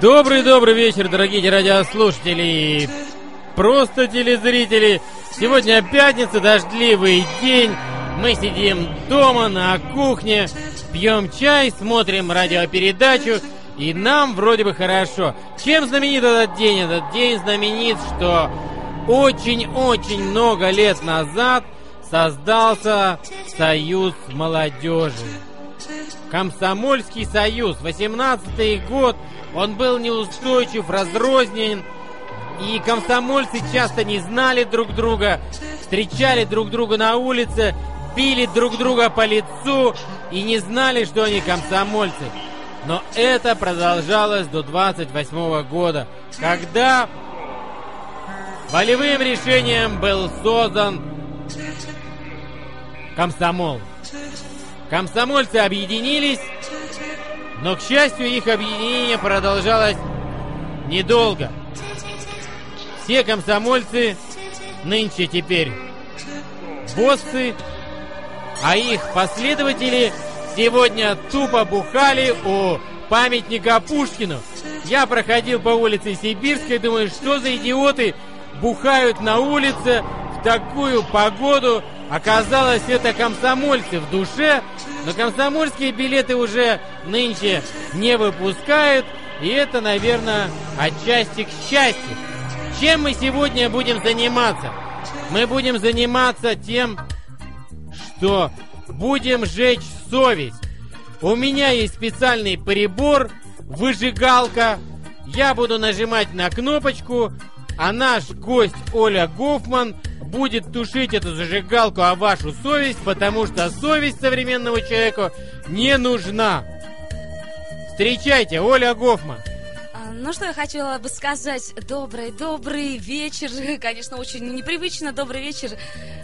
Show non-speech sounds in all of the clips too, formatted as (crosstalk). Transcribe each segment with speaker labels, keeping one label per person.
Speaker 1: Добрый-добрый вечер, дорогие радиослушатели и просто телезрители. Сегодня пятница, дождливый день. Мы сидим дома на кухне, пьем чай, смотрим радиопередачу, и нам вроде бы хорошо. Чем знаменит этот день? Этот день знаменит, что очень-очень много лет назад создался Союз молодежи. Комсомольский союз, 18-й год, он был неустойчив, разрознен, и комсомольцы часто не знали друг друга, встречали друг друга на улице, били друг друга по лицу и не знали, что они комсомольцы. Но это продолжалось до 28 года, когда волевым решением был создан комсомол. Комсомольцы объединились, но, к счастью, их объединение продолжалось недолго. Все комсомольцы нынче теперь боссы, а их последователи сегодня тупо бухали у памятника Пушкину. Я проходил по улице Сибирской, думаю, что за идиоты бухают на улице в такую погоду. Оказалось, это комсомольцы в душе, но комсомольские билеты уже нынче не выпускают, и это, наверное, отчасти к счастью. Чем мы сегодня будем заниматься? Мы будем заниматься тем, что будем жечь совесть. У меня есть специальный прибор, выжигалка. Я буду нажимать на кнопочку, а наш гость Оля Гофман будет тушить эту зажигалку о вашу совесть, потому что совесть современному человеку не нужна. Встречайте, Оля Гофман.
Speaker 2: А, Ну что я хотела бы сказать, добрый, добрый вечер, (laughs) конечно, очень непривычно, добрый вечер,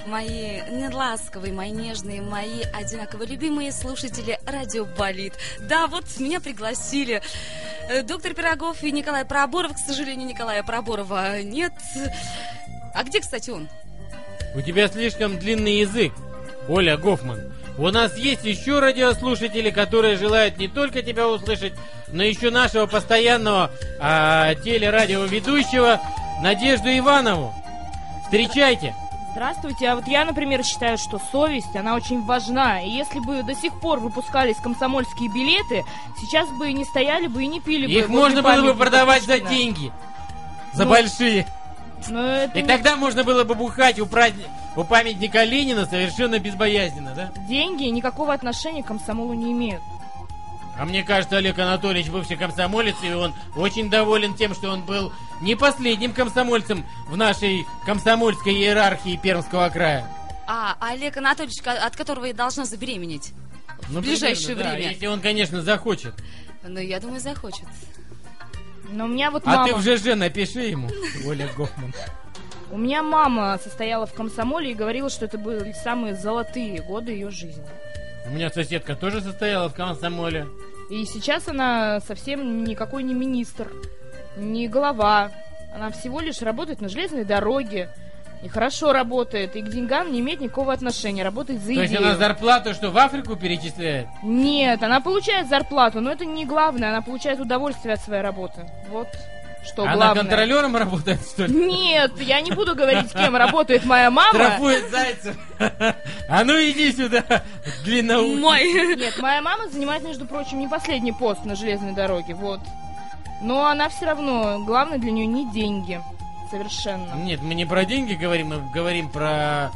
Speaker 2: мои неласковые, мои нежные, мои одинаково любимые слушатели радио Болит. Да, вот меня пригласили. Э, Доктор Пирогов и Николай Проборов, к сожалению, Николая Проборова нет. А где, кстати, он?
Speaker 1: У тебя слишком длинный язык, Оля Гофман. У нас есть еще радиослушатели, которые желают не только тебя услышать, но еще нашего постоянного а, телерадиоведущего Надежду Иванову. Встречайте.
Speaker 3: Здравствуйте. А вот я, например, считаю, что совесть, она очень важна. И если бы до сих пор выпускались комсомольские билеты, сейчас бы и не стояли бы, и не пили бы.
Speaker 1: Их
Speaker 3: возле
Speaker 1: можно было бы
Speaker 3: памятника
Speaker 1: продавать за
Speaker 3: Пушкина.
Speaker 1: деньги. За
Speaker 3: Ну,
Speaker 1: большие.
Speaker 3: Но это
Speaker 1: И
Speaker 3: не-
Speaker 1: тогда можно было бы бухать у, празд- у памятника Ленина совершенно безбоязненно, да?
Speaker 3: деньги никакого отношения к комсомолу не имеют.
Speaker 1: А мне кажется, Олег Анатольевич бывший комсомолец, и он очень доволен тем, что он был не последним комсомольцем в нашей комсомольской иерархии Пермского края.
Speaker 2: А, Олег Анатольевич, ко- от которого я должна забеременеть.
Speaker 1: Ну,
Speaker 2: В ближайшее
Speaker 1: примерно, да,
Speaker 2: время.
Speaker 1: если он, конечно, захочет.
Speaker 2: Ну, я думаю, захочет.
Speaker 3: Но у меня вот
Speaker 1: А
Speaker 3: мама...
Speaker 1: ты в ЖЖ напиши ему, Оля Гофман.
Speaker 3: У меня мама состояла в комсомоле и говорила, что это были самые золотые годы ее жизни.
Speaker 1: У меня соседка тоже состояла в комсомоле.
Speaker 3: И сейчас она совсем никакой не министр, не голова. Она всего лишь работает на железной дороге. И хорошо работает, и к деньгам не имеет никакого отношения. Работает за
Speaker 1: То есть
Speaker 3: идею.
Speaker 1: она зарплату что, в Африку перечисляет?
Speaker 3: Нет, она получает зарплату, но это не главное. Она получает удовольствие от своей работы. Вот что
Speaker 1: Она
Speaker 3: главное.
Speaker 1: контролером работает, что ли?
Speaker 3: Нет, я не буду говорить, с кем работает моя мама.
Speaker 1: Штрафует зайцев. А ну иди сюда, (laughs) длинноухий.
Speaker 2: Мой.
Speaker 3: Нет, моя мама занимает, между прочим, не последний пост на железной дороге, вот. Но она все равно, главное для нее не деньги. Совершенно.
Speaker 1: Нет, мы не про деньги говорим, мы говорим про...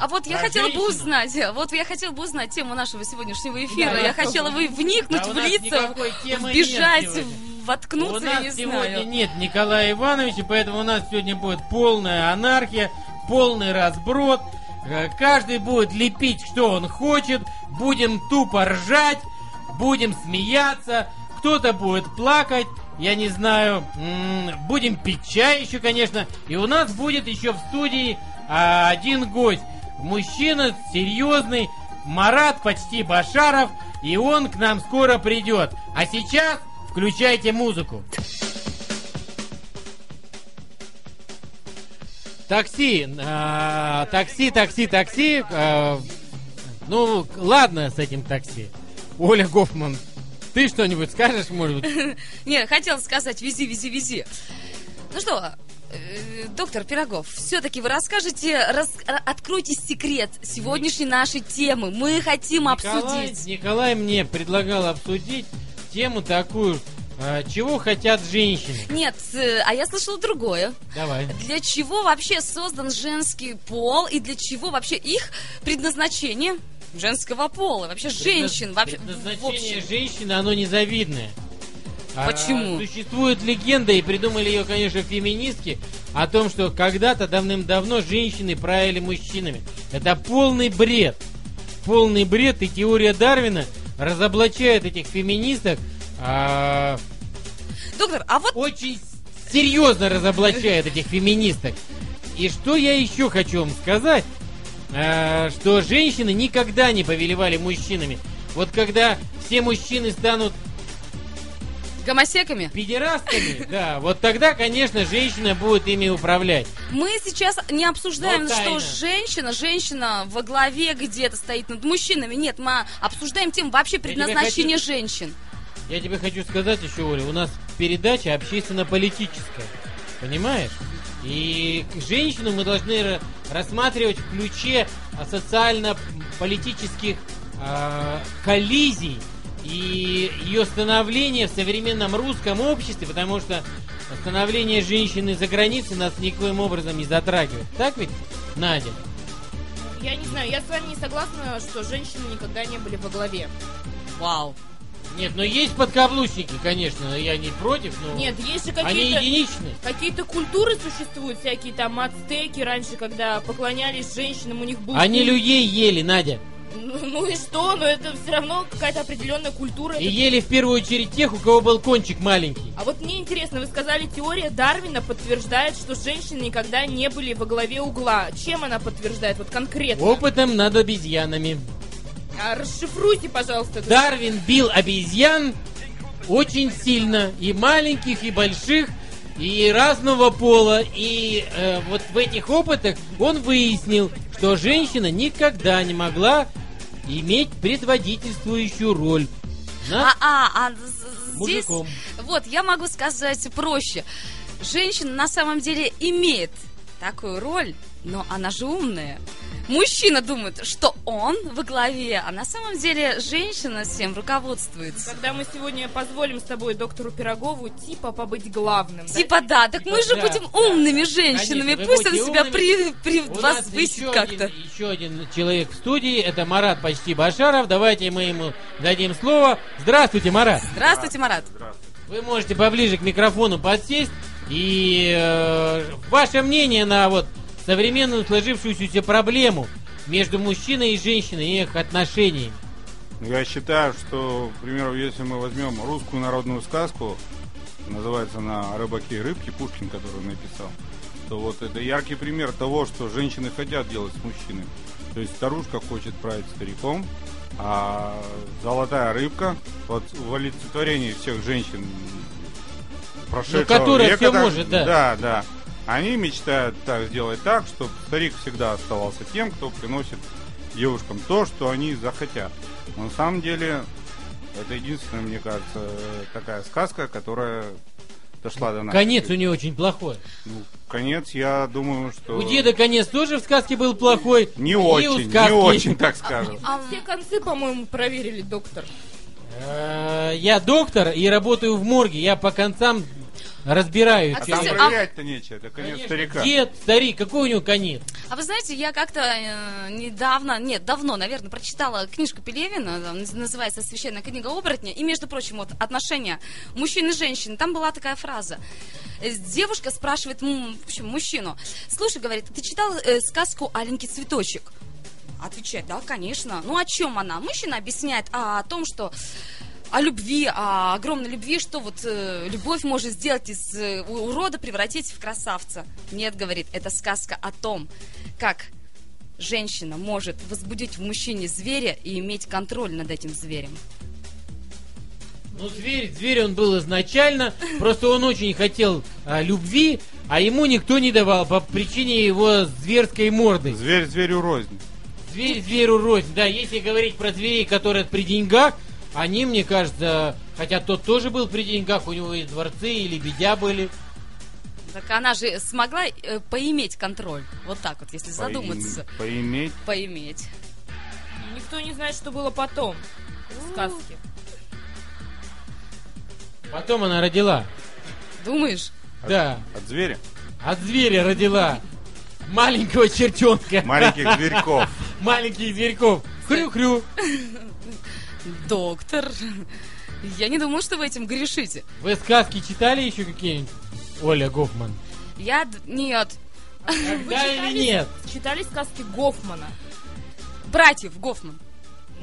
Speaker 2: А вот я
Speaker 1: Про
Speaker 2: хотела бы
Speaker 1: женщину.
Speaker 2: узнать, вот я хотела бы узнать тему нашего сегодняшнего эфира.
Speaker 1: Да, да,
Speaker 2: я хотела бы вникнуть
Speaker 1: Да у
Speaker 2: в
Speaker 1: нас
Speaker 2: лица,
Speaker 1: никакой темы нет
Speaker 2: вбежать,
Speaker 1: сегодня.
Speaker 2: в-
Speaker 1: У
Speaker 2: воткнуться, я не
Speaker 1: нас сегодня
Speaker 2: знаю.
Speaker 1: нет Николая Ивановича, поэтому у нас сегодня будет полная анархия, полный разброд. Э, Каждый будет лепить, что он хочет. Будем тупо ржать, будем смеяться. Кто-то будет плакать, я не знаю. М, Будем пить чай еще, конечно. И у нас будет еще в студии а, один гость. Мужчина серьезный, Марат почти Башаров. И он к нам скоро придет. А сейчас включайте музыку. Такси, а, такси, такси, такси. а, ну, ладно с этим такси. Оля Гофман, Ты что-нибудь скажешь, может быть?
Speaker 2: (laughs) Не, хотела сказать, вези, вези, вези. Ну что, э, доктор Пирогов, все-таки вы расскажете, рас- ра- откройте секрет сегодняшней нашей темы. Мы хотим
Speaker 1: Николай-
Speaker 2: обсудить.
Speaker 1: Николай мне предлагал обсудить тему такую, э, чего хотят женщины.
Speaker 2: Нет, э, а я слышала другое.
Speaker 1: Давай.
Speaker 2: Для чего вообще создан женский пол и для чего вообще их предназначение женского пола, вообще женщин, вообще в
Speaker 1: Предназначение
Speaker 2: общем.
Speaker 1: женщины, оно незавидное. А,
Speaker 2: Почему?
Speaker 1: существует легенда, и придумали ее, конечно, феминистки, о том, что когда-то давным-давно женщины правили мужчинами. Это полный бред. Полный бред, и теория Дарвина разоблачает этих феминисток, а,
Speaker 2: Доктор, а вот
Speaker 1: очень серьезно разоблачает этих феминисток. И что я еще хочу вам сказать, Э, что женщины никогда не повелевали мужчинами. Вот когда все мужчины станут
Speaker 2: гомосеками?
Speaker 1: педерастами, да, вот тогда, конечно, женщина будет ими управлять.
Speaker 2: Мы сейчас не обсуждаем,
Speaker 1: Но
Speaker 2: что
Speaker 1: тайна.
Speaker 2: женщина, женщина во главе где-то стоит над мужчинами. Нет, мы обсуждаем тему вообще
Speaker 1: тебя
Speaker 2: предназначения женщин.
Speaker 1: Я тебе хочу сказать еще, Оля, у нас передача общественно-политическая. Понимаешь? И к- женщину мы должны ра- рассматривать в ключе а, социально-политических а, коллизий и ее становление в современном русском обществе, потому что становление женщины за границей нас никоим образом не затрагивает. Так ведь, Надя?
Speaker 4: Я не знаю, я с вами не согласна, что женщины никогда не были во главе.
Speaker 2: Вау.
Speaker 1: Нет, но есть подкаблучники, конечно, я не против, но
Speaker 4: Нет, есть же
Speaker 1: они
Speaker 4: какие-то...
Speaker 1: единичные.
Speaker 4: Какие-то культуры существуют, всякие там ацтеки раньше, когда поклонялись женщинам, у них был...
Speaker 1: Они
Speaker 4: культ.
Speaker 1: людей ели, Надя.
Speaker 4: Ну, ну и что? Но это все равно какая-то определенная культура.
Speaker 1: И
Speaker 4: Это-
Speaker 1: ели в первую очередь тех, у кого был кончик маленький.
Speaker 4: А вот мне интересно, вы сказали, теория Дарвина подтверждает, что женщины никогда не были во главе угла. Чем она подтверждает? Вот конкретно.
Speaker 1: Опытом над обезьянами.
Speaker 4: А расшифруйте, пожалуйста. эту-
Speaker 1: Дарвин бил обезьян очень сильно. И маленьких, и больших, и разного пола. И э, вот в этих опытах он выяснил, что женщина никогда не могла иметь предводительствующую роль.
Speaker 2: А,
Speaker 1: над
Speaker 2: а, а з- здесь...
Speaker 1: мужиком.
Speaker 2: Вот, я могу сказать проще. Женщина на самом деле имеет такую роль, но она же умная. Мужчина думает, что он во главе, а на самом деле женщина всем руководствуется.
Speaker 4: Когда мы сегодня позволим с тобой доктору Пирогову типа побыть главным. да?
Speaker 2: Типа да, так мы же
Speaker 1: да,
Speaker 2: будем
Speaker 1: да.
Speaker 2: умными женщинами,
Speaker 1: Конечно, вы
Speaker 2: пусть он
Speaker 1: будете
Speaker 2: себя
Speaker 1: умными.
Speaker 2: при, при
Speaker 1: У
Speaker 2: вас
Speaker 1: нас
Speaker 2: высит
Speaker 1: еще
Speaker 2: как-то.
Speaker 1: один- Еще один человек в студии, это Марат Почти Башаров. Давайте мы ему дадим слово. Здравствуйте, Марат.
Speaker 2: Здравствуйте, Марат.
Speaker 1: Вы можете поближе к микрофону подсесть. И э, ваше мнение на вот современную сложившуюся проблему между мужчиной и женщиной и их отношениями.
Speaker 5: Я считаю, что, к примеру, если мы возьмем русскую народную сказку, называется она «Рыбаки и рыбки» Пушкин, который написал, то вот это яркий пример того, что женщины хотят делать с мужчиной. То есть старушка хочет править стариком, а золотая рыбка, вот в олицетворении всех женщин прошедшего
Speaker 1: Ну, которая
Speaker 5: века,
Speaker 1: всё
Speaker 5: так-
Speaker 1: может, да.
Speaker 5: Да, да. Они мечтают так сделать так, чтобы старик всегда оставался тем, кто приносит девушкам то, что они захотят. Но на самом деле это единственная, мне кажется, э, такая сказка, которая дошла до нас.
Speaker 1: Конец у нее очень плохой.
Speaker 5: Ну, конец, я думаю, что...
Speaker 1: У деда конец тоже в сказке был плохой.
Speaker 5: Не
Speaker 1: и у
Speaker 5: очень, не
Speaker 1: сказки.
Speaker 5: очень, так скажем.
Speaker 2: А,
Speaker 4: Все концы, по-моему, проверили, доктор.
Speaker 1: (laughs) Э, Я доктор и работаю в морге. Я по концам разбираю. это.
Speaker 2: А
Speaker 5: А
Speaker 2: ты
Speaker 5: там
Speaker 2: Слушай, а-
Speaker 5: проверять-то нечего, это конец старика.
Speaker 1: Дед, старик, какой у него конец?
Speaker 2: а вы знаете, я как-то э, недавно, нет, давно, наверное, прочитала книжку Пелевина, там, наз- называется «Священная книга оборотня», и, между прочим, вот отношения мужчин и женщин, там была такая фраза. Э, Девушка спрашивает, м, в общем, мужчину, «Слушай, — говорит, — ты читал э, сказку «Аленький цветочек»?» Отвечает, да, конечно. Ну, о чем она? Мужчина объясняет а, о том, что о любви, о огромной любви, что вот э, любовь может сделать из э, у- урода, превратить в красавца. Нет, говорит, это сказка о том, как женщина может возбудить в мужчине зверя и иметь контроль над этим зверем.
Speaker 1: Ну, зверь, зверь он был изначально, просто он очень хотел а, любви, а ему никто не давал по причине его зверской морды.
Speaker 5: Зверь зверю рознь.
Speaker 1: Зверь зверю рознь. Да, если говорить про зверей, которые при деньгах, они, мне кажется, Хотя тот тоже был при деньгах, у него и дворцы, и лебедя были.
Speaker 2: Так она же смогла э, поиметь контроль. Вот так вот, если задуматься.
Speaker 5: Поим- Поиметь.
Speaker 2: Поиметь.
Speaker 3: Никто не знает, что было потом в сказке.
Speaker 1: Потом она родила.
Speaker 2: Думаешь?
Speaker 1: Да.
Speaker 5: От зверя?
Speaker 1: От зверя родила. Маленького чертенка.
Speaker 5: Маленьких зверьков.
Speaker 1: (laughs) Маленьких зверьков. Хрю-хрю.
Speaker 2: Доктор. Я не думаю, что вы этим грешите.
Speaker 1: Вы сказки читали еще какие-нибудь? Оля Гофман.
Speaker 2: Я... д- Нет.
Speaker 1: Да или нет?
Speaker 3: Читали сказки Гофмана.
Speaker 2: Братьев Гофман.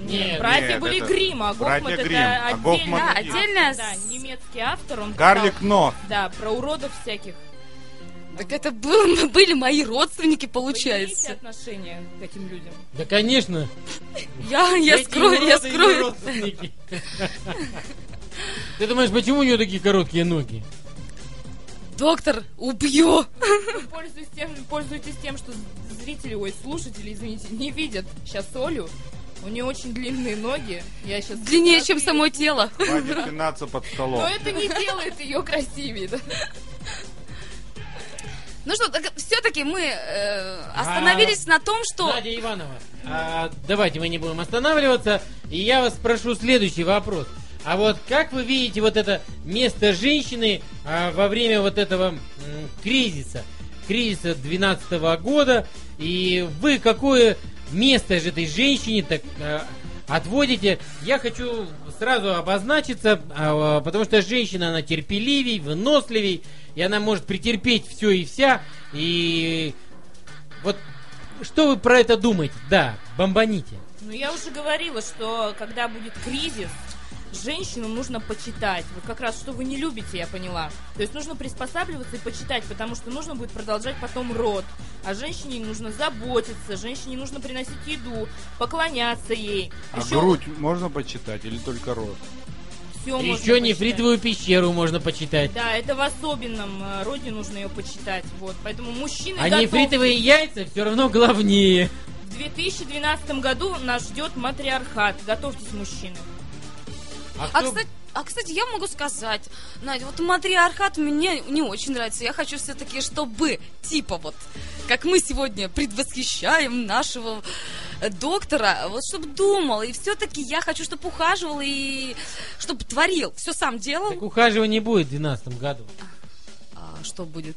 Speaker 1: Нет,
Speaker 3: братья
Speaker 5: нет,
Speaker 3: были
Speaker 5: это-
Speaker 3: Гримм, а
Speaker 5: братья
Speaker 3: Гофман это
Speaker 5: Гримм, а
Speaker 3: отдельно-
Speaker 5: Гофман-
Speaker 2: Да, отдельно
Speaker 3: Да,
Speaker 2: с-
Speaker 3: немецкий автор, он
Speaker 5: Карлик
Speaker 3: писал,
Speaker 5: но.
Speaker 3: Да, про уродов всяких.
Speaker 2: Так это был- (laughs) были мои родственники,
Speaker 3: Понимаете
Speaker 2: получается.
Speaker 3: отношение к таким людям?
Speaker 1: Да, конечно.
Speaker 2: Я, я
Speaker 1: Эти
Speaker 2: скрою, я
Speaker 1: уроды и
Speaker 2: скрою.
Speaker 1: родственники. (laughs) Ты думаешь, почему у нее такие короткие ноги?
Speaker 2: Доктор, убью.
Speaker 3: Пользуюсь тем, пользуйтесь тем, что зрители, ой, слушатели, извините, не видят сейчас Олю. У нее очень длинные ноги. Я сейчас...
Speaker 2: Длиннее, чем само тело.
Speaker 5: Хватит пинаться под столом.
Speaker 3: Но Ну, это не делает ее красивее. да.
Speaker 2: Ну что, все-таки мы э, остановились на том, что...
Speaker 1: А, Надя Иванова, а, давайте мы не будем останавливаться. И я вас спрошу следующий вопрос. А вот как вы видите вот это место женщины а, во время вот этого м, кризиса? Кризиса 12 года. И вы какое место же этой женщине так а, отводите? Я хочу сразу обозначиться, а, а, потому что женщина, она терпеливей, выносливей. И она может претерпеть все и вся. И вот что вы про это думаете? Да, бомбаните.
Speaker 3: Ну, я уже говорила, что когда будет кризис, женщину нужно почитать. Вот как раз, что вы не любите, я поняла. То есть нужно приспосабливаться и почитать, потому что нужно будет продолжать потом род. А женщине нужно заботиться, женщине нужно приносить еду, поклоняться ей.
Speaker 5: А грудь можно почитать или только рост?
Speaker 3: Все
Speaker 1: Еще нефритовую пещеру можно почитать.
Speaker 3: Да, это в особенном э, роде нужно ее почитать. Вот, поэтому мужчины
Speaker 1: А
Speaker 3: готовы.
Speaker 1: нефритовые яйца все равно главнее.
Speaker 3: В 2012 году нас ждет матриархат. Готовьтесь, мужчины.
Speaker 2: А,
Speaker 1: кто-
Speaker 2: кстати, а, кстати, я могу сказать, Надя, вот матриархат мне не очень нравится. Я хочу все-таки, чтобы, типа вот, как мы сегодня предвосхищаем нашего э, доктора, вот чтобы думал, и все-таки я хочу, чтобы ухаживал, и чтобы творил, все сам
Speaker 1: Так
Speaker 2: делал.
Speaker 1: ухаживания не будет в 12 году.
Speaker 2: А что будет,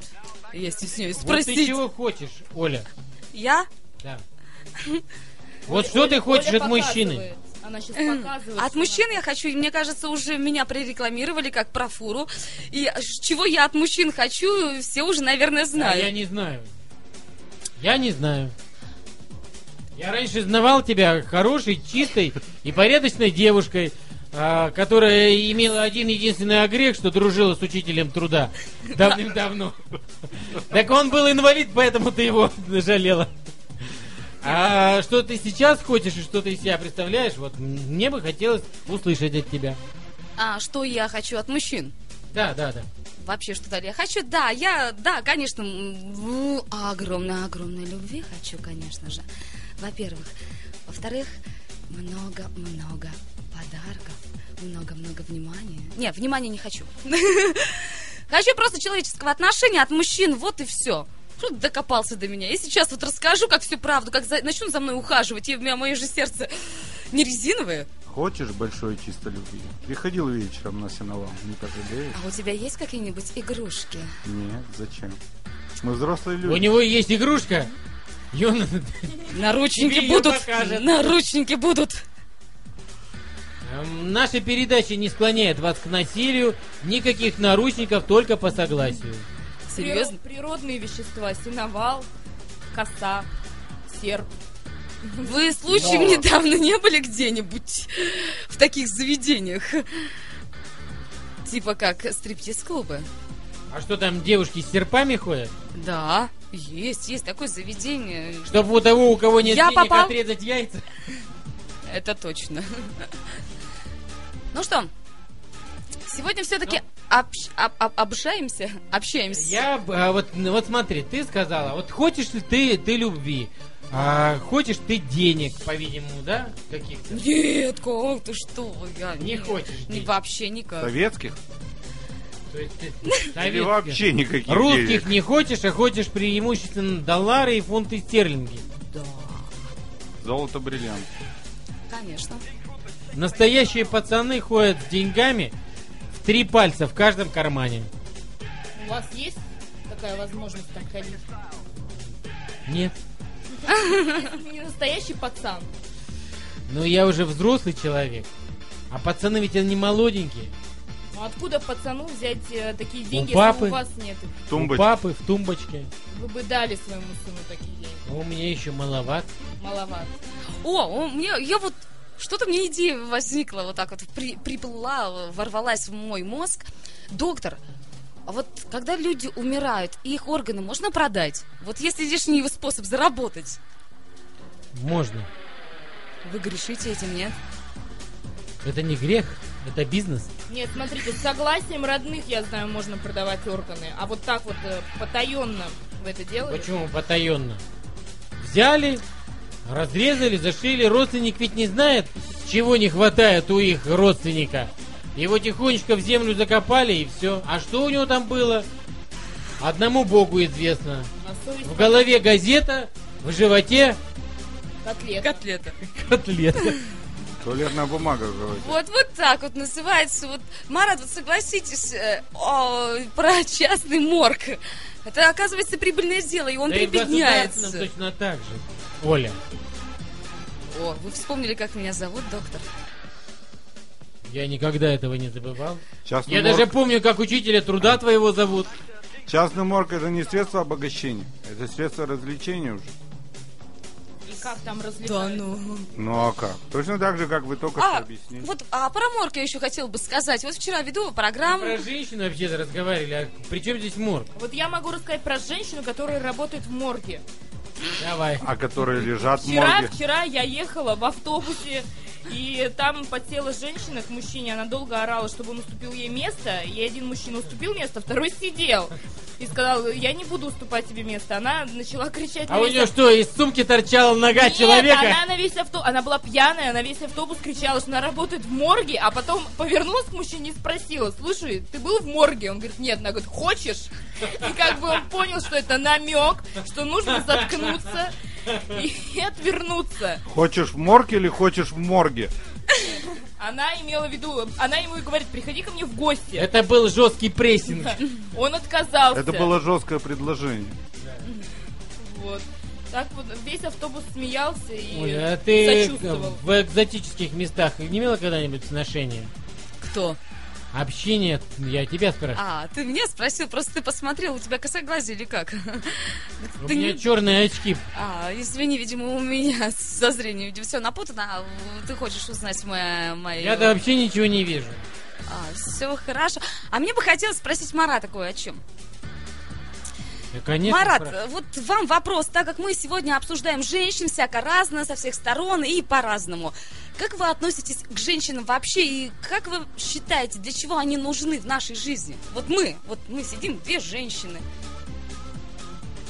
Speaker 2: если с ней
Speaker 1: Вот ты
Speaker 2: спросить?
Speaker 1: чего хочешь, Оля?
Speaker 2: Я?
Speaker 3: (laughs)
Speaker 1: Да. Вот что ты хочешь
Speaker 3: Оля
Speaker 1: от мужчины?
Speaker 3: показывает. Она сейчас показывает.
Speaker 2: От
Speaker 3: что
Speaker 2: мужчин я хочу, и мне кажется, уже меня прорекламировали как профуру. И ш- чего я от мужчин хочу, все уже, наверное,
Speaker 1: А
Speaker 2: знают.
Speaker 1: я не знаю. Я не знаю. Я раньше знавал тебя хорошей, чистой и порядочной девушкой, а, которая имела один единственный огрех, что дружила с учителем труда давным-давно. Так он был инвалид, поэтому ты его (laughs) жалела. А что ты сейчас хочешь и что ты из себя представляешь, вот м, мне бы хотелось услышать от тебя.
Speaker 2: А что я хочу от мужчин?
Speaker 1: Да, да, да.
Speaker 2: Вообще, что далее? Я хочу, да, я, да, конечно, м, огромной-огромной любви хочу, конечно же. Во-первых. Во-вторых, много-много подарков, много-много внимания. Не, внимания не хочу. (laughs) Хочу просто человеческого отношения от мужчин, вот и все. Что ты докопался до меня? Я сейчас вот расскажу, как всю правду, как за- начну за мной ухаживать, и у меня мое же сердце (laughs) не резиновое.
Speaker 5: Хочешь большой чистой любви? Приходил вечером на сеновал, не пожалеешь?
Speaker 2: А у тебя есть какие-нибудь игрушки?
Speaker 5: Нет, зачем? Мы взрослые люди.
Speaker 1: У него есть игрушка, и он
Speaker 2: Наручники
Speaker 1: Тебе её
Speaker 2: будут.
Speaker 1: покажет.
Speaker 2: Наручники будут.
Speaker 1: Эм, Наша передача не склоняет вас к насилию, никаких наручников, только по согласию.
Speaker 2: Серьезно?
Speaker 3: прир- Природные вещества. Синовал, коса, серп.
Speaker 2: Вы случаем недавно не были где-нибудь в таких заведениях? Типа как стриптиз-клубы.
Speaker 1: А что там, девушки с серпами ходят?
Speaker 2: Да, есть, есть такое заведение.
Speaker 1: Чтобы у того, у кого нет
Speaker 2: Я
Speaker 1: денег, а
Speaker 2: попал.
Speaker 1: отрезать яйца?
Speaker 2: Это точно. (laughs) Ну что, сегодня все-таки
Speaker 1: Ну.
Speaker 2: общ- об- об- обжаемся? Общаемся.
Speaker 1: Я, б- а, вот, ну, вот смотри, ты сказала, вот хочешь ли ты, ты любви? А хочешь ты денег, по-видимому, да? Каких-то?
Speaker 2: Нет, как ты что? Я
Speaker 1: Не хочешь
Speaker 2: Не,
Speaker 1: денег.
Speaker 2: вообще никак.
Speaker 5: Советских?
Speaker 1: То есть ты
Speaker 5: Или
Speaker 1: советских.
Speaker 5: вообще никаких
Speaker 1: Русских
Speaker 5: денег?
Speaker 1: не хочешь, а хочешь преимущественно доллары и фунты стерлинги.
Speaker 2: Да,
Speaker 5: Золото, бриллиант.
Speaker 2: (laughs) конечно.
Speaker 1: Настоящие пацаны ходят с деньгами в три пальца в каждом кармане.
Speaker 3: У вас есть такая возможность так ходить?
Speaker 1: Нет.
Speaker 3: Если не настоящий пацан.
Speaker 1: Ну я уже взрослый человек. А пацаны ведь они молоденькие.
Speaker 3: Ну откуда пацану взять э, такие деньги, если
Speaker 1: папы.
Speaker 3: у вас нет их?
Speaker 1: У
Speaker 5: Тумбочка.
Speaker 1: папы в тумбочке.
Speaker 3: Вы бы дали своему сыну такие деньги.
Speaker 1: А у меня еще маловат.
Speaker 3: Маловато.
Speaker 2: О, у меня, я вот что-то мне идея возникла вот так вот, при- приплыла, ворвалась в мой мозг. Доктор, а вот когда люди умирают, их органы можно продать? Вот если лишний его способ заработать.
Speaker 1: Можно.
Speaker 2: Вы грешите этим, нет?
Speaker 1: Это не грех, это бизнес.
Speaker 3: Нет, смотрите, с согласием родных, я знаю, можно продавать органы. А вот так вот э, потаенно вы это делаете?
Speaker 1: Почему потаенно? Взяли, разрезали, зашили. Родственник ведь не знает, чего не хватает у их родственника. Его тихонечко в землю закопали и все. А что у него там было? Одному богу известно.
Speaker 3: На совесть
Speaker 1: В голове газета, в животе
Speaker 3: котлет.
Speaker 2: Котлета.
Speaker 1: котлета.
Speaker 5: Туалетная бумага называется.
Speaker 2: Вот, вот так вот называется. Вот, Марат, вот согласитесь, э, о, про частный морг. Это, оказывается, прибыльное дело, и он
Speaker 1: Да и в
Speaker 2: прибедняется.
Speaker 1: государственном точно так же. Оля,
Speaker 2: О, вы вспомнили, как меня зовут, доктор?
Speaker 1: я никогда этого не забывал.
Speaker 5: Частный,
Speaker 1: Я
Speaker 5: морг,
Speaker 1: даже помню, как учителя труда твоего зовут.
Speaker 5: частный морг это не средство обогащения, это средство развлечения уже.
Speaker 3: И как там разливают?
Speaker 2: ну...
Speaker 5: Ну а как? Точно так же, как вы только что
Speaker 2: А,
Speaker 5: объяснили.
Speaker 2: вот а про морг я еще хотела бы сказать. Вот вчера веду программу.
Speaker 1: Про женщин вообще разговаривали, а при чем здесь морг?
Speaker 3: Вот я могу рассказать про женщину, которая работает в морге.
Speaker 1: Давай.
Speaker 5: А которые лежат в
Speaker 3: Вчера,
Speaker 5: морге.
Speaker 3: вчера я ехала в автобусе, и там подсела женщина к мужчине, она долго орала, чтобы он уступил ей место, и один мужчина уступил место, второй сидел. И сказал, я не буду уступать тебе место. Она начала кричать. на
Speaker 1: А у
Speaker 3: весь
Speaker 1: нее что, из сумки торчала нога
Speaker 3: Нет,
Speaker 1: человека?
Speaker 3: она на весь авто, она была пьяная, она весь автобус кричала, что она работает в морге, а потом повернулась к мужчине и спросила, слушай, ты был в морге? Он говорит, нет, она говорит, хочешь? И как бы он понял, что это намек, что нужно заткнуться и (laughs) отвернуться.
Speaker 5: Хочешь в морг или хочешь в морге?
Speaker 3: Она имела в виду, она ему и говорит, приходи ко мне в гости.
Speaker 1: Это был жесткий прессинг.
Speaker 3: (laughs) Он отказался.
Speaker 5: Это было жесткое предложение.
Speaker 3: Вот. Так вот, весь автобус смеялся и
Speaker 1: Ой, а ты
Speaker 3: сочувствовал.
Speaker 1: в экзотических местах имела когда-нибудь отношения?
Speaker 2: Кто?
Speaker 1: Общение, я тебя спрашиваю.
Speaker 2: А, ты меня спросил, просто ты посмотрел, у тебя косоглазие или как?
Speaker 1: У
Speaker 2: Ты
Speaker 1: меня
Speaker 2: не-
Speaker 1: черные очки.
Speaker 2: А, извини, видимо, у меня (laughs) со зрением видимо, все напутано, а э, ты хочешь узнать мое...
Speaker 1: Я-то вообще ничего не вижу.
Speaker 2: все хорошо. А мне бы хотелось спросить Марата кое о чем.
Speaker 1: Да, конечно.
Speaker 2: Марат,
Speaker 1: спрашиваю.
Speaker 2: э, вот вам вопрос, так как мы сегодня обсуждаем женщин всяко разно, со всех сторон и по-разному. Как вы относитесь к женщинам вообще и как вы считаете, для чего они нужны в нашей жизни? Вот мы, вот мы сидим, две женщины.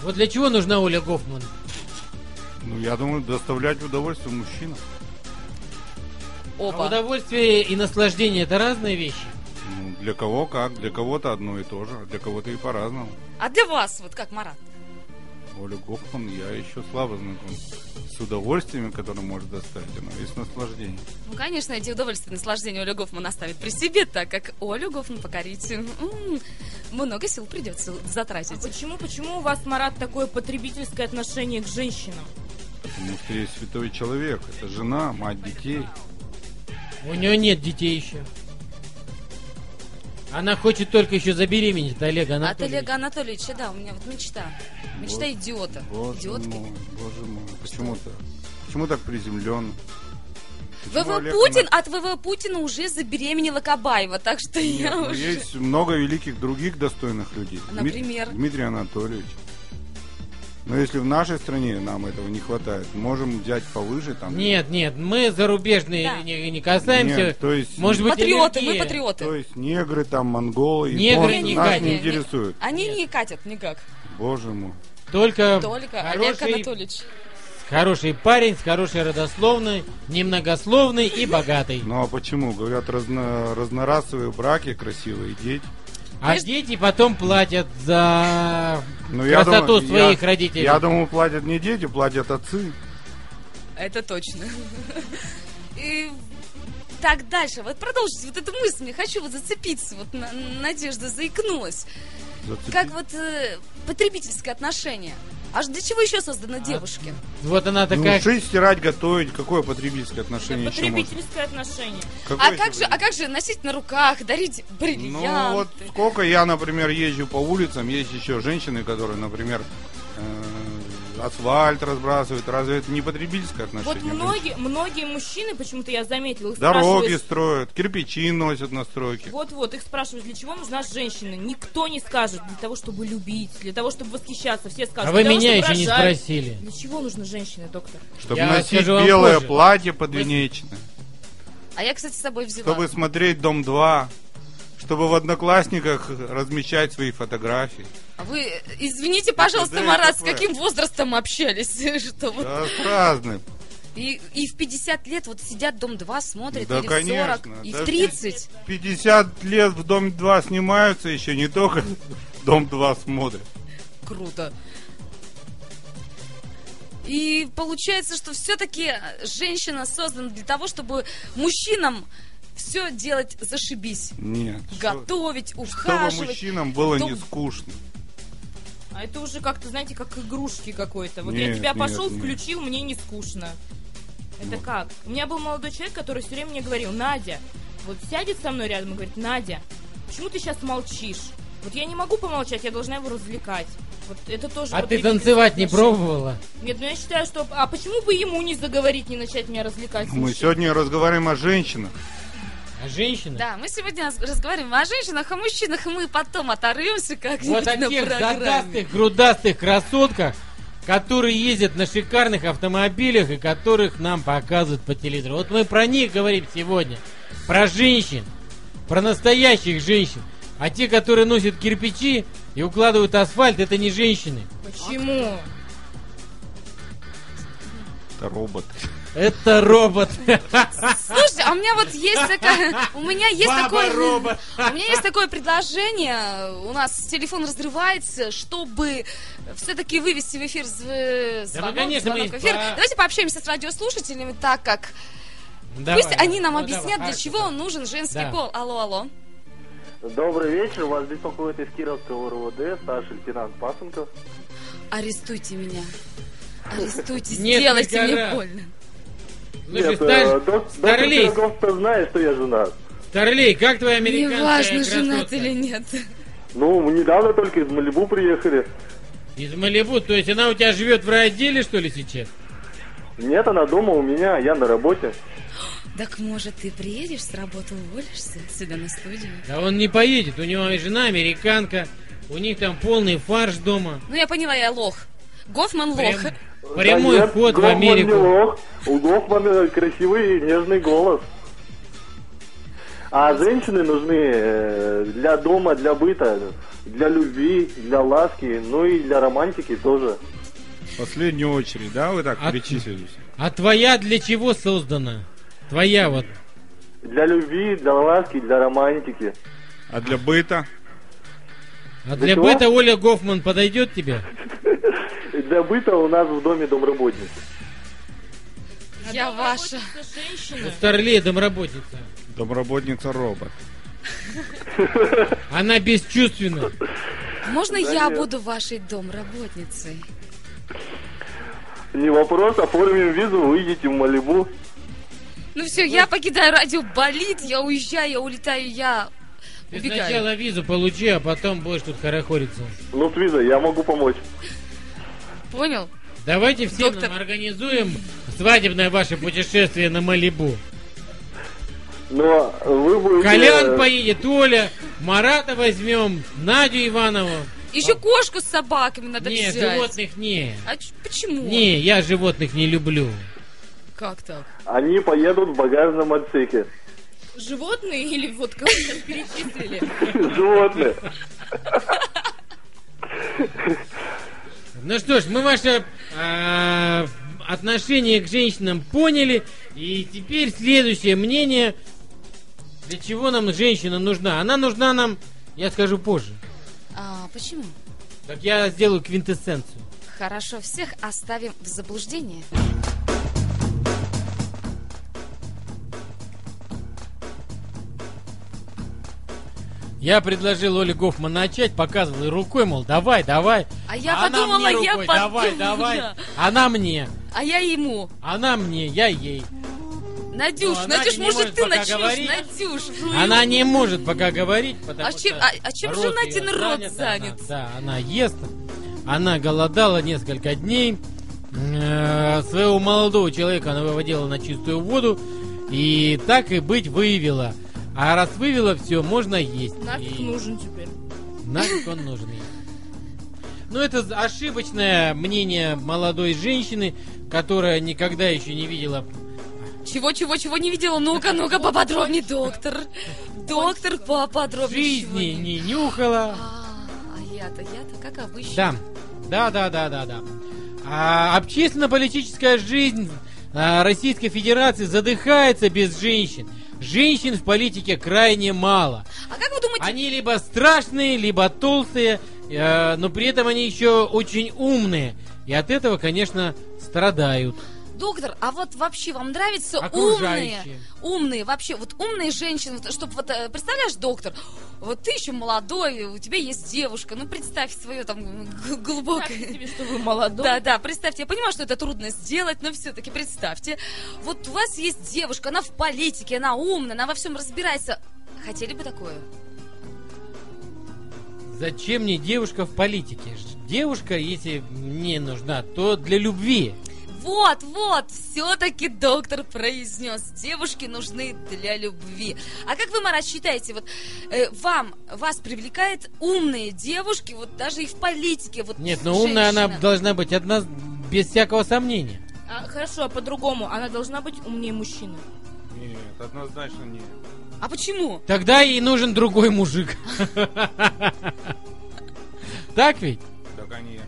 Speaker 1: Вот для чего нужна Оля Гофман? А
Speaker 5: Ну, я думаю, доставлять удовольствие мужчинам.
Speaker 1: А
Speaker 2: Опа.
Speaker 1: удовольствие и наслаждение это разные вещи.
Speaker 5: Ну, для кого как, для кого-то одно и то же, а для кого-то и по-разному.
Speaker 2: А для вас, вот как, Марат?
Speaker 5: Оля Гофман я еще слабо знаком с удовольствиями, которые может доставить она, и с наслаждением.
Speaker 2: Ну, конечно, эти удовольствия и наслаждения Оля Гофман оставит при себе, так как Олю Гофман покорить м, много сил придется
Speaker 3: А
Speaker 2: затратить.
Speaker 3: почему, почему у вас, Марат, такое потребительское отношение к женщинам?
Speaker 5: Потому что есть Ну, святой человек, это жена, мать детей.
Speaker 1: У нее нет детей еще. Она хочет только еще забеременеть от Олега
Speaker 2: От
Speaker 1: Анатольевича.
Speaker 2: Олега Анатольевича, да, у меня вот мечта. Мечта
Speaker 5: Вот.
Speaker 2: идиота.
Speaker 5: Боже
Speaker 2: Идиотки.
Speaker 5: мой, Ну, боже мой, почему так? Почему так приземленно? Ну,
Speaker 2: ВВ (laughs) Путин, от ВВ Путина уже забеременела Кабаева, так что я уже...
Speaker 5: ну, есть много великих других достойных людей. Дмит-
Speaker 2: Например?
Speaker 5: Дмитрий Анатольевич. Но если в нашей стране нам этого не хватает, можем взять повыше там.
Speaker 1: Нет, нет, мы зарубежные
Speaker 2: Да.
Speaker 1: не, не касаемся.
Speaker 5: Нет, то есть-
Speaker 1: Может быть,
Speaker 2: Патриоты, мы
Speaker 1: аллергия.
Speaker 2: патриоты.
Speaker 5: То есть негры, там, монголы,
Speaker 1: Негры
Speaker 5: японцы
Speaker 1: не
Speaker 5: нас
Speaker 1: катят.
Speaker 5: не интересуют.
Speaker 2: Они не катят никак.
Speaker 5: Боже мой.
Speaker 1: Только,
Speaker 2: Только Олег
Speaker 1: Э, хороший,
Speaker 2: Анатольевич.
Speaker 1: с Хороший парень с хорошей родословной, немногословный и богатый.
Speaker 5: Ну а почему? Говорят, разно- разнорасовые браки, красивые дети.
Speaker 1: А дети потом платят за
Speaker 5: Ну, я
Speaker 1: красоту
Speaker 5: думаю-
Speaker 1: своих
Speaker 5: я-
Speaker 1: родителей.
Speaker 5: Я думаю, платят не дети, платят отцы.
Speaker 2: Это точно. И так дальше. Вот продолжите вот эту мысль. Я хочу вот зацепиться. Вот на- Надежда заикнулась.
Speaker 5: Зацепи-
Speaker 2: Как вот э, потребительское отношение. Аж для чего еще
Speaker 1: А?
Speaker 2: созданы девушки?
Speaker 1: Вот она
Speaker 5: Ну,
Speaker 1: такая...
Speaker 5: шить, стирать, готовить. Какое потребительское отношение еще может?
Speaker 3: Потребительское отношение.
Speaker 2: А
Speaker 5: Какое
Speaker 2: как
Speaker 5: еще
Speaker 2: же, а как же носить на руках, дарить бриллианты?
Speaker 5: Ну вот сколько я, например, езжу по улицам, есть еще женщины, которые, например, э, асфальт разбрасывают. Разве это не потребительское
Speaker 3: Вот
Speaker 5: отношение?
Speaker 3: многие, многие мужчины, почему-то я заметила, их
Speaker 5: Дороги
Speaker 3: спрашивают-
Speaker 5: строят, кирпичи носят на стройке.
Speaker 3: Вот-вот, их спрашивают, для чего нужна женщина. Никто не скажет, для того, чтобы любить, для того, чтобы восхищаться. Все скажут,
Speaker 1: А вы
Speaker 3: «Для того,
Speaker 1: меня
Speaker 3: чтобы
Speaker 1: еще не
Speaker 3: рожать».
Speaker 1: спросили.
Speaker 3: Для чего нужна женщина, доктор?
Speaker 5: Чтобы
Speaker 1: Я
Speaker 5: носить
Speaker 1: скажу вам
Speaker 5: белое
Speaker 1: позже.
Speaker 5: платье подвенечное.
Speaker 2: А я, кстати, с собой взяла.
Speaker 5: Чтобы смотреть Дом 2. Чтобы в одноклассниках размещать свои фотографии.
Speaker 2: А Вы, э, извините, пожалуйста,
Speaker 5: да,
Speaker 2: Марат, с
Speaker 5: такое.
Speaker 2: каким возрастом общались? (laughs) Что вот
Speaker 5: Да, с разным.
Speaker 2: и, и в 50 лет вот сидят Дом-2, смотрят,
Speaker 5: Да,
Speaker 2: или в 40,
Speaker 5: конечно,
Speaker 2: и
Speaker 5: да,
Speaker 2: в 30.
Speaker 5: 50 лет в Дом 2 снимаются еще, не только Дом 2 смотрят.
Speaker 2: Круто. И получается, что все-таки женщина создана для того, чтобы мужчинам все делать зашибись.
Speaker 5: Нет. что-
Speaker 2: Готовить,
Speaker 5: Чтобы
Speaker 2: ухаживать.
Speaker 5: мужчинам было
Speaker 2: Дом-
Speaker 5: не скучно.
Speaker 3: А это уже как-то, знаете, как игрушки какой-то. Вот я
Speaker 5: Нет,
Speaker 3: тебя
Speaker 5: нет,
Speaker 3: пошел,
Speaker 5: нет.
Speaker 3: включил, мне не скучно. Это
Speaker 5: Ну.
Speaker 3: как? У меня был молодой человек, который все время мне говорил, Надя, вот сядет со мной рядом и говорит, Надя, почему ты сейчас молчишь? Вот я не могу помолчать, я должна его развлекать. Вот это тоже...
Speaker 1: А
Speaker 3: вот
Speaker 1: ты
Speaker 3: видите,
Speaker 1: танцевать не
Speaker 3: отношения.
Speaker 1: пробовала?
Speaker 3: Нет, ну я считаю, что... А почему бы ему не заговорить, не начать меня развлекать?
Speaker 5: Мы
Speaker 3: Слушай,
Speaker 5: сегодня разговариваем о женщинах.
Speaker 1: А женщина?
Speaker 2: Да, мы сегодня раз- разговариваем о женщинах, о мужчинах, и мы потом оторвемся как-нибудь
Speaker 1: Вот о
Speaker 2: на
Speaker 1: тех
Speaker 2: программе.
Speaker 1: задастых, грудастых красотках, которые ездят на шикарных автомобилях и которых нам показывают по телевизору. Вот мы про них говорим сегодня. Про женщин. Про настоящих женщин. А те, которые носят кирпичи и укладывают асфальт, это не женщины.
Speaker 3: Почему?
Speaker 5: Это робот.
Speaker 1: Это робот. (laughs)
Speaker 2: Слушайте, а у меня вот есть такая... У меня есть
Speaker 1: Баба
Speaker 2: такое... а
Speaker 1: робот.
Speaker 2: У меня есть такое предложение. У нас телефон разрывается, чтобы все-таки вывести в эфир зв- звонок,
Speaker 1: конечно, мы
Speaker 2: звонок в
Speaker 1: их
Speaker 2: эфир.
Speaker 1: по-
Speaker 2: Давайте пообщаемся с радиослушателями, так как
Speaker 1: Давай.
Speaker 2: пусть они нам
Speaker 1: Ну,
Speaker 2: объяснят,
Speaker 1: давай,
Speaker 2: для чего
Speaker 1: хорошо.
Speaker 2: нужен женский
Speaker 1: Да.
Speaker 2: пол. Алло, алло.
Speaker 6: Добрый вечер, вас беспокоит из Кировского РУВД, старший лейтенант Пасынков.
Speaker 2: Арестуйте меня. Арестуйте,
Speaker 1: Нет,
Speaker 2: сделайте
Speaker 1: не
Speaker 2: мне
Speaker 1: гора.
Speaker 2: больно.
Speaker 1: Слушай,
Speaker 6: э,
Speaker 1: стар-
Speaker 6: док- доктор
Speaker 1: Старлей,
Speaker 6: Пирогов-то знает, что я женат.
Speaker 1: Старлей, как твоя американская
Speaker 2: Неважно, женат
Speaker 1: красотка?
Speaker 2: или нет.
Speaker 6: Ну, мы недавно только из Малибу приехали.
Speaker 1: Из Малибу, то есть она у тебя живет в райотделе, что ли, сейчас?
Speaker 6: Нет, она дома у меня, я на работе.
Speaker 2: Так может, ты приедешь с работы, уволишься сюда на студию?
Speaker 1: Да он не поедет, у него и жена американка, у них там полный фарш дома.
Speaker 2: Ну, я поняла, я лох. Гофман лох.
Speaker 1: Прям- прямой
Speaker 6: Да нет,
Speaker 1: ход в
Speaker 6: Гофман не
Speaker 1: Америку.
Speaker 6: лох. У Гофмана красивый и нежный голос. А женщины нужны э, для дома, для быта, для любви, для ласки, ну и для романтики тоже.
Speaker 5: В последнюю очередь, да, вы так
Speaker 1: А-
Speaker 5: перечислились?
Speaker 1: А твоя для чего создана? Твоя вот.
Speaker 6: Для любви, для ласки, для романтики.
Speaker 5: А для быта?
Speaker 1: А для
Speaker 6: чего?
Speaker 1: бета Оля Гофман подойдет тебе?
Speaker 6: Для быта у нас в доме домработник.
Speaker 2: Я
Speaker 3: Она
Speaker 2: ваша.
Speaker 3: работница,
Speaker 1: У
Speaker 3: Женщина.
Speaker 1: Старлей домработница.
Speaker 5: Домработница робот.
Speaker 1: Она бесчувственна.
Speaker 2: Можно я буду вашей домработницей?
Speaker 6: Не вопрос, оформим визу, выйдете в Малибу.
Speaker 2: Ну все, я покидаю радио, болит, я уезжаю, я улетаю, я
Speaker 1: Ты
Speaker 2: убегаю.
Speaker 1: сначала визу получи, а потом будешь тут хорохориться.
Speaker 6: Ну, с визой я могу помочь.
Speaker 2: Понял?
Speaker 1: Давайте все
Speaker 2: Доктор.
Speaker 1: нам организуем свадебное ваше путешествие на Малибу.
Speaker 6: Но вы будете...
Speaker 1: Колян
Speaker 6: э,
Speaker 1: поедет, Оля, Марата возьмем, Надю Иванову.
Speaker 2: Еще кошку с собаками надо
Speaker 1: не,
Speaker 2: взять.
Speaker 1: животных не.
Speaker 2: А ч- почему?
Speaker 1: Не, я животных не люблю.
Speaker 2: Как так?
Speaker 6: Они поедут в багажном отсеке.
Speaker 3: Животные или вот кого сейчас перечислили?
Speaker 6: Животные.
Speaker 1: Ну что ж, мы ваше а, отношение к женщинам поняли. И теперь следующее мнение. Для чего нам женщина нужна? Она нужна нам, я скажу позже.
Speaker 2: А, почему?
Speaker 1: Так я сделаю квинтэссенцию.
Speaker 2: Хорошо, всех оставим в заблуждении.
Speaker 1: Я предложил Оле Гофман начать, показывал ей рукой, мол, давай, давай.
Speaker 2: А я
Speaker 1: Она
Speaker 2: подумала,
Speaker 1: мне
Speaker 2: я
Speaker 1: рукой, Давай,
Speaker 2: подумала.
Speaker 1: давай. Она мне,
Speaker 2: (laughs) А я ему.
Speaker 1: она мне, я ей.
Speaker 2: Надюш,
Speaker 1: Ну, она
Speaker 2: Надюш,
Speaker 1: не
Speaker 2: может
Speaker 1: может
Speaker 2: ты
Speaker 1: пока
Speaker 2: начнешь?
Speaker 1: говорить.
Speaker 2: Надюш, ну
Speaker 1: Она
Speaker 2: и-
Speaker 1: не может пока говорить, потому
Speaker 2: А чем-
Speaker 1: что
Speaker 2: а- а чем же Надин
Speaker 1: её
Speaker 2: рот занят?
Speaker 1: Она, да, она ест. Она голодала несколько дней. Э, Своего молодого человека она выводила на чистую воду. И так и быть вывела. А раз вывела, все, можно есть.
Speaker 4: Нафиг
Speaker 1: И
Speaker 4: нужен теперь.
Speaker 1: нафиг он нужен ей. Ну, это з- ошибочное мнение молодой женщины, которая никогда еще не видела
Speaker 2: Чего, чего, чего не видела? Ну-ка, ну-ка, поподробнее, доктор. Доктор, поподробнее.
Speaker 1: жизни,
Speaker 2: чего
Speaker 1: не нюхала.
Speaker 2: А, а я-то, я-то, как обычно.
Speaker 1: Да, да, да, да, да, да. А, общественно-политическая жизнь а, Российской Федерации задыхается без женщин. Женщин в политике крайне мало.
Speaker 2: А как вы думаете,
Speaker 1: Они либо страшные, либо толстые, э, но при этом они еще очень умные. И от этого, конечно, страдают.
Speaker 2: доктор, а вот вообще вам нравятся
Speaker 1: Окружающие.
Speaker 2: умные? Умные, вообще, вот умные женщины, вот, чтобы вот, э, представляешь, доктор, вот ты еще молодой, у тебя есть девушка, ну представь свое там г-
Speaker 4: Представьте
Speaker 2: глубокое...
Speaker 4: себе, что вы молодой.
Speaker 2: Да, да, представьте, я понимаю, что это трудно сделать, но все-таки представьте. Вот у вас есть девушка, она в политике, она умная, она во всем разбирается. Хотели бы такое?
Speaker 1: Зачем мне девушка в политике? Ж- Девушка, если мне нужна, то для любви.
Speaker 2: Вот, вот, все-таки доктор произнес, девушки нужны для любви. А как вы, Марат, считаете, вот э, вам, вас привлекает умные девушки, вот даже и в политике, вот
Speaker 1: Нет, но умная она
Speaker 2: женщина?
Speaker 1: должна быть одна без всякого сомнения.
Speaker 4: А, хорошо, а по-другому. Она должна быть умнее мужчины.
Speaker 5: Нет, однозначно нет.
Speaker 2: А почему?
Speaker 1: Тогда ей нужен другой мужик. Так ведь?
Speaker 5: Да, конечно.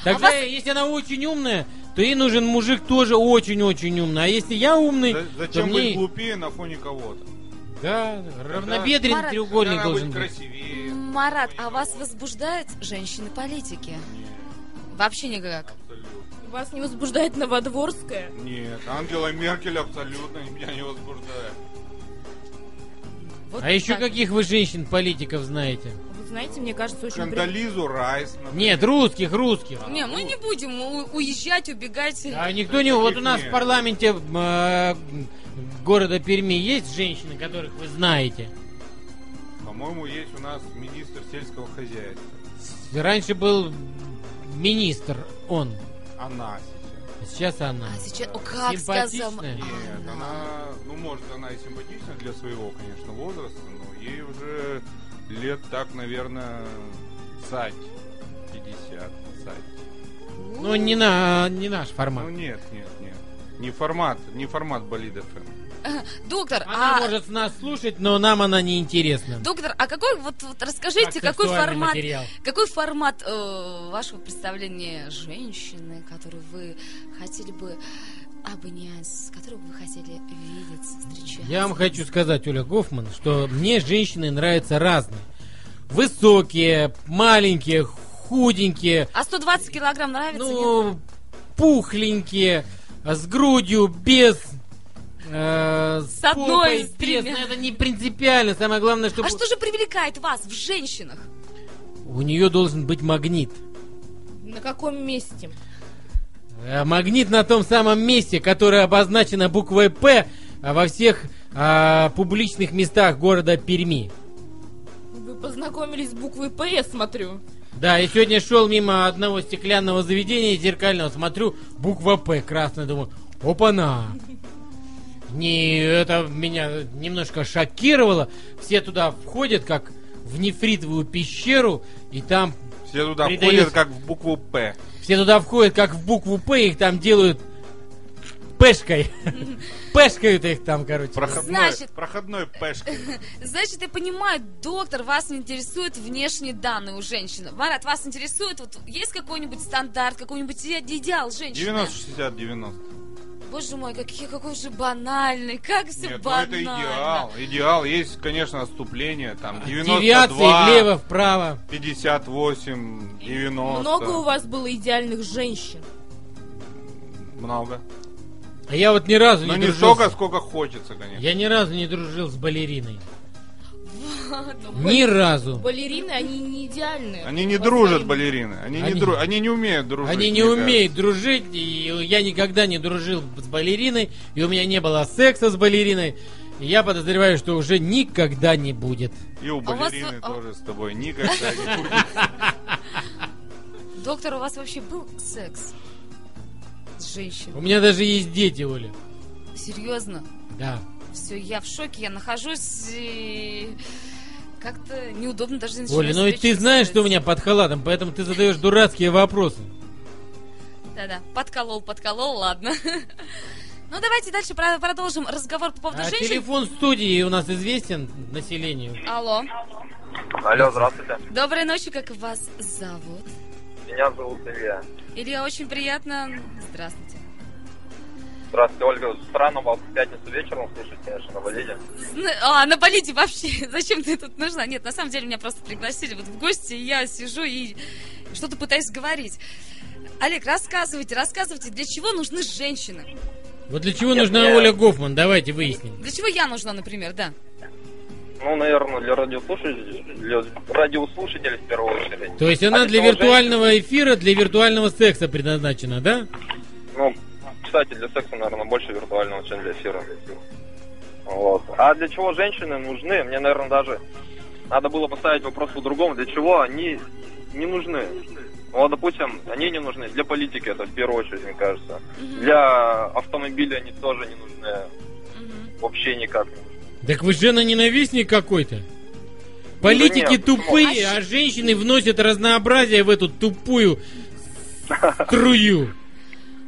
Speaker 2: А
Speaker 1: Тогда, если она очень умная, то ей нужен мужик тоже очень-очень умный. А если я умный,
Speaker 5: За-
Speaker 1: то
Speaker 5: Зачем быть
Speaker 1: мне...
Speaker 5: глупее на фоне кого-то?
Speaker 1: Да,
Speaker 2: Марат,
Speaker 1: равнобедренный
Speaker 5: Тогда
Speaker 1: треугольник
Speaker 5: она
Speaker 1: должен
Speaker 5: будет
Speaker 1: быть.
Speaker 5: красивее.
Speaker 2: Марат, а вас возбуждают женщины политики? Вообще никак.
Speaker 5: Абсолютно.
Speaker 4: Вас не возбуждает Новодворская?
Speaker 5: Нет, Ангела Меркель абсолютно меня не возбуждает.
Speaker 2: Вот
Speaker 1: А еще
Speaker 2: так.
Speaker 1: каких вы женщин-политиков знаете?
Speaker 4: Вы знаете, мне кажется, очень... при-
Speaker 5: Кандализу Райс, например.
Speaker 1: Нет, русских, русских.
Speaker 2: Не, мы не будем у- уезжать, убегать.
Speaker 1: А никто не... Вот у нас в
Speaker 5: Нет.
Speaker 1: парламенте э, города Перми есть женщины, которых вы знаете?
Speaker 5: По-моему, есть у нас министр сельского хозяйства.
Speaker 1: Раньше был министр он,
Speaker 5: Она сейчас.
Speaker 1: а сейчас она.
Speaker 2: А сейчас, о, как
Speaker 1: Симпатичная.
Speaker 2: сказал...
Speaker 5: Нет, она, ну, может, она и симпатична для своего, конечно, возраста, но ей уже лет так, наверное, сать. 50, сать.
Speaker 1: Ну, не, на, не наш
Speaker 5: Ну,
Speaker 1: формат.
Speaker 5: нет, нет, нет. Не формат, не формат эм. болида ФМ.
Speaker 2: Э, Доктор,
Speaker 1: Она
Speaker 2: а...
Speaker 1: может нас слушать, но нам она не интересна.
Speaker 2: Доктор, а какой, вот, вот расскажите,
Speaker 1: Как
Speaker 2: какой
Speaker 1: сексуальный
Speaker 2: формат,
Speaker 1: материал.
Speaker 2: какой формат э, вашего представления женщины, которую вы хотели бы обнять, с которой бы вы хотели видеться, встречаться?
Speaker 1: Я вам хочу сказать, Оля Гофман, что мне женщины нравятся разные. Высокие, маленькие, худенькие,
Speaker 2: А 120 килограмм нравится? нет?
Speaker 1: ну, пухленькие, с грудью, без... э, с,
Speaker 2: одной,
Speaker 1: попой,
Speaker 2: с
Speaker 1: без.
Speaker 2: тремя.
Speaker 1: Но это не принципиально. Самое главное, чтобы...
Speaker 2: А что же привлекает вас в женщинах?
Speaker 1: У нее должен быть магнит.
Speaker 4: На каком месте?
Speaker 1: Э, Магнит на том самом месте, которое обозначено буквой «П» а, во всех а, публичных местах города Перми.
Speaker 4: Вы познакомились с буквой «П», я смотрю.
Speaker 1: Да, я сегодня шел мимо одного стеклянного заведения зеркального, смотрю, буква «П» красная, думаю, опа-на! Не, это меня немножко шокировало. Все туда входят, как в нефритовую пещеру, и там
Speaker 5: Все туда
Speaker 1: Придаю-
Speaker 5: входят как в букву П.
Speaker 1: все туда входят, как в букву «П», их там делают пешкой. Пешкают их там, короче.
Speaker 5: Проходной,
Speaker 2: Значит-
Speaker 5: проходной пешкой.
Speaker 2: Значит, я понимаю, доктор, вас не интересуют внешние данные у женщины. Марат, вас интересует, вот есть какой-нибудь стандарт, какой-нибудь иде- идеал женщины?
Speaker 5: 90-60-90.
Speaker 2: Боже мой, какие, какой же банальный, как все
Speaker 5: Нет, ну
Speaker 2: банально.
Speaker 5: это идеал. Идеал. Есть, конечно, отступление. Там 92,
Speaker 1: Девиации влево-вправо.
Speaker 5: 58, 90.
Speaker 3: Много у вас было идеальных женщин.
Speaker 5: Много.
Speaker 1: А я вот ни разу
Speaker 5: Но
Speaker 1: не
Speaker 5: Ну, не
Speaker 1: дружил.
Speaker 5: столько,
Speaker 1: с-
Speaker 5: сколько хочется, конечно.
Speaker 1: Я ни разу не дружил с балериной. Ни разу.
Speaker 3: Балерины,
Speaker 4: Ирины, они не идеальные.
Speaker 5: Они не
Speaker 4: По
Speaker 5: дружат,
Speaker 4: своим-
Speaker 5: балерины. Они,
Speaker 1: ну, Они-
Speaker 5: Не дру... они не умеют дружить.
Speaker 1: Они не
Speaker 5: мне
Speaker 1: умеют дружить, и я никогда не дружил с балериной, и у меня не было секса с балериной. И я подозреваю, что уже никогда не будет.
Speaker 5: кажется. И у
Speaker 2: А у вас-
Speaker 5: балерины
Speaker 2: а-
Speaker 5: тоже с тобой никогда
Speaker 1: (laughs)
Speaker 5: не будет.
Speaker 2: Доктор, у вас вообще был секс с женщиной?
Speaker 1: У меня даже есть дети, Оля.
Speaker 2: Серьезно?
Speaker 1: Да.
Speaker 2: Все, я в шоке, я нахожусь и... Как-то неудобно даже начинаю
Speaker 1: Оля, ну
Speaker 2: себя
Speaker 1: ведь ты знаешь, что у
Speaker 2: чувствовать.
Speaker 1: меня под халатом, поэтому ты задаешь дурацкие вопросы.
Speaker 2: Да-да, подколол, подколол, ладно. Ну, давайте дальше про- продолжим разговор по поводу
Speaker 1: А
Speaker 2: женщин.
Speaker 1: телефон студии у нас известен населению.
Speaker 2: Алло.
Speaker 7: Алло, здравствуйте.
Speaker 2: Доброй ночи, как вас зовут?
Speaker 7: Меня зовут Илья.
Speaker 2: Илья, очень приятно. Здравствуйте.
Speaker 7: Здравствуйте, Ольга. Странно вас в пятницу вечером слушать, конечно, на валиде.
Speaker 2: Сны- А, на полите вообще. (laughs) Зачем ты тут нужна? Нет, на самом деле меня просто пригласили вот в гости, и я сижу и что-то пытаюсь говорить. Олег, рассказывайте, рассказывайте, для чего нужны женщины?
Speaker 1: Вот для чего
Speaker 7: Нет,
Speaker 1: нужна
Speaker 7: я-
Speaker 1: Оля Гофман? Давайте выясним.
Speaker 2: Для чего я нужна, например, да?
Speaker 7: Ну, наверное, для радиослушателей, для радиослушателей в первую очередь.
Speaker 1: То есть она
Speaker 7: А
Speaker 1: для
Speaker 7: для кого
Speaker 1: виртуального эфира, для виртуального секса предназначена, да?
Speaker 7: Ну, кстати, для секса, наверное, больше виртуального, чем для эфира. Вот. А для чего женщины нужны? Мне, наверное, даже надо было поставить вопрос по-другому. Для чего они не нужны? Вот, допустим, они не нужны для политики, это в первую очередь, мне кажется.
Speaker 2: Мгм,
Speaker 7: Для автомобиля они тоже не нужны.
Speaker 2: мгм.
Speaker 7: Вообще никак.
Speaker 1: Так вы ненавистник какой-то. Политики
Speaker 7: нет, ну, почему?
Speaker 1: тупые, а женщины вносят разнообразие в
Speaker 7: (laughs)
Speaker 1: эту тупую струю.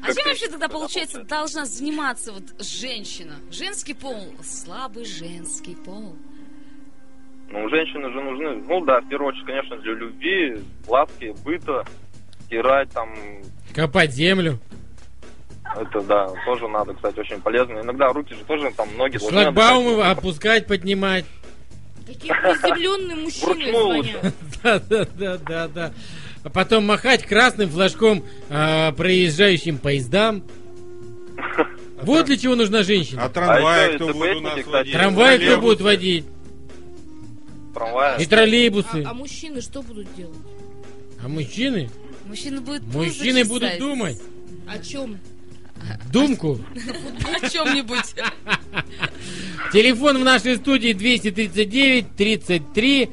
Speaker 2: А
Speaker 7: Как
Speaker 2: чем
Speaker 7: ты-
Speaker 2: вообще тогда,
Speaker 7: да,
Speaker 2: получается,
Speaker 7: получается.
Speaker 2: должна заниматься вот женщина? Женский пол, слабый женский пол.
Speaker 7: Ну, женщины же нужны, ну да, в первую очередь, конечно, для любви, ласки, быта, стирать там,
Speaker 1: Копать землю.
Speaker 7: это да, тоже надо, кстати, очень полезно. Иногда руки же тоже там, ноги должны
Speaker 1: Шлагбаумы
Speaker 7: отдыхать.
Speaker 1: опускать, поднимать.
Speaker 3: Такие приземленные мужчины
Speaker 7: Вручную лучше.
Speaker 3: звонят.
Speaker 1: (laughs) Да, да, да, да, да. А потом махать красным флажком а,
Speaker 7: (laughs)
Speaker 1: проезжающим поездам. Вот для чего нужна
Speaker 5: А
Speaker 1: женщина.
Speaker 7: А
Speaker 5: трамваи
Speaker 7: еще
Speaker 5: кто
Speaker 7: ДБСники,
Speaker 5: будет у нас
Speaker 7: кстати,
Speaker 5: водить?
Speaker 1: Трамваи кто
Speaker 5: Троллейбусы?
Speaker 1: будет водить?
Speaker 7: Трамваи.
Speaker 1: И троллейбусы.
Speaker 3: А, а мужчины что будут делать?
Speaker 1: А мужчины?
Speaker 2: Мужчина будет пузо
Speaker 1: Мужчины будут
Speaker 2: чесать.
Speaker 1: думать.
Speaker 3: О чем?
Speaker 1: Думку.
Speaker 2: (laughs) О чем-нибудь.
Speaker 1: Телефон в нашей студии 239 33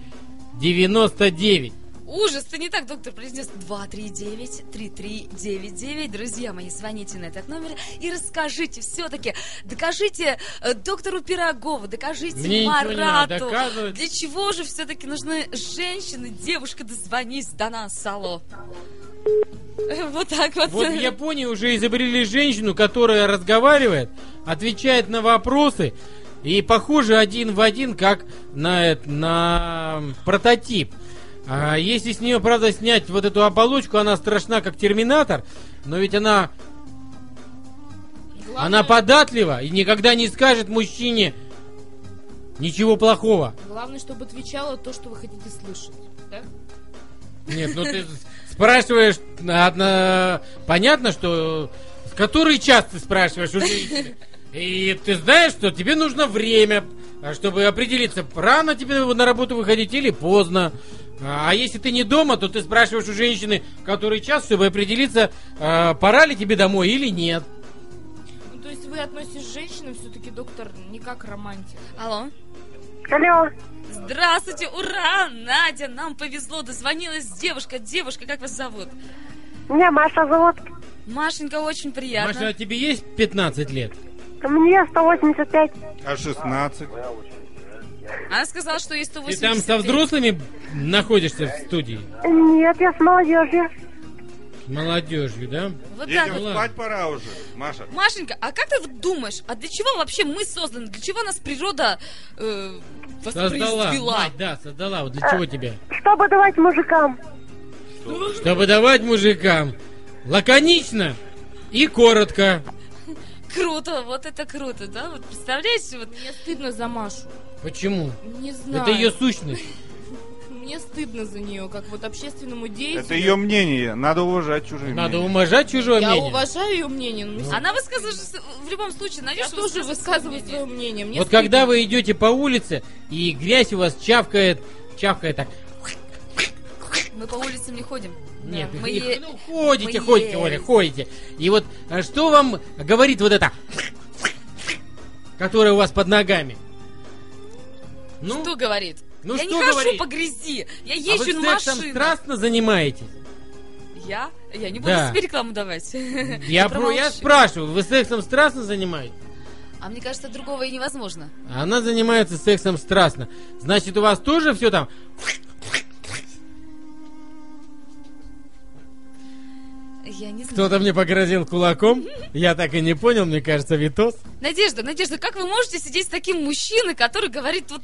Speaker 1: 99.
Speaker 2: Ужас, ты не так, доктор произнес. 239-3399. Друзья мои, звоните на этот номер и расскажите все-таки. Докажите э, доктору Пирогову, докажите
Speaker 1: Мне ничего не надо
Speaker 2: Марату.
Speaker 1: доказывать.
Speaker 2: Для чего же все-таки нужны женщины? Девушка, дозвонись до нас, алло. Э, Вот так вот.
Speaker 1: Вот в Японии уже изобрели женщину, которая разговаривает, отвечает на вопросы и похоже один в один, как на, эт- на прототип. А если с нее, правда, снять вот эту оболочку, она страшна, как терминатор, но ведь она,
Speaker 4: Главное-
Speaker 1: она податлива и никогда не скажет мужчине ничего плохого.
Speaker 3: Главное, чтобы отвечало то, что вы хотите слышать. Да?
Speaker 1: Нет, ну ты спрашиваешь, одно... понятно, что в который час ты спрашиваешь у женщины. И ты знаешь, что тебе нужно время, а, чтобы определиться, рано тебе на работу выходить или поздно. А если ты не дома, то ты спрашиваешь у женщины, который час, чтобы определиться, а, пора ли тебе домой или нет.
Speaker 3: Ну, то есть вы относитесь к женщинам все-таки, доктор, не как романтик.
Speaker 2: Алло.
Speaker 8: Алло,
Speaker 2: Здравствуйте, ура! Надя, нам повезло, дозвонилась девушка. Девушка, как вас зовут?
Speaker 8: меня Маша зовут.
Speaker 2: Машенька, очень приятно.
Speaker 1: Маша, а тебе есть 15 лет?
Speaker 8: Мне 185.
Speaker 5: А 16?
Speaker 2: Она сказала, что ей
Speaker 1: Ты
Speaker 2: 180
Speaker 1: там со взрослыми находишься в студии?
Speaker 8: Нет, я с молодежью.
Speaker 1: Молодежью, да?
Speaker 2: Вот так
Speaker 5: Детям
Speaker 2: вот.
Speaker 1: ладно.
Speaker 5: спать пора уже, Маша.
Speaker 2: Машенька, а как ты вот думаешь, а для чего вообще мы созданы? Для чего нас природа э,
Speaker 1: Создала.
Speaker 2: воспроизвела?
Speaker 1: Мать, да, создала. Вот для чего тебя?
Speaker 8: Чтобы давать мужикам.
Speaker 1: Чтобы давать мужикам лаконично и коротко.
Speaker 2: Круто, вот это круто, да? Вот представляешь, вот
Speaker 3: Мне стыдно за Машу.
Speaker 1: Почему?
Speaker 3: Не знаю.
Speaker 1: Это ее сущность.
Speaker 3: Мне стыдно за нее, как вот общественному деятелю.
Speaker 5: Это ее мнение, надо уважать чужие
Speaker 1: Надо
Speaker 5: мнения.
Speaker 1: умножать чужое
Speaker 3: Я
Speaker 1: мнение.
Speaker 3: уважаю ее мнение, но мне стыдно.
Speaker 2: она высказывает в любом случае,
Speaker 3: я
Speaker 2: найдешь
Speaker 3: тоже высказываю свое мнение. Мне
Speaker 1: Вот
Speaker 3: стыдно.
Speaker 1: когда вы идете по улице, и грязь у вас чавкает, чавкает так.
Speaker 2: Мы по улицам не ходим.
Speaker 1: Нет,
Speaker 2: мы
Speaker 1: их-
Speaker 2: е-
Speaker 1: ну, ходите,
Speaker 2: мы
Speaker 1: ходите,
Speaker 2: е-
Speaker 1: Оля, ходите. И вот а что вам говорит вот это, которое у вас под ногами? Ну,
Speaker 2: Что говорит?
Speaker 1: ну
Speaker 2: я
Speaker 1: что
Speaker 2: не хожу
Speaker 1: говорит?
Speaker 2: по грязи, я
Speaker 1: а вы
Speaker 2: езжу на
Speaker 1: сексом
Speaker 2: машине.
Speaker 1: страстно занимаетесь?
Speaker 2: Я? Я не буду
Speaker 1: Да.
Speaker 2: себе рекламу давать. (laughs)
Speaker 1: Я, про- я
Speaker 2: промолчу.
Speaker 1: спрашиваю, вы сексом страстно занимаетесь?
Speaker 2: А мне кажется, другого и невозможно.
Speaker 1: А Она занимается сексом страстно. Значит, у вас тоже все там...
Speaker 2: Я не знаю.
Speaker 1: Кто-то мне погрозил кулаком. Я так и не понял, мне кажется, Витос.
Speaker 2: Надежда, Надежда, как вы можете сидеть с таким мужчиной, который говорит вот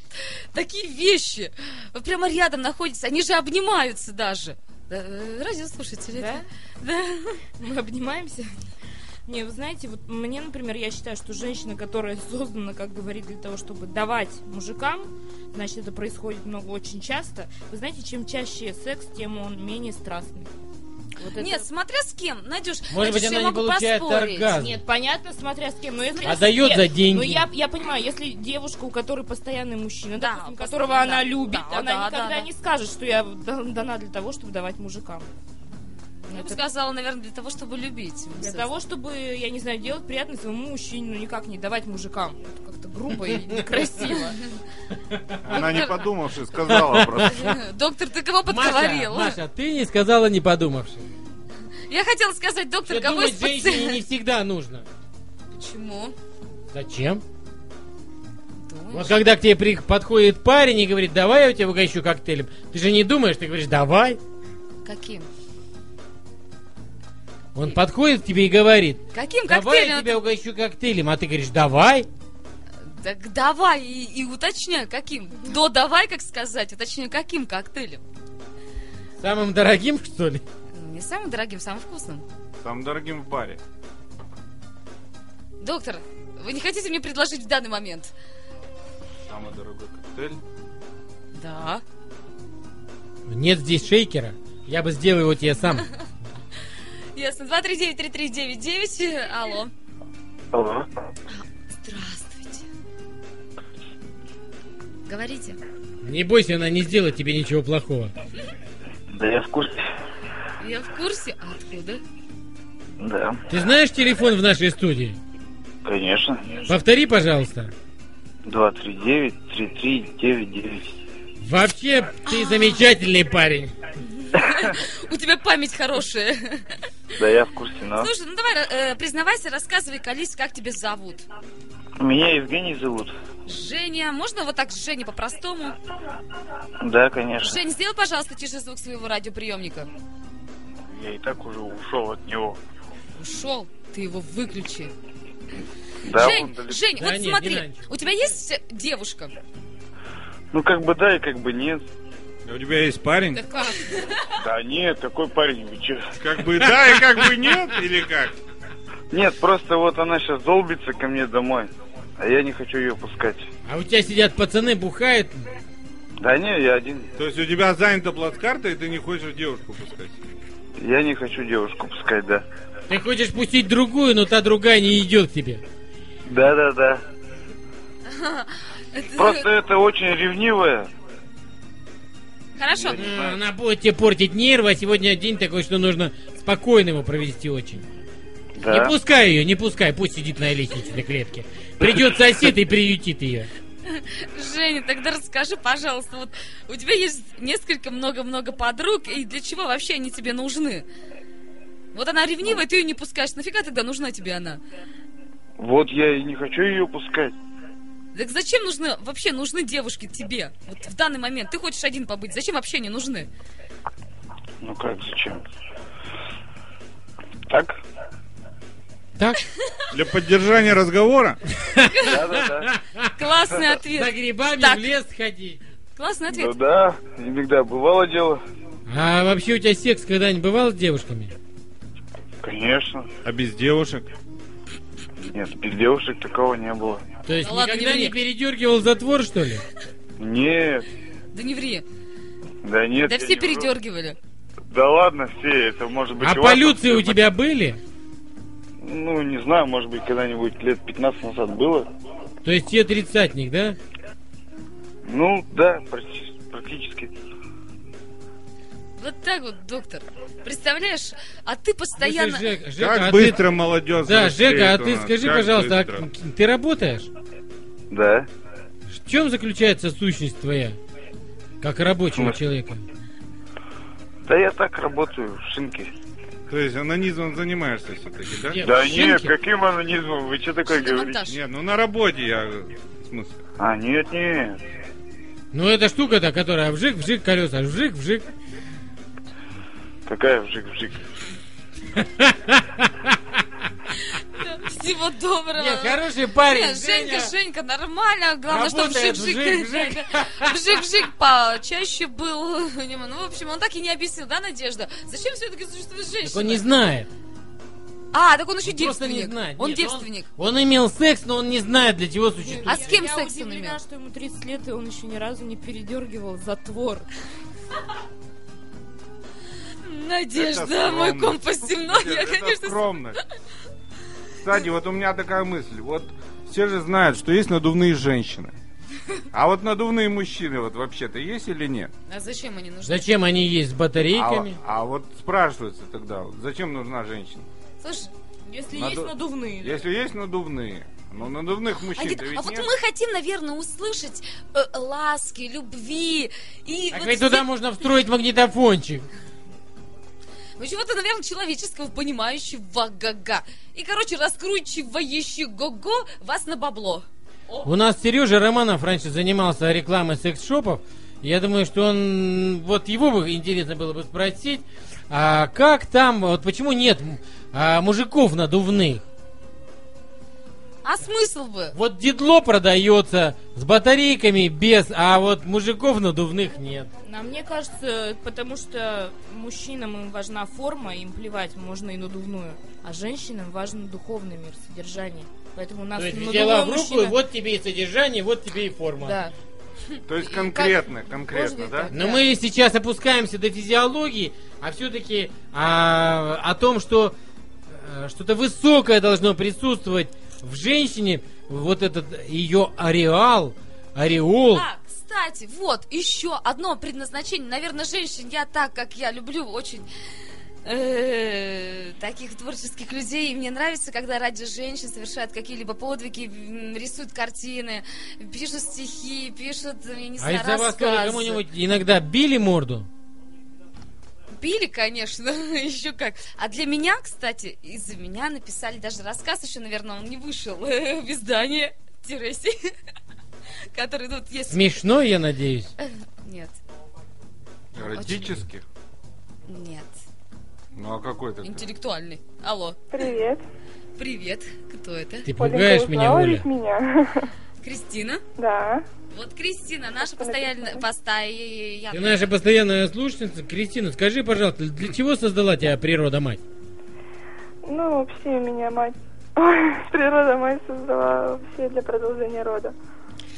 Speaker 2: такие вещи? Вы прямо рядом находитесь, они же обнимаются даже. Э, Радиослушатели.
Speaker 3: Да?
Speaker 2: Да. (laughs)
Speaker 3: Мы обнимаемся? Не, вы знаете, вот мне, например, я считаю, что женщина, которая создана, как говорит, для того, чтобы давать мужикам, значит, это происходит много очень часто. Вы знаете, чем чаще секс, тем он менее страстный. Вот это-
Speaker 2: Нет, смотря с кем. Надюш,
Speaker 1: Может
Speaker 2: Надюш,
Speaker 1: быть,
Speaker 2: я
Speaker 1: она не
Speaker 2: могу
Speaker 1: получает
Speaker 2: поспорить.
Speaker 1: оргазм.
Speaker 3: Нет, понятно, смотря с кем. Но если...
Speaker 1: А дает
Speaker 3: Нет,
Speaker 1: за деньги.
Speaker 3: Ну, я, я понимаю, если девушка, у которой постоянный мужчина,
Speaker 2: Да,
Speaker 3: допустим,
Speaker 2: постоянно,
Speaker 3: которого
Speaker 2: да.
Speaker 3: она любит,
Speaker 2: Да,
Speaker 3: она
Speaker 2: да,
Speaker 3: никогда
Speaker 2: да, да.
Speaker 3: не скажет, что я да- дана для того, чтобы давать мужикам.
Speaker 2: Я бы
Speaker 3: Это
Speaker 2: сказала, наверное, для того, чтобы любить.
Speaker 3: Для того, чтобы, я не знаю, делать приятно своему мужчине, но никак не давать мужикам. Это как-то грубо и некрасиво.
Speaker 5: Она не подумавши сказала просто.
Speaker 2: Доктор, ты кого
Speaker 1: Маша,
Speaker 2: подговорил?
Speaker 1: Маша, ты не сказала, не подумавши.
Speaker 2: Я хотела сказать, доктор,
Speaker 1: Что
Speaker 2: кого
Speaker 1: думать
Speaker 2: из
Speaker 1: женщине
Speaker 2: пациентов-
Speaker 1: не всегда нужно.
Speaker 2: Почему?
Speaker 1: Зачем?
Speaker 2: Думаешь?
Speaker 1: Вот когда к тебе при- подходит парень и говорит, давай я тебя угощу коктейлем, ты же не думаешь, ты говоришь, давай.
Speaker 2: Каким?
Speaker 1: Он подходит к тебе и говорит,
Speaker 2: Каким
Speaker 1: давай я
Speaker 2: коктейлем?
Speaker 1: тебя угощу коктейлем, а ты говоришь, давай.
Speaker 2: Так давай и, и уточняй, каким. До давай, как сказать, уточняй, каким коктейлем. Ну,
Speaker 1: Самым дорогим, что ли?
Speaker 2: Не самым дорогим, самым вкусным.
Speaker 5: Самым дорогим в баре.
Speaker 2: Доктор, вы не хотите мне предложить в данный момент?
Speaker 5: Самый дорогой коктейль.
Speaker 2: Да.
Speaker 1: Нет здесь шейкера. Я бы сделал его тебе сам.
Speaker 2: Ясно. 239-3399. Алло.
Speaker 9: Алло.
Speaker 2: Здравствуйте. Говорите.
Speaker 1: Не бойся, она не сделает тебе ничего плохого.
Speaker 9: Да я в курсе.
Speaker 2: Я в курсе. А Откуда?
Speaker 9: Да,
Speaker 1: Ты знаешь телефон в нашей студии?
Speaker 9: конечно.
Speaker 1: Повтори, пожалуйста.
Speaker 9: 239-3399.
Speaker 1: Вообще, ты замечательный парень.
Speaker 2: У тебя память хорошая.
Speaker 9: Да я в курсе, но...
Speaker 2: Слушай, ну давай, э, признавайся, рассказывай, колись, как тебя зовут.
Speaker 9: Меня Евгений зовут.
Speaker 2: Женя. Можно вот так Женя по-простому?
Speaker 9: Да, конечно.
Speaker 2: Жень, сделай, пожалуйста, тише звук своего радиоприемника.
Speaker 9: Я и так уже ушел от него.
Speaker 2: Ушел. Ты его выключи.
Speaker 9: Да,
Speaker 2: Жень,
Speaker 9: он далеко.
Speaker 2: Жень,
Speaker 1: Да
Speaker 2: вот
Speaker 1: нет, не надо
Speaker 2: смотри,
Speaker 1: ничего.
Speaker 2: у тебя есть девушка?
Speaker 9: Ну как бы да и как бы нет.
Speaker 5: У тебя есть парень?
Speaker 9: Да нет, такой парень, вы че?
Speaker 5: Как бы да и как бы нет, или как?
Speaker 9: Нет, просто вот она сейчас долбится ко мне домой, а я не хочу ее пускать.
Speaker 1: А у тебя сидят пацаны, бухают.
Speaker 9: Да не, я один.
Speaker 5: То есть у тебя занята плацкарта, и ты не хочешь девушку пускать?
Speaker 9: Я не хочу девушку пускать, да.
Speaker 1: Ты хочешь пустить другую, но та другая не идет к тебе.
Speaker 9: Да-да-да. Просто это очень ревнивая.
Speaker 2: Хорошо.
Speaker 1: М, Она будет тебе портить нервы, а сегодня день такой, что нужно спокойно его провести очень. Не
Speaker 9: Да.
Speaker 1: пускай ее, не пускай, пусть сидит на лестничной клетке. Придет сосед и приютит ее.
Speaker 2: (laughs) Женя, тогда расскажи, пожалуйста, вот у тебя есть несколько много-много подруг, и для чего вообще они тебе нужны? Вот она ревнивая, ты ее не пускаешь. Нафига тогда нужна тебе она?
Speaker 9: Вот я и не хочу ее пускать.
Speaker 2: Так зачем нужны, вообще нужны девушки тебе? Вот в данный момент ты
Speaker 7: (laughs)
Speaker 2: хочешь один побыть, зачем вообще они нужны?
Speaker 9: Ну как, зачем?
Speaker 7: Так?
Speaker 1: Так?
Speaker 5: Для поддержания разговора?
Speaker 7: Да-да-да.
Speaker 2: Классный
Speaker 1: За
Speaker 2: ответ.
Speaker 1: грибами
Speaker 2: Так.
Speaker 1: в лес ходить.
Speaker 2: Классный
Speaker 7: Ну
Speaker 2: ответ.
Speaker 7: да, иногда бывало дело.
Speaker 1: А вообще у тебя секс когда-нибудь бывал с девушками?
Speaker 7: Конечно.
Speaker 5: А без девушек?
Speaker 7: Нет, без девушек такого не было.
Speaker 1: То есть
Speaker 2: Да ладно,
Speaker 1: никогда
Speaker 2: не
Speaker 1: не
Speaker 2: ври.
Speaker 1: передергивал затвор, что ли?
Speaker 7: Нет,
Speaker 2: Да не ври.
Speaker 7: да нет.
Speaker 2: Да
Speaker 7: я не
Speaker 2: все
Speaker 7: вру.
Speaker 2: передергивали.
Speaker 7: Да ладно, все, это может быть...
Speaker 1: А
Speaker 7: у вас,
Speaker 1: полюции у
Speaker 7: может быть,
Speaker 1: тебя были?
Speaker 7: Ну, не знаю, может быть, когда-нибудь лет 15 назад было.
Speaker 1: То есть тебе тридцатник, да?
Speaker 7: Ну, да, практи- практически.
Speaker 2: Вот так вот, доктор. Представляешь,
Speaker 7: Ну,
Speaker 2: а ты
Speaker 1: Слушай,
Speaker 2: постоянно...
Speaker 1: Жек- Жека, а
Speaker 5: Как
Speaker 1: ты-
Speaker 5: быстро молодежь
Speaker 1: Да,
Speaker 5: взрослеет
Speaker 1: Жека, а
Speaker 5: у
Speaker 1: ты
Speaker 5: нас,
Speaker 1: скажи,
Speaker 5: как
Speaker 1: пожалуйста, а
Speaker 5: быстро.
Speaker 1: к- ты работаешь?
Speaker 7: Да.
Speaker 1: В чем заключается сущность твоя? Как рабочего
Speaker 7: Слушай.
Speaker 1: человека.
Speaker 7: Да я так работаю, в шинке.
Speaker 5: То есть анонизмом занимаешься все-таки, да?
Speaker 1: Нет,
Speaker 7: Да
Speaker 1: в
Speaker 7: нет,
Speaker 1: шинке?
Speaker 7: каким анонизмом? Вы что такое говорите?
Speaker 2: Шиномонтаж.
Speaker 5: Нет, ну на работе я... В смысле?
Speaker 7: А, нет, нет.
Speaker 1: Ну эта штука-то, которая вжик, вжик, колеса, вжик, вжик.
Speaker 7: Какая вжик-вжик?
Speaker 2: Всего доброго.
Speaker 1: Нет, хороший парень.
Speaker 2: Нет, Женька, Женька, нормально. Главное, что
Speaker 1: Работает,
Speaker 2: вжик-вжик.
Speaker 1: вжик-вжик.
Speaker 2: (laughs) Вжик-вжик почаще был. Ну, в общем, он так и не объяснил, да, Надежда? Зачем все-таки существует
Speaker 1: Так он не
Speaker 2: женщина?
Speaker 1: знает.
Speaker 2: А, так он еще
Speaker 1: Просто не
Speaker 2: девственник.
Speaker 1: знает.
Speaker 2: Он
Speaker 1: Нет,
Speaker 2: девственник.
Speaker 1: Он имел секс, но он не знает, для чего существует.
Speaker 2: А с кем
Speaker 3: я
Speaker 2: секс он
Speaker 3: удивлена,
Speaker 2: имел?
Speaker 3: что ему 30 лет, и он еще ни разу не передергивал затвор.
Speaker 2: Надежда,
Speaker 5: Это
Speaker 2: мой
Speaker 5: скромно.
Speaker 2: компас земной. Я,
Speaker 5: Это
Speaker 2: конечно, с-
Speaker 5: скромность. Кстати, вот у меня такая мысль. Вот все же знают, что есть надувные женщины. А вот надувные мужчины вот вообще-то есть или нет?
Speaker 2: А зачем они нужны?
Speaker 1: Зачем они есть с
Speaker 5: А,
Speaker 1: батарейками?
Speaker 5: а вот спрашивается тогда, зачем нужна женщина?
Speaker 2: Слушай,
Speaker 3: Если
Speaker 5: Наду-
Speaker 3: есть надувные.
Speaker 5: Если есть надувные, ну надувных
Speaker 2: они
Speaker 5: мужчин-то
Speaker 2: говорят,
Speaker 5: ведь
Speaker 2: а вот
Speaker 5: нет.
Speaker 2: мы хотим, наверное, услышать э, ласки, любви. И
Speaker 1: Так
Speaker 2: вот
Speaker 1: ведь туда
Speaker 2: все-
Speaker 1: можно встроить магнитофончик.
Speaker 2: Ну, чего-то, наверное, человеческого, понимающего га-га. И, короче, раскручивающий го-го вас на бабло.
Speaker 1: У нас Сережа Романов раньше занимался рекламой секс-шопов. Я думаю, что он... Вот его бы интересно было бы спросить, а как там... Вот почему нет м, а, мужиков надувных?
Speaker 2: А смысл бы?
Speaker 1: Вот дедло продается с батарейками без, а вот мужиков надувных нет.
Speaker 3: А мне кажется, потому что мужчинам им важна форма, им плевать, можно и надувную. А женщинам важен духовный мир, содержание. Поэтому у нас
Speaker 1: То есть
Speaker 3: надувной
Speaker 1: взяла в руку,
Speaker 3: мужчина-
Speaker 1: и вот тебе и содержание, вот тебе и форма.
Speaker 3: Да.
Speaker 5: То есть конкретно, конкретно,
Speaker 3: Можно
Speaker 5: да?
Speaker 3: и так.
Speaker 1: Но мы сейчас опускаемся до физиологии, а все-таки о том, что э, что-то высокое должно присутствовать в женщине, вот этот ее ареал, ореол.
Speaker 2: А, кстати, вот еще одно предназначение. Наверное, женщин я так, как я люблю, очень э, таких творческих людей. И мне нравится, когда ради женщин совершают какие-либо подвиги, м, рисуют картины, пишут стихи, пишут, я не
Speaker 1: А
Speaker 2: знаю,
Speaker 1: из-за вас тоже
Speaker 2: рассказы.
Speaker 1: кому-нибудь иногда били морду?
Speaker 2: Били, конечно, (laughs) еще как. А для меня, кстати, из-за меня написали даже рассказ, еще, наверное, он не вышел (laughs) э, в издание Тиресси, (laughs) который тут есть.
Speaker 1: Смешно, я надеюсь.
Speaker 2: (laughs) Нет,
Speaker 5: Эротических?
Speaker 2: нет,
Speaker 5: Ну а какой то
Speaker 2: интеллектуальный. Алло,
Speaker 8: Привет.
Speaker 2: привет, кто это?
Speaker 1: Ты
Speaker 8: Оленька,
Speaker 1: пугаешь меня,
Speaker 8: узнала
Speaker 1: Оля.
Speaker 8: ведь меня? (laughs)
Speaker 2: Кристина.
Speaker 8: Да.
Speaker 2: Вот Кристина, наша постоянная,
Speaker 1: Ты
Speaker 2: постоянная.
Speaker 1: наша постоянная слушательница. Кристина, скажи, пожалуйста, для чего создала тебя природа мать?
Speaker 8: Ну, вообще меня мать... (laughs) Природа мать создала вообще для продолжения рода.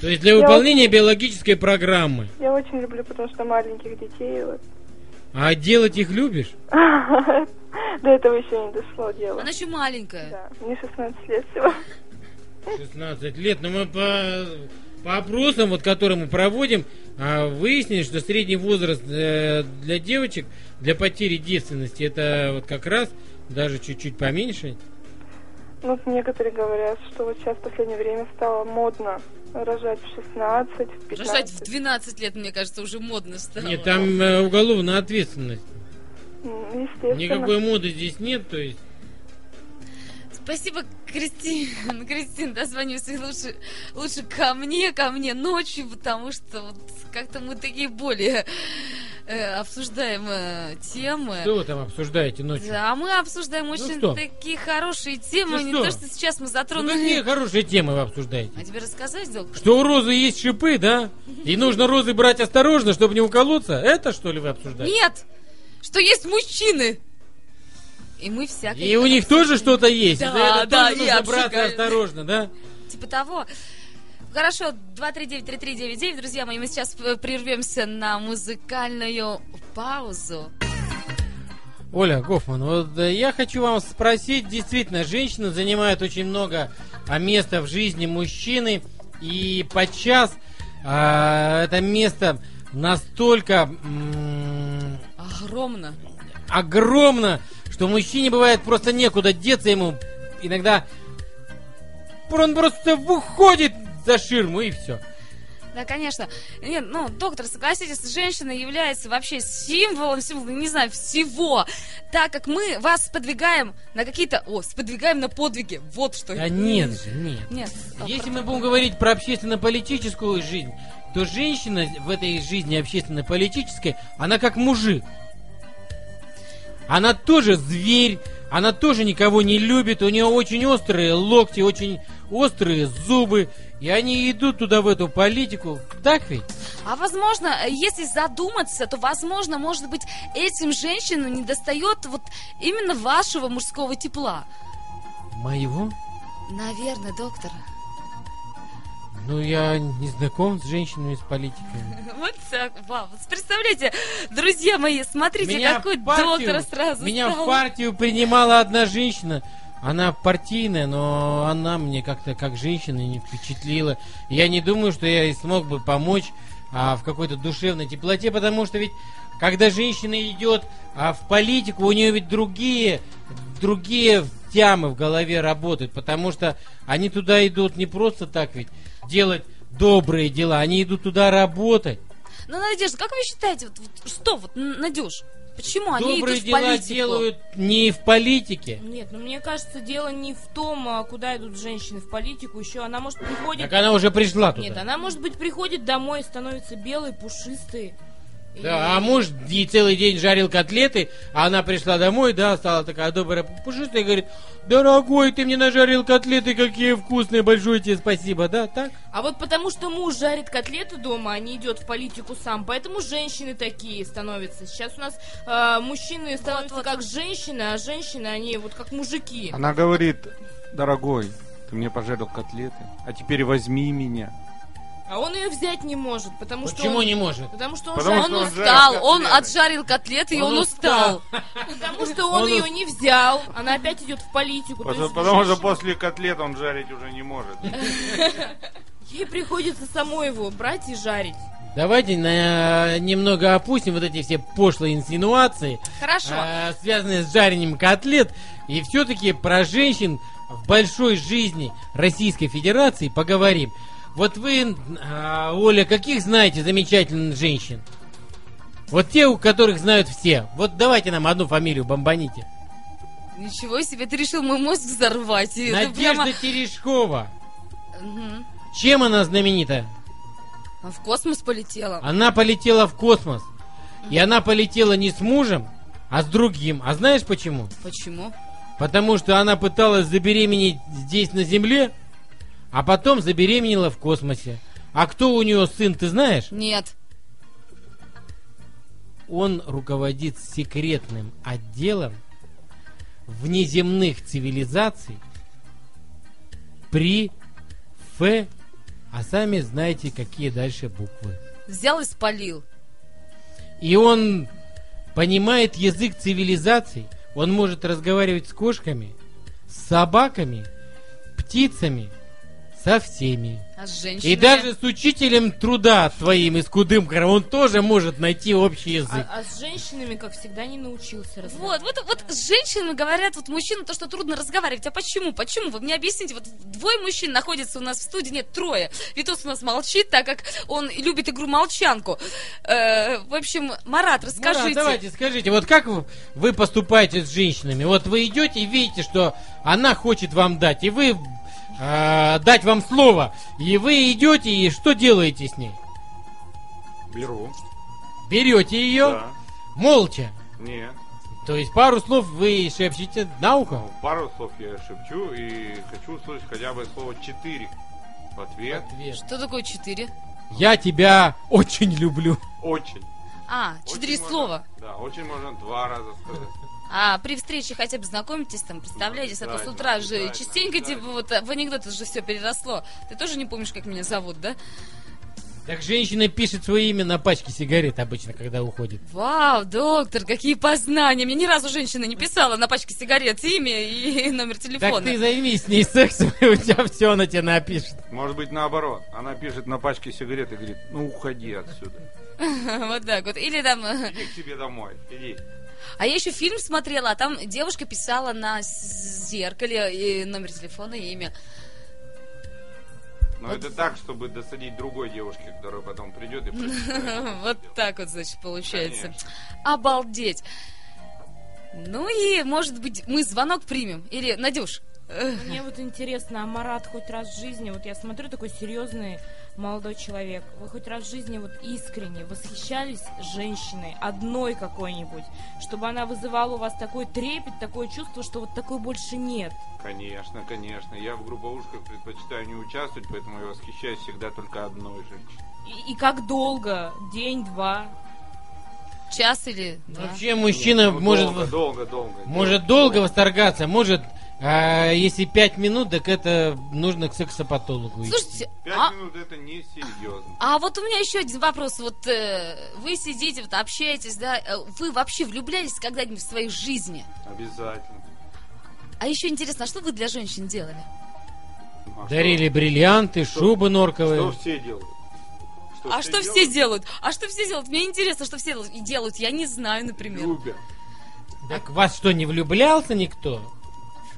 Speaker 1: То есть для
Speaker 8: Я
Speaker 1: выполнения биологической программы.
Speaker 8: Я очень люблю, потому что маленьких детей вот. (laughs)
Speaker 1: А делать их любишь?
Speaker 8: До этого еще не дошло дело.
Speaker 2: Она еще маленькая.
Speaker 8: Да, мне 16 лет всего.
Speaker 1: 16 лет. Но мы по, по опросам, вот, которые мы проводим, а, выяснили, что средний возраст э, для девочек для потери девственности это вот как раз даже чуть-чуть поменьше.
Speaker 8: Ну, вот некоторые говорят, что вот сейчас в последнее время стало модно рожать в 16, в 15.
Speaker 2: Рожать в 12 лет, мне кажется, уже модно стало.
Speaker 1: Нет, там э, уголовная ответственность.
Speaker 8: М, Естественно.
Speaker 1: Никакой моды здесь нет, то есть.
Speaker 2: Спасибо, Кристина. (laughs) Ну, Кристина, дозвонился лучше, лучше ко мне, ко мне ночью, потому что вот как-то мы такие более э, обсуждаем э, темы.
Speaker 1: Что вы там обсуждаете ночью?
Speaker 2: Да, а мы обсуждаем очень
Speaker 1: что?
Speaker 2: такие хорошие темы,
Speaker 1: Ну
Speaker 2: не
Speaker 1: что?
Speaker 2: то, что сейчас мы
Speaker 1: Ну, какие
Speaker 2: затронули.
Speaker 1: хорошие темы вы обсуждаете?
Speaker 2: а тебе рассказать, доктор?
Speaker 1: Что у розы есть шипы, да? И нужно розы брать осторожно, чтобы не уколоться? Это что ли вы обсуждаете?
Speaker 2: Нет! Что есть мужчины! И мы всякое...
Speaker 1: И у них тоже что-то есть.
Speaker 2: Да,
Speaker 1: за это
Speaker 2: да,
Speaker 1: тоже
Speaker 2: и
Speaker 1: нужно браться
Speaker 2: обжигают.
Speaker 1: осторожно, да?
Speaker 2: Типа того. Хорошо, 239-3399, друзья мои, мы сейчас э, прервемся на музыкальную паузу.
Speaker 1: Оля Гофман, вот э, я хочу вам спросить, действительно, женщины занимают очень много а, места в жизни мужчины, и подчас а, это место настолько м,
Speaker 2: Огромно.
Speaker 1: огромно, что мужчине бывает просто некуда деться ему. Иногда он просто выходит за ширму и все.
Speaker 2: Да, конечно. Нет, ну, доктор, согласитесь, женщина является вообще символом, символом, не знаю, всего. Так как мы вас сподвигаем на какие-то... О, сподвигаем на подвиги. Вот что.
Speaker 1: Да нет же, нет.
Speaker 2: Нет.
Speaker 1: Если мы будем говорить про общественно-политическую жизнь, то женщина в этой жизни общественно-политической, она как мужик. Она тоже зверь, она тоже никого не любит, у нее очень острые локти, очень острые зубы, и они идут туда, в эту политику. Так ведь?
Speaker 2: А возможно, если задуматься, то, возможно, может быть, этим женщинам не достает вот именно вашего мужского тепла.
Speaker 1: Моего?
Speaker 2: Наверное, доктор.
Speaker 1: Ну, я не знаком с женщинами, с политиками.
Speaker 2: Вот так, вау. Вот Представляете, друзья мои, смотрите,
Speaker 1: Меня в
Speaker 2: какой
Speaker 1: партию-
Speaker 2: доктор сразу
Speaker 1: Меня
Speaker 2: стал.
Speaker 1: в партию принимала одна женщина. Она партийная, но она мне как-то как женщина не впечатлила. Я не думаю, что я и смог бы помочь а, в какой-то душевной теплоте, потому что ведь когда женщина идет а, в политику, у нее ведь другие, другие темы в голове работают, потому что они туда идут не просто так ведь делать добрые дела, они идут туда работать.
Speaker 2: Ну, Надежда, как вы считаете, вот, вот что, вот, Н- Надюш, почему они
Speaker 1: добрые
Speaker 2: идут в
Speaker 1: дела
Speaker 2: политику?
Speaker 1: делают не в политике.
Speaker 3: Нет, ну мне кажется, дело не в том, а, куда идут женщины в политику. Еще она может приходит.
Speaker 1: Так она уже пришла туда.
Speaker 3: Нет, она может быть приходит домой, становится белой, пушистой. И-
Speaker 1: Да, а муж ей целый день жарил котлеты, а она пришла домой, да, стала такая добрая пушистая и говорит, дорогой, ты мне нажарил котлеты, какие вкусные, большое тебе спасибо, да, так?
Speaker 3: А вот потому что муж жарит котлеты дома, а не идет в политику сам, поэтому женщины такие становятся. Сейчас у нас э, мужчины становятся
Speaker 2: вот.
Speaker 3: как женщины, а женщины они вот как мужики.
Speaker 5: Она говорит, дорогой, ты мне пожарил котлеты, а теперь возьми меня.
Speaker 3: А он ее взять не может, потому что
Speaker 1: Почему
Speaker 3: он-
Speaker 1: не может?
Speaker 3: Потому что он,
Speaker 5: Потому
Speaker 3: жар-
Speaker 2: Он
Speaker 5: что он жарил
Speaker 2: устал, он
Speaker 5: котлеты.
Speaker 2: отжарил котлеты, и
Speaker 1: Он
Speaker 2: он устал.
Speaker 1: (laughs)
Speaker 3: потому что он
Speaker 1: Он
Speaker 3: ее
Speaker 1: ус-
Speaker 3: не взял, она опять идет в политику. То
Speaker 5: Потому,
Speaker 3: есть
Speaker 5: потому что
Speaker 3: женщина-
Speaker 5: после котлет он жарить уже не может.
Speaker 3: Ей приходится самой его брать и жарить.
Speaker 1: Давайте на- немного опустим вот эти все пошлые инсинуации,
Speaker 2: Хорошо.
Speaker 1: а, связанные с жарением котлет, и все-таки про женщин в большой жизни Российской Федерации поговорим. Вот вы, а, Оля, каких знаете замечательных женщин? Вот те, у которых знают все. Вот давайте нам одну фамилию бомбаните.
Speaker 2: Ничего себе, ты решил мой мозг взорвать. и это
Speaker 1: Надежда
Speaker 2: прямо-
Speaker 1: Терешкова.
Speaker 2: Мгм.
Speaker 1: Чем она знаменита?
Speaker 2: А В космос полетела.
Speaker 1: Она полетела в космос. И она полетела не с мужем, а с другим. А знаешь почему?
Speaker 2: Почему?
Speaker 1: Потому что она пыталась забеременеть здесь на Земле, а потом забеременела в космосе. А кто у нее сын, ты знаешь?
Speaker 2: Нет.
Speaker 1: Он руководит секретным отделом внеземных цивилизаций при Ф, а сами знаете, какие дальше буквы.
Speaker 2: Взял и спалил.
Speaker 1: И он понимает язык цивилизаций. Он может разговаривать с кошками, с собаками, птицами, со всеми.
Speaker 2: А с женщинами?
Speaker 1: И даже с учителем труда твоим из Кудымкара он тоже может найти общий язык.
Speaker 3: А, а с женщинами, как всегда, не научился разговаривать.
Speaker 2: Вот, вот, вот с женщинами говорят, вот мужчина, то, что трудно разговаривать. А почему? Почему? Вы мне объясните, вот двое мужчин находятся у нас в студии, нет, трое. Витос у нас молчит, так как он любит игру молчанку. Э, в общем, Марат,
Speaker 1: Марат,
Speaker 2: расскажите.
Speaker 1: Ну давайте, скажите, вот как вы- вы поступаете с женщинами? Вот вы идете и видите, что она хочет вам дать, и вы э, дать вам слово, и вы идете и что делаете с ней?
Speaker 5: Беру.
Speaker 1: берете ее
Speaker 5: Да.
Speaker 1: молча.
Speaker 5: Нет.
Speaker 1: То есть пару слов вы шепчете на ухо.
Speaker 5: Ну, Пару слов я шепчу и хочу услышать хотя бы слово четыре. В ответ.
Speaker 1: Ответ.
Speaker 2: Что такое четыре?
Speaker 1: Я тебя очень люблю.
Speaker 5: Очень.
Speaker 2: А,
Speaker 5: Очень
Speaker 2: четыре
Speaker 5: можно-
Speaker 2: слова.
Speaker 5: да, очень можно два раза сказать.
Speaker 2: А при встрече хотя бы знакомитесь там, представляетесь, а то с
Speaker 5: Обязательно,
Speaker 2: утра же
Speaker 5: обязательно,
Speaker 2: частенько типа
Speaker 5: обязательно.
Speaker 2: вот а, в анекдоты же все переросло. Ты тоже не помнишь, как меня зовут, да?
Speaker 1: Так женщина пишет свое имя на пачке сигарет обычно, когда уходит.
Speaker 2: Вау, доктор, какие познания. Мне ни разу женщина не писала на пачке сигарет имя и номер
Speaker 1: Так
Speaker 2: телефона.
Speaker 1: ты займись с ней сексом, и у тебя все на тебя напишет.
Speaker 5: Может быть, наоборот. Она пишет на пачке сигарет и говорит, ну уходи отсюда.
Speaker 2: (laughs) Вот так вот. Или там... э,
Speaker 5: Иди к себе домой. Иди.
Speaker 2: А я еще фильм смотрела, а там девушка писала на с- зеркале и номер телефона и имя.
Speaker 5: Но это так, чтобы досадить другой девушке, которая потом придет и
Speaker 2: (laughs)
Speaker 5: прочитает.
Speaker 2: Вот так вот, значит, получается.
Speaker 5: Конечно.
Speaker 2: Обалдеть. Ну и, может быть, мы звонок примем. Или, Надюш, э,
Speaker 3: Мне вот интересно, а Марат хоть раз в жизни, вот я смотрю, такой серьезный молодой человек, вы хоть раз в жизни вот искренне восхищались женщиной, одной какой-нибудь, чтобы она вызывала у вас такой трепет, такое чувство, что вот такой больше нет.
Speaker 5: Конечно, конечно. Я в групповушках предпочитаю не участвовать, поэтому я восхищаюсь всегда только одной женщиной.
Speaker 3: И, и как долго? День, два.
Speaker 2: час или два?
Speaker 1: Вообще Э, мужчина
Speaker 5: Ну,
Speaker 1: может...
Speaker 5: Долго, долго, долго.
Speaker 1: Может долго восторгаться, может, а, если пять минут, так это нужно к сексопатологу. идти.
Speaker 2: Слушайте,
Speaker 5: Пять
Speaker 2: а,
Speaker 5: минут это не серьезно.
Speaker 2: а вот у меня еще один вопрос. Вот э, вы сидите, вот общаетесь, да? э, Вы вообще влюблялись когда-нибудь в своей жизни?
Speaker 5: Обязательно.
Speaker 2: А еще интересно, а что вы для женщин делали?
Speaker 5: А
Speaker 1: Дарили бриллианты, шубы
Speaker 5: Что,
Speaker 1: норковые.
Speaker 5: что все делают?
Speaker 2: А что все делают? А что все делают? Мне интересно, что все дел- делают. Я не знаю, например.
Speaker 5: Любят.
Speaker 1: Так вас что, не влюблялся никто?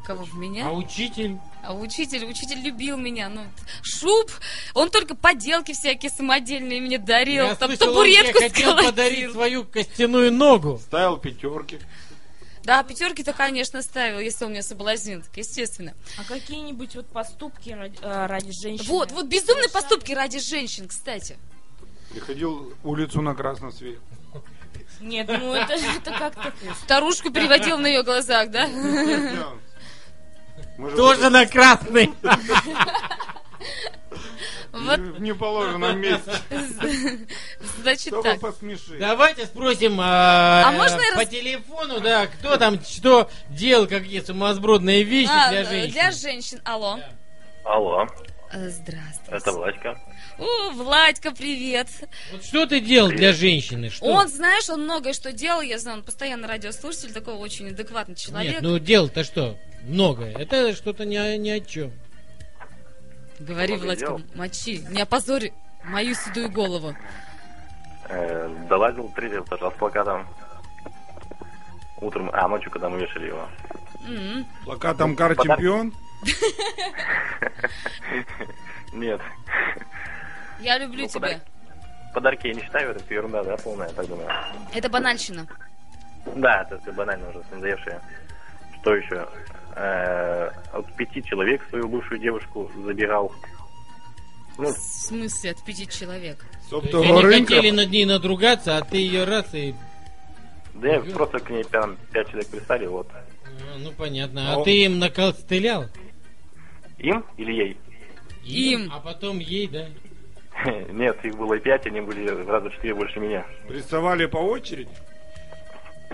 Speaker 2: Кого в
Speaker 1: А
Speaker 2: меня?
Speaker 1: учитель?
Speaker 2: А учитель, учитель любил меня. Ну, шуб, он только поделки всякие самодельные мне дарил.
Speaker 1: Я
Speaker 2: там
Speaker 1: слышал, он
Speaker 2: табуретку
Speaker 1: мне хотел
Speaker 2: сколотил.
Speaker 1: подарить свою костяную ногу.
Speaker 5: Ставил пятерки.
Speaker 2: Да, пятерки-то, конечно, ставил, если он меня соблазнил. Так, естественно.
Speaker 3: А какие-нибудь вот поступки ради, э, ради женщины?
Speaker 2: Вот, вот безумные
Speaker 3: Совершали?
Speaker 2: поступки ради женщин, кстати.
Speaker 5: Приходил улицу на красном свете.
Speaker 3: Нет, ну это, (laughs) это как-то...
Speaker 2: Старушку переводил на ее глазах, да?
Speaker 1: Ну,
Speaker 5: Мы же
Speaker 1: Тоже на красный.
Speaker 2: Вот,
Speaker 5: в неположенном месте.
Speaker 2: значит
Speaker 5: Чтобы
Speaker 2: так.
Speaker 5: посмешить.
Speaker 1: Давайте спросим а,
Speaker 2: А можно я
Speaker 1: по
Speaker 2: рас-
Speaker 1: телефону, да, кто там что делал, какие сумасбродные вещи
Speaker 2: А,
Speaker 1: для
Speaker 2: э,
Speaker 1: женщин.
Speaker 2: Для женщин. Алло.
Speaker 6: Алло,
Speaker 2: Э, Здравствуйте.
Speaker 6: это Владька.
Speaker 2: О, Владька, привет.
Speaker 1: Вот что ты делал для женщины? Что?
Speaker 2: Он, знаешь, он многое что делал, я знаю, он постоянно радиослушатель, такой очень адекватный человек.
Speaker 1: Нет, ну делал-то что? Многое. Это что-то ни, о- ни о чем.
Speaker 2: Говори,
Speaker 6: много
Speaker 2: Владька,
Speaker 6: дел.
Speaker 2: мочи, не опозори мою седую голову.
Speaker 6: Э, Долазил третий этаж с плакатом. Утром, а ночью, когда мы вешали его. (laughs)
Speaker 2: М.
Speaker 5: Плакатом кар чемпион.
Speaker 6: Нет,
Speaker 2: Я люблю
Speaker 6: Ну,
Speaker 2: тебя.
Speaker 6: подарки я не считаю, это ерунда, да, полная, я так думаю.
Speaker 2: Это банальщина.
Speaker 6: Да, это все банально уже, надоевшее. Что еще? Э, От пяти человек свою бывшую девушку забирал. Ну,
Speaker 2: В смысле от пяти человек?
Speaker 5: С
Speaker 1: То есть
Speaker 5: оптового
Speaker 1: они
Speaker 5: рынка.
Speaker 1: хотели над ней надругаться, а ты ее раз и...
Speaker 6: да я просто к ней прям пять человек пристали, вот.
Speaker 1: А, Ну, понятно. А
Speaker 5: Ну.
Speaker 1: ты им накостылял?
Speaker 6: Им или ей?
Speaker 2: Им.
Speaker 1: А потом ей, да?
Speaker 6: (laughs) Нет, их было пять, они были в раза в четыре больше меня.
Speaker 5: Приставали по очереди.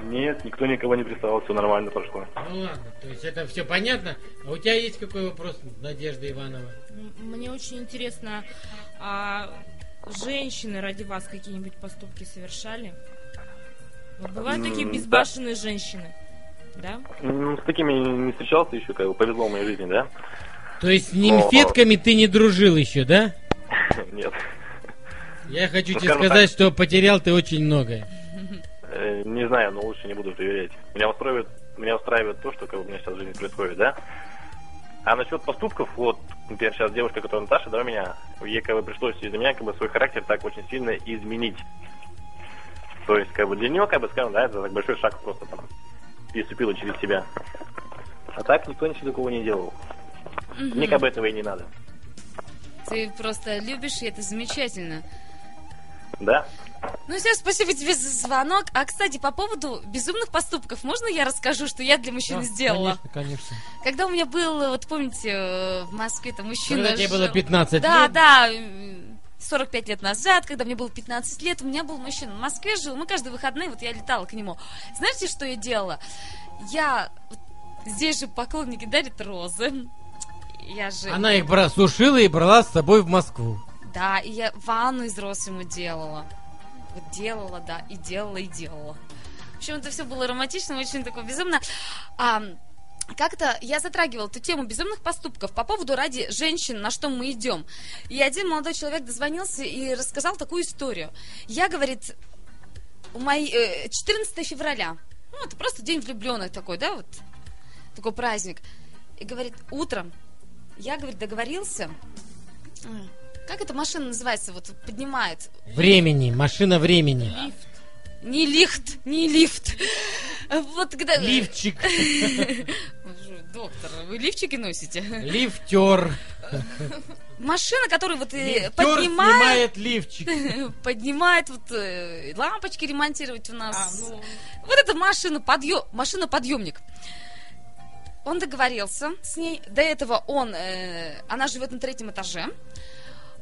Speaker 6: Нет, никто никого не приставал, все нормально прошло.
Speaker 1: Ну ладно, то есть это все понятно. А у тебя есть какой вопрос, Надежда Иванова?
Speaker 3: М- Мне очень интересно, а женщины ради вас какие-нибудь поступки совершали? Вот бывают
Speaker 6: М,
Speaker 3: такие
Speaker 6: да.
Speaker 3: безбашенные женщины, да?
Speaker 6: Ну, с такими не встречался еще, как бы повезло в моей жизни, да?
Speaker 1: То есть с нимфетками ты не дружил еще, да?
Speaker 6: (laughs) Нет.
Speaker 1: Я хочу
Speaker 6: Ну,
Speaker 1: тебе
Speaker 6: скажем
Speaker 1: сказать, что потерял ты очень многое.
Speaker 6: Э, Не знаю, но лучше не буду проверять. Меня устраивает, меня устраивает то, что как бы, у меня сейчас в жизни происходит, да? А насчет поступков, вот, например, сейчас девушка, которая Наташа, да, у меня, ей как бы пришлось из-за меня как бы свой характер так очень сильно изменить. То есть, как бы для нее, как бы скажем, да, это так большой шаг просто там переступила через себя. А так никто ничего такого не делал. Мне как бы этого и не надо.
Speaker 2: Ты просто любишь, и это замечательно.
Speaker 6: Да?
Speaker 2: Ну, все, спасибо тебе за звонок. А, кстати, по поводу безумных поступков, можно я расскажу, что я для мужчин
Speaker 1: Да,
Speaker 2: сделала?
Speaker 1: А, Конечно, конечно.
Speaker 2: Когда у меня был, вот помните, э, в Москве там мужчина
Speaker 1: Когда тебе было
Speaker 2: жил.
Speaker 1: 15
Speaker 2: Да,
Speaker 1: лет,
Speaker 2: да, м, 45 лет назад, когда мне было 15 лет, у меня был мужчина в Москве жил, ну, каждые выходные вот я летала к нему. Знаете, что я делала? Я... вот Здесь же поклонники дарят розы. Я же...
Speaker 1: она их бра- сушила и брала с собой в Москву.
Speaker 2: Да, и я ванну из роз ему делала. Вот делала, да, и делала, и делала. В общем, это все было романтично, очень такое безумно. А, как-то я затрагивала эту тему безумных поступков по поводу ради женщин, на что мы идем. И один молодой человек дозвонился и рассказал такую историю. Я, говорит, у моей, э, 14 февраля, ну, это просто день влюбленных такой, да, вот, такой праздник. И говорит, утром я, говорит, договорился, М, как эта машина называется, вот поднимает,
Speaker 1: Времени, машина времени.
Speaker 2: не лифт, не лифт, вот когда... (laughs)
Speaker 1: Лифчик,
Speaker 2: Доктор, вы лифчики носите?
Speaker 1: лифтер.
Speaker 2: Машина, которая вот э,
Speaker 1: Лифтер
Speaker 2: поднимает,
Speaker 1: снимает лифчик.
Speaker 2: (laughs) поднимает вот э, лампочки ремонтировать у
Speaker 3: А,
Speaker 2: нас.
Speaker 3: ну,
Speaker 2: Вот эта машина, подъем, машина подъемник. Он договорился с ней. До этого он, э, она живет на третьем этаже.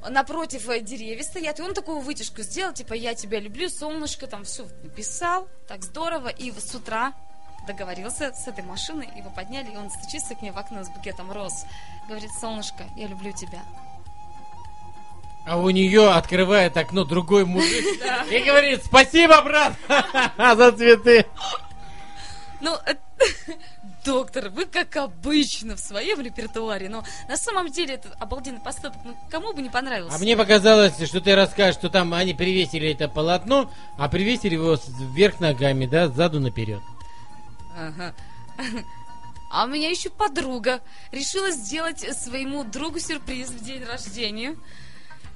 Speaker 2: Напротив э, деревья стоят, и он такую вытяжку сделал, типа я тебя люблю, солнышко, там все написал, так здорово. И с утра договорился с этой машиной, его подняли, и он стучится к ней в окно с букетом роз. Говорит, солнышко, я люблю тебя.
Speaker 1: А у нее открывает окно другой мужик
Speaker 2: (laughs)
Speaker 1: и говорит, спасибо, брат, (laughs) за цветы.
Speaker 2: Ну, э, (laughs) доктор, вы как обычно в своем репертуаре, но на самом деле это обалденный поступок. Ну, кому бы не понравился?
Speaker 1: А мне показалось, что ты расскажешь, что там они привесили это полотно, а привесили его с- вверх ногами, да, сзаду наперед.
Speaker 2: Ага. (laughs) А у меня еще подруга решила сделать своему другу сюрприз в день рождения.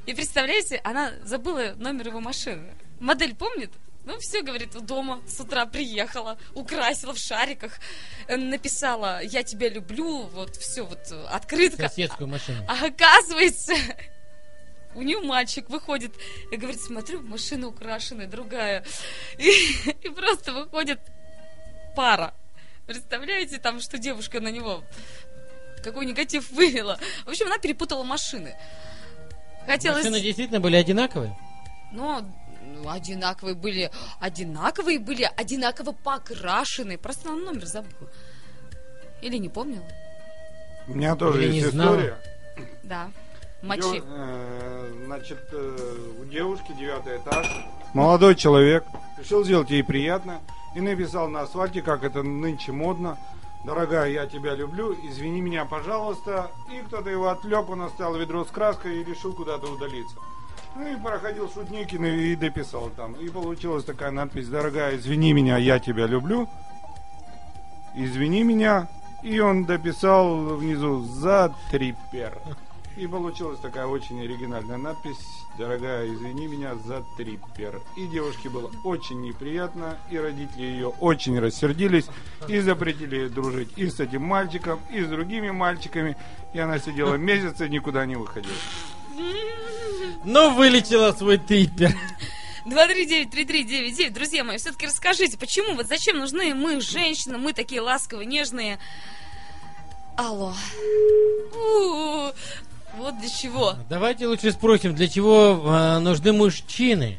Speaker 2: И представляете, она забыла номер его машины. Модель помнит? Ну, все, говорит, у дома с утра приехала, украсила в шариках, э, написала «Я тебя люблю», вот все, вот э, открытка.
Speaker 1: Соседскую машину.
Speaker 2: А оказывается, у нее мальчик выходит и говорит, смотрю, машина украшенная, другая. И, и просто выходит пара. Представляете, там, что девушка на него какой негатив вывела. В общем, она перепутала машины. Хотелось...
Speaker 1: Машины действительно были одинаковые?
Speaker 2: Но ну, одинаковые были, одинаковые были, одинаково покрашены. Просто она номер забыла. Или не помнила.
Speaker 5: У меня тоже
Speaker 1: Я не
Speaker 5: есть
Speaker 1: знала.
Speaker 5: история.
Speaker 2: Да. Мочи.
Speaker 5: Дев- э, значит, э, у девушки девятый этаж. Молодой человек решил сделать ей приятно и написал на асфальте, как это нынче модно. Дорогая, я тебя люблю, извини меня, пожалуйста. И кто-то его отвлек, он оставил ведро с краской и решил куда-то удалиться. Ну и проходил Шутникин и и дописал там. И получилась такая надпись, дорогая, извини меня, я тебя люблю. Извини меня. И он дописал внизу за три пера. И получилась такая очень оригинальная надпись «Дорогая, извини меня за триппер». И девушке было очень неприятно, и родители ее очень рассердились, и запретили ей дружить и с этим мальчиком, и с другими мальчиками. И она
Speaker 1: (laughs)
Speaker 5: сидела месяц и никуда не выходила.
Speaker 1: Но вылечила свой триппер.
Speaker 2: 239-3399. Друзья мои, все-таки расскажите, почему, вот зачем нужны мы, женщины, мы такие ласковые, нежные. Алло. У-у-у. Вот для чего.
Speaker 1: Давайте лучше спросим, для чего э, нужны мужчины?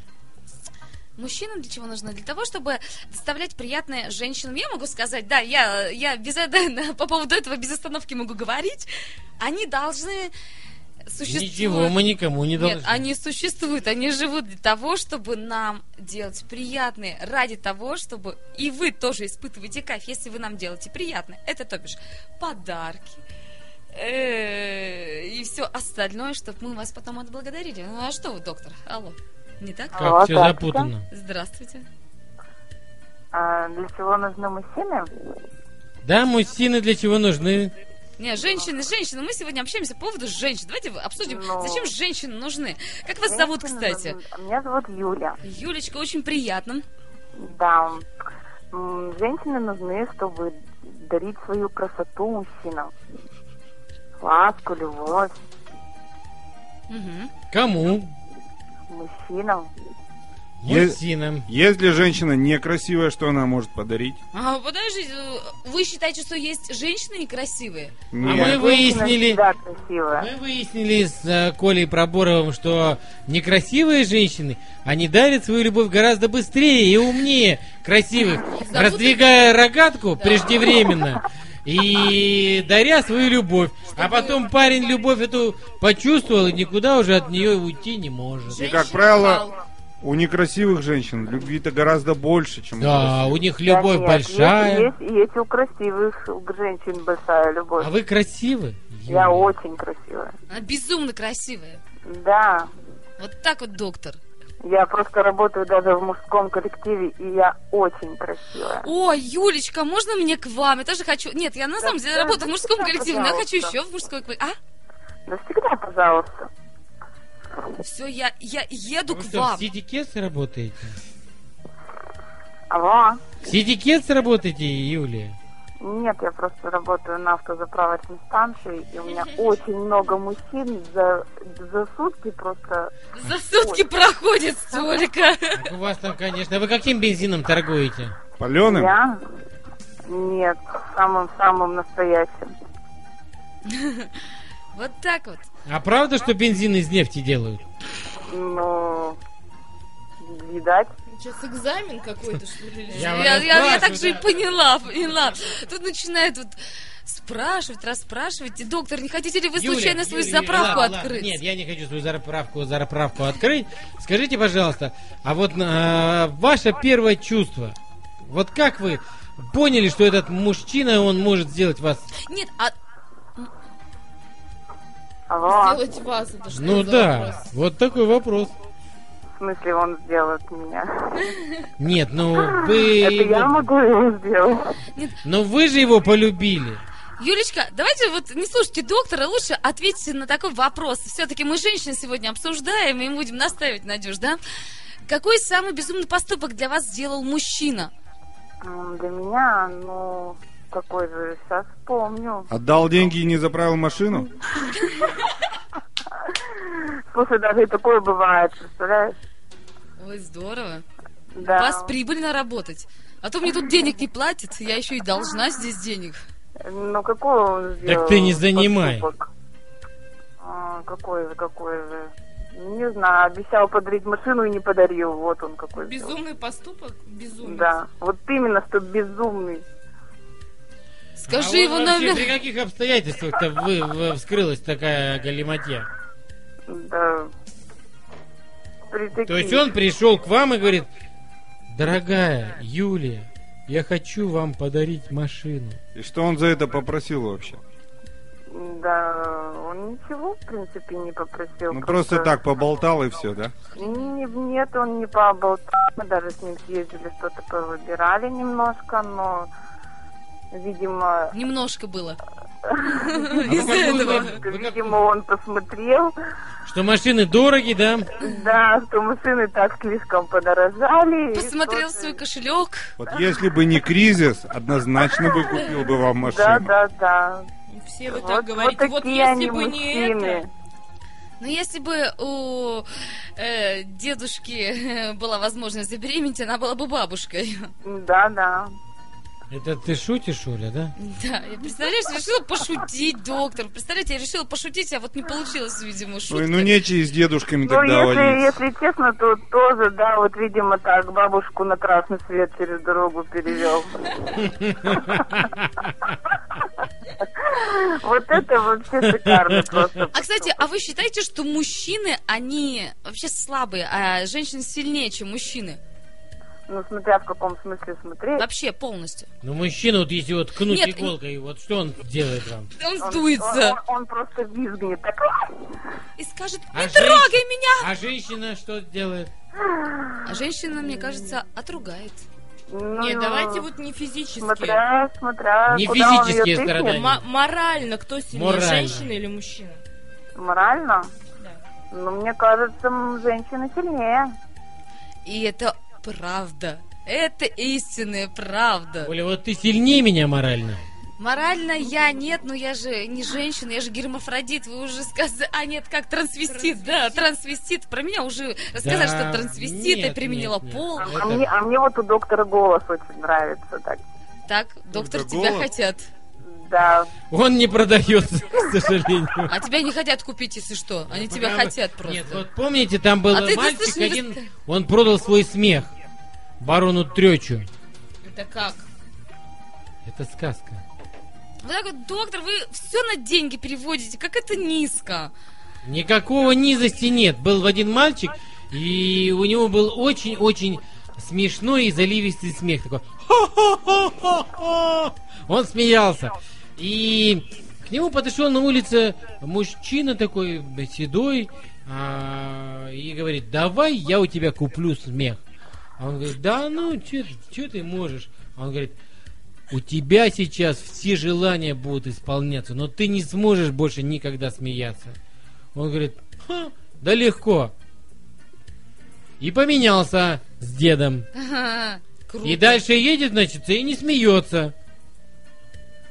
Speaker 2: Мужчинам для чего нужно? Для того, чтобы доставлять приятное женщинам. Я могу сказать, да, я, я без (laughs) этого, по поводу этого без остановки могу говорить. Они должны существовать.
Speaker 1: Ничего мы никому не должны.
Speaker 2: Нет, они существуют, они живут для того, чтобы нам делать приятное, ради того, чтобы и вы тоже испытываете кайф, если вы нам делаете приятное. Это, то бишь, подарки э, и все остальное, чтобы мы вас потом отблагодарили. Ну а что вы, доктор? Алло, не так?
Speaker 1: Как
Speaker 10: Вот
Speaker 1: все
Speaker 10: так-то.
Speaker 1: запутано.
Speaker 2: Здравствуйте.
Speaker 10: А для чего нужны мужчины?
Speaker 1: Да, мужчины для чего нужны?
Speaker 2: Не, женщины, женщины, мы сегодня общаемся по поводу женщин. Давайте обсудим,
Speaker 10: Ну.
Speaker 2: зачем женщины нужны. Как вас зовут,
Speaker 10: Женщины
Speaker 2: кстати?
Speaker 10: нужны. Меня зовут Юля.
Speaker 2: Юлечка, очень приятно.
Speaker 10: Да. М, Женщины нужны, чтобы дарить свою красоту мужчинам. Ласку, любовь
Speaker 2: Мгм.
Speaker 1: Кому?
Speaker 10: мужчинам.
Speaker 5: Е-
Speaker 1: Мужчинам.
Speaker 5: Если женщина некрасивая, что она может подарить?
Speaker 2: А, подождите, э, вы считаете, что есть женщины некрасивые?
Speaker 1: А мы
Speaker 5: Нет.
Speaker 1: выяснили,
Speaker 10: Да, красиво.
Speaker 1: мы выяснили с э, Колей Проборовым, что некрасивые женщины, они дарят свою любовь гораздо быстрее и умнее красивых,
Speaker 2: Забудут-
Speaker 1: раздвигая рогатку преждевременно и даря свою любовь. А потом парень любовь эту почувствовал и никуда уже от нее уйти не может.
Speaker 5: И, как правило, у некрасивых женщин любви-то гораздо больше, чем у
Speaker 1: Да,
Speaker 5: красивых.
Speaker 1: у них любовь
Speaker 10: Да нет,
Speaker 1: большая.
Speaker 10: Есть, есть, есть у красивых женщин большая любовь.
Speaker 1: А вы красивы?
Speaker 10: Я
Speaker 1: Юля.
Speaker 10: очень красивая.
Speaker 2: Она А, безумно красивая.
Speaker 10: Да,
Speaker 2: Вот так вот, доктор.
Speaker 10: я просто работаю даже в мужском коллективе, и я очень красивая.
Speaker 2: О, Юлечка, можно мне к вам? Я тоже хочу... Нет, я на самом деле
Speaker 10: да,
Speaker 2: работаю в мужском
Speaker 10: да,
Speaker 2: коллективе, но я хочу
Speaker 10: пожалуйста.
Speaker 2: еще в мужской А? коллективе.
Speaker 10: Да всегда, пожалуйста.
Speaker 2: А, все, я, я еду
Speaker 1: Вы
Speaker 2: к
Speaker 1: что, в
Speaker 2: вам.
Speaker 1: Ситикес работаете?
Speaker 10: Алло.
Speaker 1: В Ситикес работаете, Юлия?
Speaker 10: Нет, я просто работаю на автозаправочной станции, и у меня очень много мужчин за, за сутки просто...
Speaker 2: За сутки проходит столько.
Speaker 1: Так у вас там, конечно. Вы каким бензином торгуете?
Speaker 5: Паленым?
Speaker 10: Я? Нет, самым-самым настоящим.
Speaker 2: (laughs) Вот так вот.
Speaker 1: А правда, что бензин из нефти делают?
Speaker 10: Ну, видать.
Speaker 3: Сейчас экзамен какой-то, что ли?
Speaker 10: (laughs)
Speaker 3: или-
Speaker 1: Я
Speaker 2: Я,
Speaker 1: вас
Speaker 2: я- я так
Speaker 1: спрашиваю,
Speaker 2: же и
Speaker 1: да.
Speaker 2: поняла, поняла. Тут начинает вот спрашивать, расспрашивать. И, Доктор, не хотите ли вы
Speaker 1: Юля,
Speaker 2: случайно свою
Speaker 1: Юля, Юля,
Speaker 2: заправку
Speaker 1: ладно,
Speaker 2: открыть?
Speaker 1: Нет, я не хочу свою заправку, заправку открыть. Скажите, пожалуйста, а вот а, ваше первое чувство, вот как вы поняли, что этот мужчина, он может сделать вас...
Speaker 2: Нет, а
Speaker 10: Алло.
Speaker 3: Сделать вас, это что
Speaker 1: ну
Speaker 3: за
Speaker 1: да,
Speaker 3: вопрос?
Speaker 1: вот такой вопрос.
Speaker 10: В смысле, он сделает меня.
Speaker 1: Нет, ну вы...
Speaker 10: Это я могу его сделать.
Speaker 1: Но вы же его полюбили.
Speaker 2: Юлечка, давайте вот не слушайте доктора, лучше ответьте на такой вопрос. Все-таки мы женщин сегодня обсуждаем и будем наставить Надюш, да? Какой самый безумный поступок для вас сделал мужчина?
Speaker 10: М, Для меня, ну, какой же, сейчас вспомню.
Speaker 5: Отдал деньги и не заправил машину?
Speaker 10: Слушай, даже и такое бывает, представляешь?
Speaker 2: Ой, здорово.
Speaker 10: Да.
Speaker 2: Вас прибыльно работать. А то мне тут денег не платят, я еще и должна здесь денег.
Speaker 10: Ну, какой он сделал
Speaker 1: ты не занимай.
Speaker 10: поступок? А, Какой же, какой же. Не знаю, обещал подарить машину и не подарил. Вот он какой. сделал.
Speaker 3: Безумный поступок? Безумный.
Speaker 10: Да, вот именно, что безумный.
Speaker 2: Скажи
Speaker 1: А
Speaker 2: его
Speaker 1: вот вообще
Speaker 2: номер.
Speaker 1: При каких обстоятельствах-то вы, вы- вскрылась такая галиматья?
Speaker 10: Да. При таких-
Speaker 1: То есть он пришел к вам и говорит, дорогая Юлия, я хочу вам подарить машину.
Speaker 5: И что он за это попросил вообще?
Speaker 10: Да, он ничего, в принципе, не попросил.
Speaker 5: Ну просто так поболтал и все, да?
Speaker 10: Не- Нет, он не поболтал. Мы даже с ним съездили, что-то повыбирали немножко, но, видимо, э,
Speaker 2: Немножко было.
Speaker 1: Из-за этого.
Speaker 10: видимо, он посмотрел,
Speaker 1: Что машины дороги, да?
Speaker 10: да, что машины так слишком подорожали. и
Speaker 2: Посмотрел
Speaker 10: что-то-
Speaker 2: свой кошелек.
Speaker 5: Вот если бы не кризис, однозначно бы купил бы вам
Speaker 10: Да,
Speaker 5: машину.
Speaker 10: да, да.
Speaker 3: Все вы
Speaker 10: вот,
Speaker 3: так говорите.
Speaker 10: вот
Speaker 3: Вот
Speaker 10: такие они
Speaker 3: если бы не
Speaker 10: мужчины.
Speaker 3: это...
Speaker 2: Но ну, если бы у э, дедушки э, была возможность забеременеть, она была бы бабушкой.
Speaker 10: Да, да.
Speaker 1: Это ты шутишь, Оля, да?
Speaker 2: Да, я, представляешь, решила пошутить, доктор. Представляете, я решила пошутить, а вот не получилось, видимо,
Speaker 5: Ой,
Speaker 2: шутка.
Speaker 5: ну нечего и с дедушками
Speaker 10: Ну,
Speaker 5: тогда
Speaker 10: если,
Speaker 5: водиться.
Speaker 10: если честно, то тоже, да, вот, видимо, так, бабушку на красный свет через дорогу перевел. (laughs) Вот это вообще шикарно просто.
Speaker 2: А, кстати, а вы считаете, что мужчины, они вообще слабые, а женщины сильнее, чем мужчины?
Speaker 10: Ну, смотря в каком смысле смотреть.
Speaker 2: Вообще полностью.
Speaker 1: Ну мужчину вот если вот ткнуть
Speaker 2: Нет,
Speaker 1: иголкой, вот что он делает вам?
Speaker 2: Он
Speaker 10: Он-
Speaker 2: сдуется
Speaker 10: Он, он- он просто визгнет. Так,
Speaker 2: и скажет,
Speaker 1: А
Speaker 2: не
Speaker 1: женщ-
Speaker 2: трогай меня!
Speaker 1: А женщина что делает?
Speaker 2: А женщина, мне кажется, отругает.
Speaker 10: ну,
Speaker 3: Нет, давайте вот не физически.
Speaker 10: Смотря, смотря,
Speaker 1: Не
Speaker 10: а куда он её
Speaker 1: физические
Speaker 10: тыкнет.
Speaker 1: страдания.
Speaker 3: Ма- морально кто сильнее,
Speaker 1: Морально.
Speaker 3: (laughs) женщина или мужчина?
Speaker 10: Морально?
Speaker 3: Да.
Speaker 10: Ну, мне кажется, м, женщина сильнее.
Speaker 2: И это правда. Это истинная правда.
Speaker 1: Оля, вот ты сильнее меня морально.
Speaker 2: Морально я нет, но я же не женщина, я же гермафродит, вы уже сказали... А, нет, как трансвестит, да, трансвестит. Про меня уже рассказали,
Speaker 1: Да,
Speaker 2: что трансвестит, я
Speaker 1: нет,
Speaker 2: применила
Speaker 1: нет, нет.
Speaker 2: пол.
Speaker 10: А,
Speaker 1: Это-
Speaker 10: мне, а мне вот у доктора голос очень нравится. Так.
Speaker 2: Так, доктор,
Speaker 5: Только
Speaker 2: тебя
Speaker 5: голос.
Speaker 2: хотят.
Speaker 10: Да,
Speaker 1: Он не продается, к сожалению.
Speaker 2: А тебя не хотят купить, если что. Они тебя
Speaker 1: Правда?
Speaker 2: хотят
Speaker 1: Нет,
Speaker 2: просто.
Speaker 1: вот помните, там был
Speaker 2: А ты
Speaker 1: мальчик
Speaker 2: достаточно
Speaker 1: один,
Speaker 2: высоко.
Speaker 1: он продал свой смех барону Трёчу.
Speaker 3: Это как?
Speaker 1: Это сказка.
Speaker 2: Вы так вот, доктор, вы все на деньги переводите, как это низко.
Speaker 1: Никакого низости нет. Был один мальчик, и у него был очень-очень смешной и заливистый смех. Такой «Хо-хо-хо-хо-хо». Он смеялся. И к нему подошел на улице мужчина такой э, седой а, и говорит, давай я у тебя куплю смех. А он говорит, да ну, что ты можешь? А он говорит, у тебя сейчас все желания будут исполняться, но ты не сможешь больше никогда смеяться. Он говорит, «Ха, да легко. И поменялся с дедом.
Speaker 2: Ага, Круто.
Speaker 1: И дальше едет, значит, и не смеется.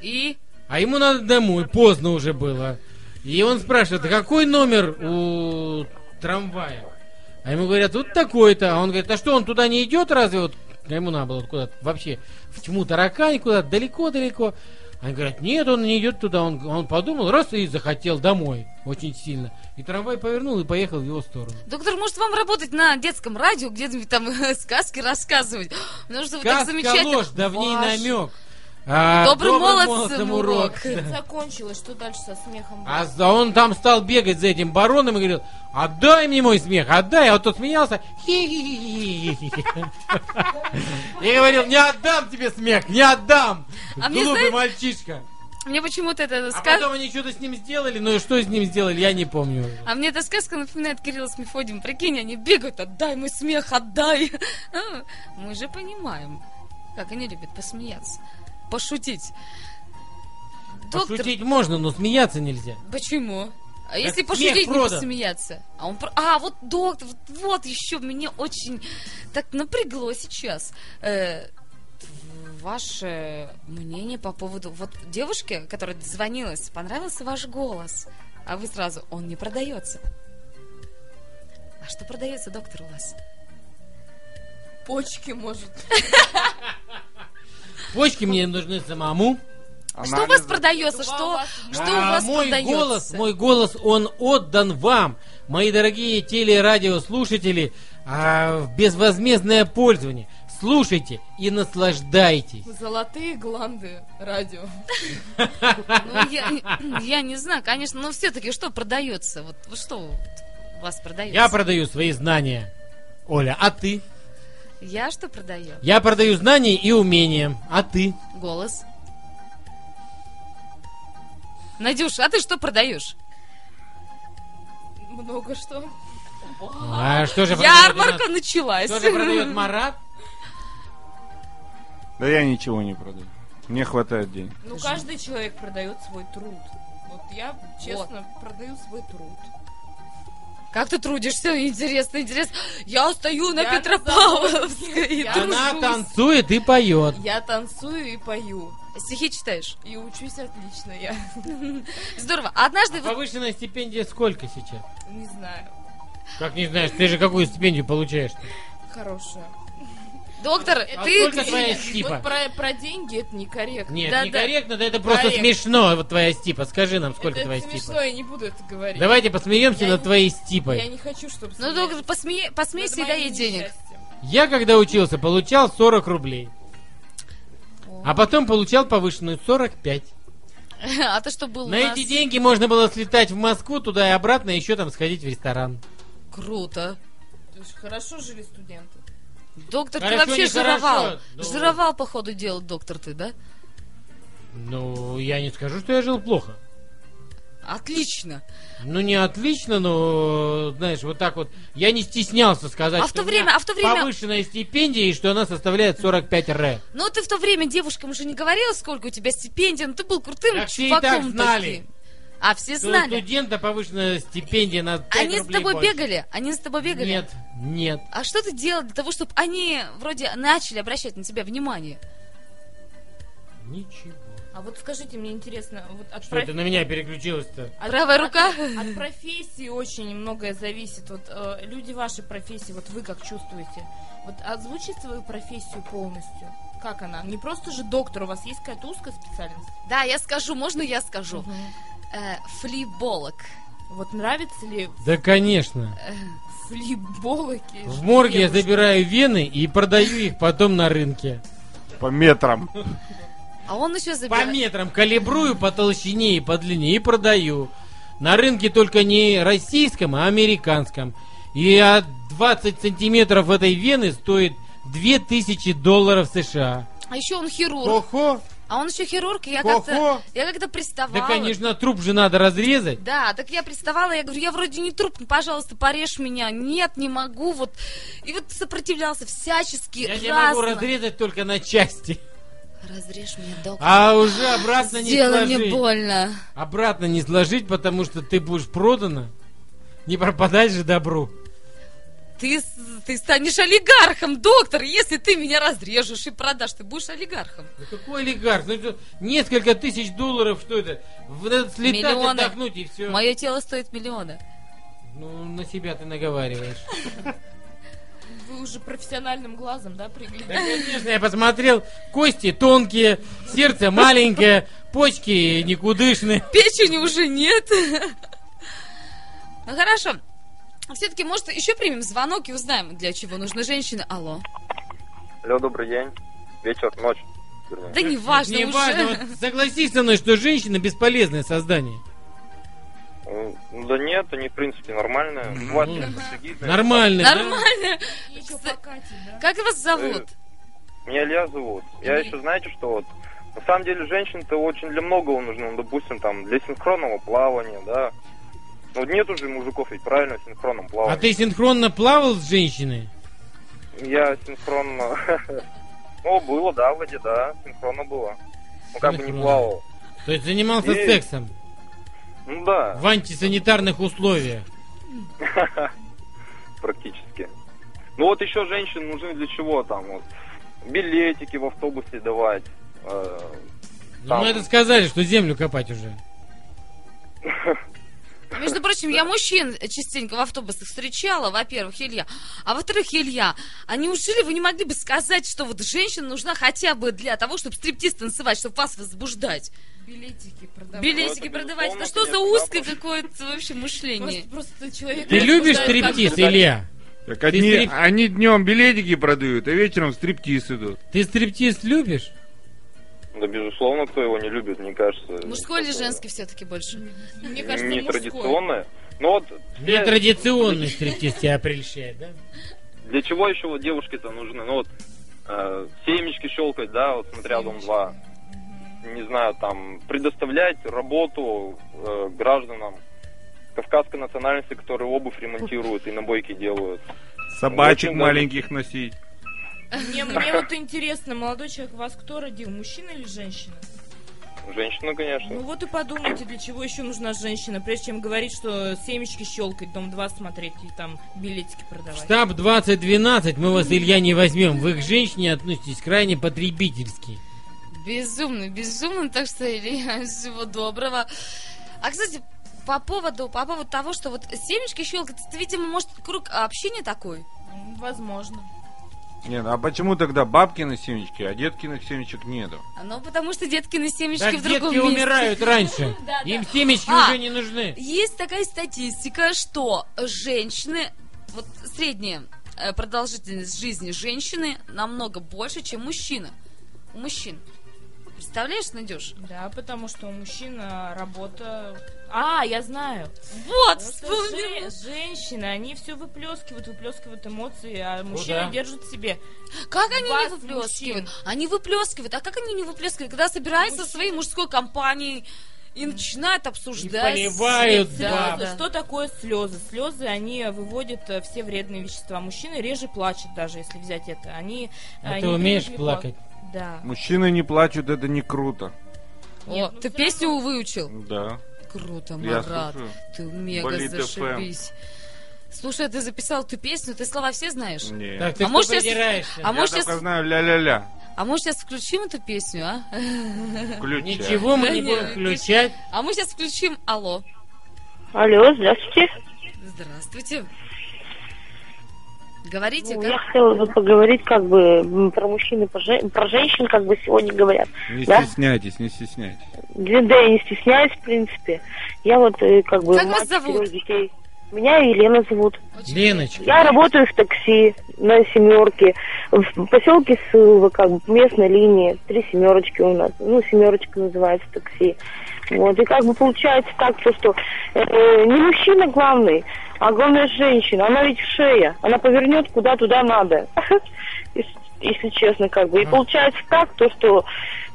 Speaker 2: И?
Speaker 1: А ему надо домой, поздно уже было. И он спрашивает, «А какой номер у трамвая? А ему говорят, вот такой-то. А он говорит, а что, он туда не идет разве? Вот а ему надо было куда-то вообще в тьму таракань, куда-то далеко-далеко. А Они говорят, нет, он не идет туда. Он, он подумал, раз и захотел домой очень сильно. И трамвай повернул и поехал в его сторону.
Speaker 2: Доктор, может вам работать на детском радио, где-нибудь там (laughs) сказки рассказывать? Потому что вы Ну, так
Speaker 1: Сказка
Speaker 2: замечательно...
Speaker 1: ложь, да в ней
Speaker 2: Ваш-
Speaker 1: намек. А,
Speaker 2: Добрый молод всем урок.
Speaker 1: да.
Speaker 3: Закончилось, что дальше со смехом? было?
Speaker 1: А за- он там стал бегать за этим бароном и говорил, отдай мне мой смех, отдай. А вот тот смеялся. «Хи-хи-хи-хи-хи-хи». И говорил, не отдам тебе смех, не отдам.
Speaker 2: А мне,
Speaker 1: Глупый
Speaker 2: знаете-
Speaker 1: мальчишка.
Speaker 2: Мне почему-то эта
Speaker 1: А
Speaker 2: сказка...
Speaker 1: потом они что-то с ним сделали, но и что с ним сделали, я не помню.
Speaker 2: А мне эта сказка напоминает Кирилла с Мефодием. Прикинь, они бегают, отдай мой смех, отдай. (laughs) Ну, Мы же понимаем, как они любят посмеяться, пошутить. Доктор,
Speaker 1: Пошутить можно, но смеяться нельзя.
Speaker 2: почему? А если
Speaker 1: смех
Speaker 2: пошутить, не
Speaker 1: продан.
Speaker 2: посмеяться? А, он... про- а, вот доктор, вот, вот еще меня очень так напрягло сейчас. Э, ваше мнение по поводу... Вот девушке, которая дозвонилась, понравился ваш голос, а вы сразу, он не продается. А что продается, доктор, у вас?
Speaker 3: Почки, может.
Speaker 1: Почки мне нужны самому.
Speaker 2: А Что у вас продается?
Speaker 3: Два
Speaker 2: Что,
Speaker 3: у вас.
Speaker 2: что у
Speaker 1: А
Speaker 2: вас
Speaker 1: мой
Speaker 2: продается?
Speaker 1: голос, мой голос, он отдан вам, мои дорогие телерадиослушатели, а, в безвозмездное пользование. Слушайте и наслаждайтесь.
Speaker 3: Золотые гланды радио.
Speaker 2: Ну, я, я не знаю, конечно, но все-таки что продается? Вот вот что у вас продается?
Speaker 1: Я продаю свои знания. Оля, а ты?
Speaker 2: Я что продаю?
Speaker 1: Я продаю знания и умения. А ты?
Speaker 2: Голос. Надюш, а ты что продаешь?
Speaker 3: Много что.
Speaker 1: А что
Speaker 3: (laughs)
Speaker 1: же продает,
Speaker 2: Ярмарка
Speaker 1: Ренат?
Speaker 2: началась.
Speaker 1: Что же продает Марат?
Speaker 5: Да я ничего не продаю. Мне хватает денег.
Speaker 3: Ну, каждый человек продает свой труд. Вот я, честно, продаю свой труд.
Speaker 2: Как ты трудишься? Интересно, интересно. Я стою на
Speaker 3: Я на
Speaker 2: Петропавловской
Speaker 3: (laughs)
Speaker 2: и
Speaker 3: Я
Speaker 1: Она
Speaker 2: тружусь.
Speaker 1: танцует и поет.
Speaker 3: Я танцую и пою.
Speaker 2: Стихи читаешь.
Speaker 3: И учусь отлично, я
Speaker 2: (laughs) Здорово. А Однажды... вот-
Speaker 1: Повышенная стипендия сколько сейчас?
Speaker 3: не знаю.
Speaker 1: Как не знаешь, ты же какую стипендию получаешь?
Speaker 3: Хорошая.
Speaker 2: Доктор,
Speaker 1: А
Speaker 2: ты...
Speaker 1: сколько твоя стипа?
Speaker 3: Вот про, про деньги это некорректно.
Speaker 1: Нет,
Speaker 2: Да, да.
Speaker 1: некорректно, да. это просто
Speaker 3: Корректно.
Speaker 1: смешно, вот твоя стипа. Скажи нам, сколько
Speaker 3: это
Speaker 1: твоя
Speaker 3: смешно,
Speaker 1: стипа.
Speaker 3: я не буду это говорить.
Speaker 1: Давайте посмеемся
Speaker 3: Я
Speaker 1: над
Speaker 3: не-
Speaker 1: твоей
Speaker 3: Я
Speaker 1: стипой.
Speaker 3: не хочу, чтобы...
Speaker 2: Ну, доктор, посме- посмейся и дай ей денег.
Speaker 1: Я, когда учился, получал 40 рублей. А потом получал повышенную 45.
Speaker 2: А ты что был у
Speaker 1: На
Speaker 2: нас?
Speaker 1: эти деньги можно было слетать в Москву, туда и обратно, и еще там сходить в ресторан.
Speaker 2: Круто.
Speaker 3: Хорошо жили студенты.
Speaker 2: Доктор,
Speaker 1: Хорошо,
Speaker 2: ты вообще
Speaker 1: не хорошо, Ну.
Speaker 2: жировал.
Speaker 1: но-
Speaker 2: Жировал, походу, делал доктор ты, да?
Speaker 1: Ну, я не скажу, что я жил плохо.
Speaker 2: Отлично.
Speaker 1: Ну, не отлично, но, знаешь, вот так вот. Я не стеснялся сказать,
Speaker 2: А в
Speaker 1: что
Speaker 2: то
Speaker 1: у меня
Speaker 2: время- а в то время-
Speaker 1: повышенная стипендия, и что она составляет 45 ре.
Speaker 2: Но Ну, ты в то время девушкам уже не говорила, сколько у тебя стипендий, но ты был крутым
Speaker 1: Так все и
Speaker 2: чуваком.
Speaker 1: так знали.
Speaker 2: таким. А все
Speaker 1: Что у
Speaker 2: знали.
Speaker 1: студента повышенная стипендия на 5
Speaker 2: Они с
Speaker 1: рублей
Speaker 2: тобой
Speaker 1: больше.
Speaker 2: бегали? Они с тобой бегали?
Speaker 1: Нет, нет.
Speaker 2: А что ты делал для того, чтобы они вроде начали обращать на тебя внимание?
Speaker 1: Ничего.
Speaker 3: А вот скажите, мне интересно, вот от
Speaker 1: Что это на меня переключилось-то?
Speaker 3: От-
Speaker 2: Правая
Speaker 3: от-
Speaker 2: рука.
Speaker 3: От, профессии очень многое зависит. Вот э, люди вашей профессии, вот вы как чувствуете? Вот озвучите свою профессию полностью. Как она? Не просто же доктор, у вас есть какая-то узкая специальность?
Speaker 2: Да, я скажу, можно я скажу? Э, флиболог.
Speaker 3: Вот нравится ли
Speaker 1: Да, конечно.
Speaker 2: Э,
Speaker 3: флиболоки?
Speaker 1: В морге я
Speaker 3: девушкам?
Speaker 1: забираю вены и продаю их потом на рынке.
Speaker 11: По метрам.
Speaker 2: А он еще
Speaker 1: По
Speaker 2: забирает...
Speaker 1: метрам калибрую по толщине и по длине и продаю. На рынке только не российском, а американском. И от 20 сантиметров этой вены стоит 2000 долларов США.
Speaker 2: А еще он хирург.
Speaker 1: Охо!
Speaker 2: А он еще хирург, и я как-то...
Speaker 1: Охо!
Speaker 2: Я как-то приставала.
Speaker 1: Да, конечно, труп же надо разрезать.
Speaker 2: Да, так я приставала, я говорю, я вроде не труп, ну, пожалуйста, порежь меня. Нет, не могу, вот. И вот сопротивлялся всячески,
Speaker 1: Я тебя могу
Speaker 2: разно.
Speaker 1: разрезать только на части.
Speaker 2: Разрежь меня, доктор.
Speaker 1: А уже обратно не
Speaker 2: Сделай мне
Speaker 1: сложить.
Speaker 2: больно.
Speaker 1: Обратно не сложить, потому что ты будешь продана. Не пропадай же добру.
Speaker 2: Ты, с- ты станешь олигархом, доктор, если ты меня разрежешь и продашь, ты будешь олигархом.
Speaker 1: Да какой олигарх? Ну, это несколько тысяч долларов, что это? В этот слетать,
Speaker 2: Миллионы.
Speaker 1: отдохнуть и все.
Speaker 2: Мое тело стоит миллионы.
Speaker 1: Ну, на себя ты наговариваешь.
Speaker 3: Вы уже профессиональным глазом, да, приглянули?
Speaker 1: Да, конечно, я посмотрел. Кости тонкие, сердце маленькое, почки никудышные.
Speaker 2: Печени уже нет. Ну хорошо. Все-таки, может, еще примем звонок и узнаем, для чего нужна женщина. Алло.
Speaker 7: Алло, добрый день. Вечер, ночь. вернее.
Speaker 2: Да не важно
Speaker 1: Не
Speaker 2: уже.
Speaker 1: важно, вот согласись со мной, что женщина бесполезное создание.
Speaker 7: Э, ну Да нет, они в принципе нормальные. Бывают
Speaker 1: Ну,
Speaker 7: конечно, фигитные.
Speaker 1: Нормально, да?
Speaker 2: Нормально.
Speaker 3: Еще
Speaker 2: Кстати,
Speaker 3: покатим, да?
Speaker 2: Как вас зовут?
Speaker 7: Меня Илья зовут. Я
Speaker 2: Мгм.
Speaker 7: еще, знаете, что вот... На самом деле женщин-то очень для многого нужно. Ну, допустим, там, для синхронного плавания, да. Ну, нет уже мужиков ведь правильно в синхронном
Speaker 1: А
Speaker 7: плавании.
Speaker 1: ты синхронно плавал с женщиной?
Speaker 7: Я синхронно... (laughs) Ну, было, да, в воде, да. Синхронно было. Ну, как бы не
Speaker 1: Синхронно.
Speaker 7: плавал.
Speaker 1: То есть занимался
Speaker 7: Нет.
Speaker 1: сексом
Speaker 7: Ну, да,
Speaker 1: в антисанитарных условиях?
Speaker 7: (laughs) практически. Ну, вот еще женщин нужны для чего там? Вот, билетики в автобусе давать. э,
Speaker 1: Ну,
Speaker 7: Там.
Speaker 1: мы это сказали, что землю копать уже.
Speaker 2: Между прочим, я мужчин частенько в автобусах встречала, во-первых, Илья. А во-вторых, Илья, а неужели вы не могли бы сказать, что вот женщина нужна хотя бы для того, чтобы стриптиз танцевать, чтобы вас возбуждать?
Speaker 3: Билетики продавать.
Speaker 2: Билетики
Speaker 7: это
Speaker 2: продавать. Это что
Speaker 7: безусловно,
Speaker 2: за
Speaker 7: конечно,
Speaker 2: узкое
Speaker 7: да,
Speaker 2: какое-то вообще мышление?
Speaker 3: Может, просто человек...
Speaker 1: Ты
Speaker 7: Я
Speaker 1: любишь
Speaker 3: обсуждает, как
Speaker 1: стриптиз,
Speaker 7: бы-
Speaker 1: Илья?
Speaker 5: Так
Speaker 1: Ты
Speaker 5: одни,
Speaker 1: стрип-
Speaker 11: Они днем билетики продают, а вечером стриптиз идут.
Speaker 1: Ты стриптиз любишь?
Speaker 7: Да, безусловно, кто его не любит, мне кажется.
Speaker 2: Мужской или
Speaker 7: Такое
Speaker 2: женский все-таки больше?
Speaker 3: Мне кажется, мужской.
Speaker 7: Нетрадиционное. Ну вот... для-
Speaker 1: Нетрадиционный стриптиз тебя прельщает, да?
Speaker 7: Для чего еще вот девушки-то нужны? Ну вот, э, семечки щелкать, да, вот смотря Дом-2. Не знаю, там, предоставлять работу э, гражданам кавказской национальности, которые обувь ремонтируют и набойки делают.
Speaker 11: Собачек
Speaker 7: Очень даже.
Speaker 11: маленьких носить.
Speaker 3: Мне,
Speaker 2: (laughs)
Speaker 3: мне вот интересно, молодой человек, вас кто родил, мужчина или женщина?
Speaker 7: Женщина,
Speaker 3: Ну
Speaker 7: конечно.
Speaker 3: вот и подумайте, для чего еще нужна женщина, прежде чем говорить, что семечки щелкать, дом 2 смотреть и там билетики
Speaker 1: В
Speaker 3: продавать.
Speaker 1: штаб 2012 мы вас, Илья, не возьмем. Вы к женщине относитесь крайне потребительски.
Speaker 2: Безумно, безумно, так что, Илья, всего доброго. А, кстати, по поводу, по поводу того, что вот семечки щелкать, это, видимо, может, круг общения такой?
Speaker 3: М, Возможно.
Speaker 5: Нет, а почему тогда бабки на семечки, а деткиных семечек нету?
Speaker 2: Ну, потому что детки на семечки
Speaker 1: Так
Speaker 2: в другом
Speaker 1: детки
Speaker 2: месте.
Speaker 1: умирают раньше.
Speaker 2: (laughs) Да, да.
Speaker 1: Им семечки
Speaker 2: А.
Speaker 1: уже не нужны.
Speaker 2: Есть такая статистика, что женщины, вот средняя э, продолжительность жизни женщины намного больше, чем мужчина. У мужчин. Представляешь, Надюш?
Speaker 3: Да, потому что у мужчин а, работа... А, я знаю.
Speaker 2: Вот,
Speaker 3: Потому что
Speaker 2: вспомнила.
Speaker 3: же- женщины, они все выплескивают, выплескивают эмоции, а мужчины
Speaker 1: Ну да.
Speaker 3: держат в себе.
Speaker 2: Как они
Speaker 3: Вас,
Speaker 2: не выплескивают? Они выплескивают. А как они не выплескивают? Когда собираются со своей мужской компанией и начинают обсуждать.
Speaker 1: И поливают баб.
Speaker 2: свет, да,
Speaker 3: Слезы.
Speaker 2: да.
Speaker 3: Что такое слезы? Слезы, они выводят э, все вредные вещества. Мужчины реже плачут даже, если взять это. Они,
Speaker 1: А
Speaker 3: э,
Speaker 1: ты
Speaker 3: не
Speaker 1: умеешь
Speaker 3: привыкли
Speaker 1: плакать?
Speaker 3: Да.
Speaker 11: Мужчины не плачут, это не круто.
Speaker 2: О,
Speaker 3: Нет, ну
Speaker 2: ты
Speaker 3: всё
Speaker 2: песню
Speaker 3: равно.
Speaker 2: выучил?
Speaker 5: Да.
Speaker 2: Круто,
Speaker 5: Я
Speaker 2: Марат.
Speaker 5: слушаю.
Speaker 2: Ты мега
Speaker 5: Болит FM.
Speaker 2: зашибись. Слушай, а ты записал ту песню, ты слова все знаешь?
Speaker 5: Нет.
Speaker 1: Так, ты
Speaker 2: А
Speaker 1: что
Speaker 2: может, я с-
Speaker 1: придираешься?
Speaker 2: а
Speaker 5: Я
Speaker 2: может, я
Speaker 5: только
Speaker 2: с-
Speaker 5: знаю ля-ля-ля.
Speaker 2: А мы сейчас включим эту песню, а?
Speaker 1: Включай. Ничего мы не будем включать.
Speaker 2: А мы сейчас включим «Алло».
Speaker 12: Алло, здравствуйте.
Speaker 2: Здравствуйте. Говорите,
Speaker 12: Ну,
Speaker 2: как...
Speaker 12: Я хотела бы поговорить как бы м, про мужчин и про, жен- про женщин, как бы сегодня говорят.
Speaker 5: Не
Speaker 12: да?
Speaker 5: стесняйтесь, не стесняйтесь.
Speaker 12: Да, я не стесняюсь, в принципе. Я вот э, как бы...
Speaker 2: Как вас
Speaker 12: мать
Speaker 2: зовут?
Speaker 12: четырех детей. Меня Елена зовут.
Speaker 1: Леночка.
Speaker 12: Я работаю в такси на семерке. В поселке Сылва, как бы местной линии. Три семерочки у нас. Ну, семерочка называется такси. Вот. И как бы получается так, то, что э, не мужчина главный, а главная женщина. Она ведь шея. Она повернет куда туда надо. (laughs) Ес- Если честно, как бы. И получается так, то, что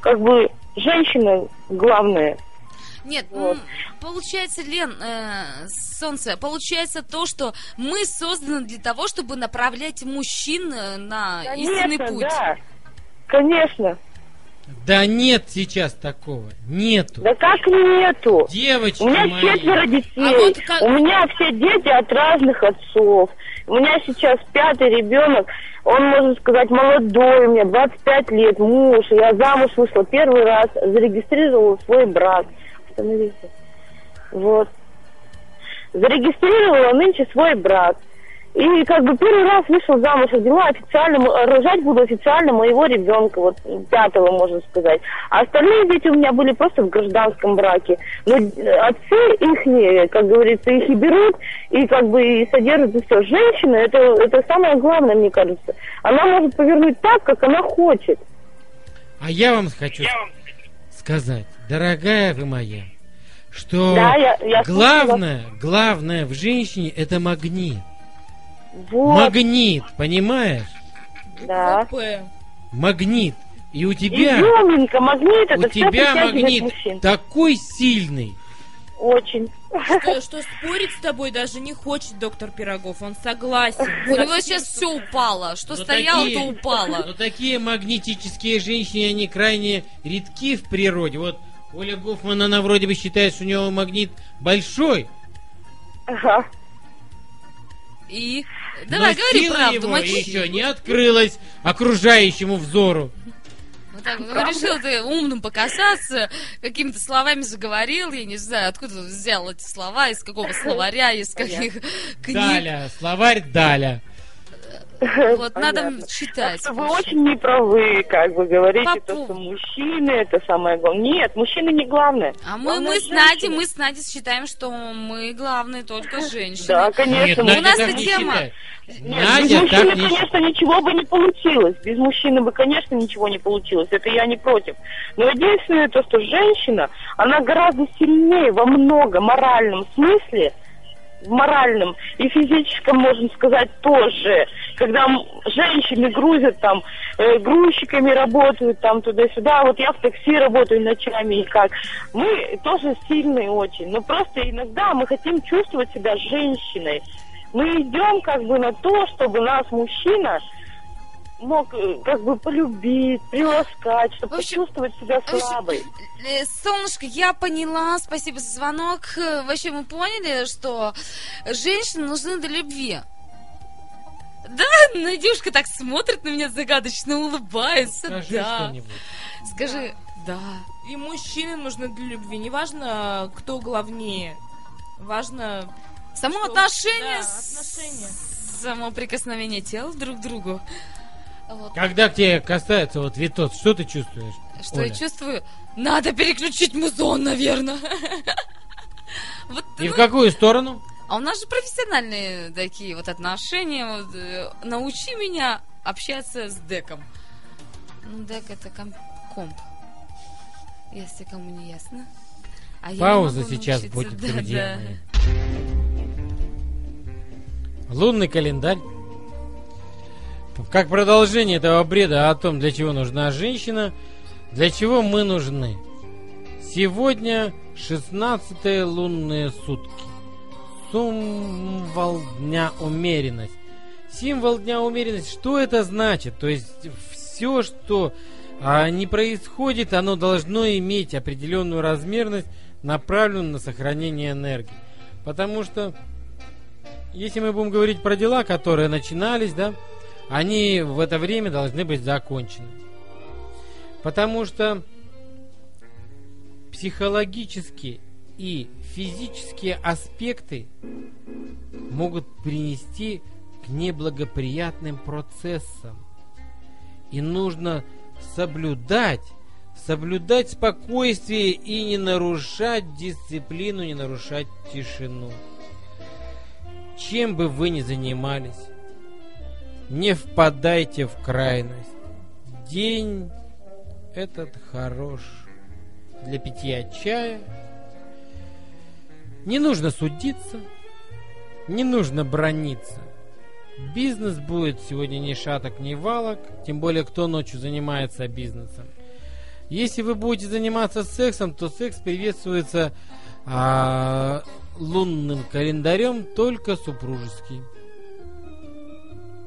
Speaker 12: как бы женщина главная.
Speaker 2: Нет, м, получается, Лен, э, солнце, получается то, что мы созданы для того, чтобы направлять мужчин э, на истинный путь.
Speaker 12: (laughs) да. Конечно.
Speaker 1: Да нет сейчас такого. Нету.
Speaker 12: Да как нету?
Speaker 1: Девочки
Speaker 12: У меня
Speaker 1: мои. А
Speaker 12: четверо детей. У меня все дети от разных отцов. У меня сейчас пятый ребенок. Он, можно сказать, молодой. У меня 25 лет, муж. Я замуж вышла первый раз. Зарегистрировала свой брак. Остановись. Вот. Зарегистрировала нынче свой брак. И как бы первый раз вышел замуж, родила официально, м- рожать буду официально моего ребенка, вот пятого, можно сказать. А остальные дети у меня были просто в гражданском браке. Но э, отцы их, не, как говорится, их и берут, и как бы и содержат, и все. Женщина, это, это самое главное, мне кажется. Она может повернуть так, как она хочет.
Speaker 1: А я вам хочу сказать, дорогая вы моя, что
Speaker 12: Да, я- я слушаю
Speaker 1: главное, главное в женщине это магнит.
Speaker 12: Вот,
Speaker 1: Магнит, понимаешь?
Speaker 3: ну,
Speaker 12: да.
Speaker 1: Магнит. И у тебя,
Speaker 12: Изюминка, магнит,
Speaker 1: у
Speaker 12: это всё
Speaker 1: тебя
Speaker 12: притягивает
Speaker 1: магнит
Speaker 12: мужчин.
Speaker 1: такой сильный.
Speaker 12: Очень.
Speaker 3: Что, что спорить с тобой даже не хочет доктор Пирогов. Он согласен.
Speaker 2: У него сейчас все упало. Что стояло, то
Speaker 1: Но
Speaker 2: упало.
Speaker 1: такие магнетические женщины, они крайне редки в природе. Вот Оля Гофман, она вроде бы считает, что у нее магнит большой.
Speaker 12: Ага.
Speaker 2: И...
Speaker 1: но
Speaker 2: Давай, говори
Speaker 1: сила
Speaker 2: правду,
Speaker 1: его
Speaker 2: мочи.
Speaker 1: еще не открылась окружающему взору.
Speaker 2: Вот так, ну, решил ты умным показаться, какими-то словами заговорил, я не знаю, откуда он взял эти слова, из
Speaker 12: (laughs)
Speaker 2: какого словаря, из каких книг.
Speaker 1: Даля, словарь Даля.
Speaker 2: Вот надо читать.
Speaker 12: Вы очень неправы, как бы говорите,
Speaker 2: По
Speaker 12: то, что мужчины это самое главное. Нет, мужчины не главное.
Speaker 2: А мы, мы с Надей, мы с Надей считаем, что мы главные только женщины.
Speaker 12: Да, конечно.
Speaker 2: у нас эта тема.
Speaker 12: Нет, без
Speaker 1: Надя
Speaker 12: мужчины,
Speaker 1: так не
Speaker 12: конечно, ничего бы не получилось. Без мужчины бы, конечно, ничего не получилось. Это я не против. Но единственное то, что женщина, она гораздо сильнее во много моральном смысле, в моральном и физическом, можно сказать, тоже. Когда м- женщины грузят там, э, грузчиками работают там туда-сюда, а вот я в такси работаю ночами и как. Мы тоже сильные очень, но просто иногда мы хотим чувствовать себя женщиной. Мы идем как бы на то, чтобы нас мужчина мог э, как бы полюбить, приласкать, чтобы почувствовать себя
Speaker 2: в общем,
Speaker 12: слабой.
Speaker 2: Э, Солнышко, я поняла, спасибо за звонок. Э, Вообще мы поняли, что женщины нужны для любви. Да, Надюшка так смотрит на меня загадочно, улыбается.
Speaker 1: Скажи
Speaker 2: да.
Speaker 1: что-нибудь.
Speaker 2: Скажи, да.
Speaker 3: И мужчины нужны для любви. Неважно, кто главнее. Важно...
Speaker 2: Само
Speaker 3: что-
Speaker 2: отношение,
Speaker 3: Да,
Speaker 2: с-
Speaker 3: отношения.
Speaker 2: само прикосновение тел друг к другу. Вот.
Speaker 1: Когда к тебе касается вот Витос, что ты чувствуешь?
Speaker 2: Что
Speaker 1: Оля?
Speaker 2: я чувствую? Надо переключить музон, (laughs) наверное. Вот,
Speaker 1: И в
Speaker 2: ну,
Speaker 1: какую сторону?
Speaker 2: А у нас же профессиональные такие вот отношения. вот, э, научи меня общаться с деком. Ну, дек это ком- комп. Если кому не ясно. А я не
Speaker 1: Пауза
Speaker 2: могу
Speaker 1: сейчас
Speaker 2: научиться,
Speaker 1: будет,
Speaker 2: (laughs) да,
Speaker 1: друзья
Speaker 2: да.
Speaker 1: мои. Лунный календарь. Как продолжение этого бреда о том, для чего нужна женщина, для чего мы нужны. Сегодня 16 лунные сутки. Символ дня умеренность. Символ дня умеренность, что это значит? То есть все, что а, не происходит, оно должно иметь определенную размерность, направленную на сохранение энергии. Потому что если мы будем говорить про дела, которые начинались, да, они в это время должны быть закончены. Потому что психологические и физические аспекты могут принести к неблагоприятным процессам. И нужно соблюдать, соблюдать спокойствие и не нарушать дисциплину, не нарушать тишину. Чем бы вы ни занимались, не впадайте в крайность. День этот хорош для питья чая. Не нужно судиться, не нужно брониться. Бизнес будет сегодня ни шаток, ни валок, тем более кто ночью занимается бизнесом. Если вы будете заниматься сексом, то секс приветствуется а, лунным календарем только супружеский.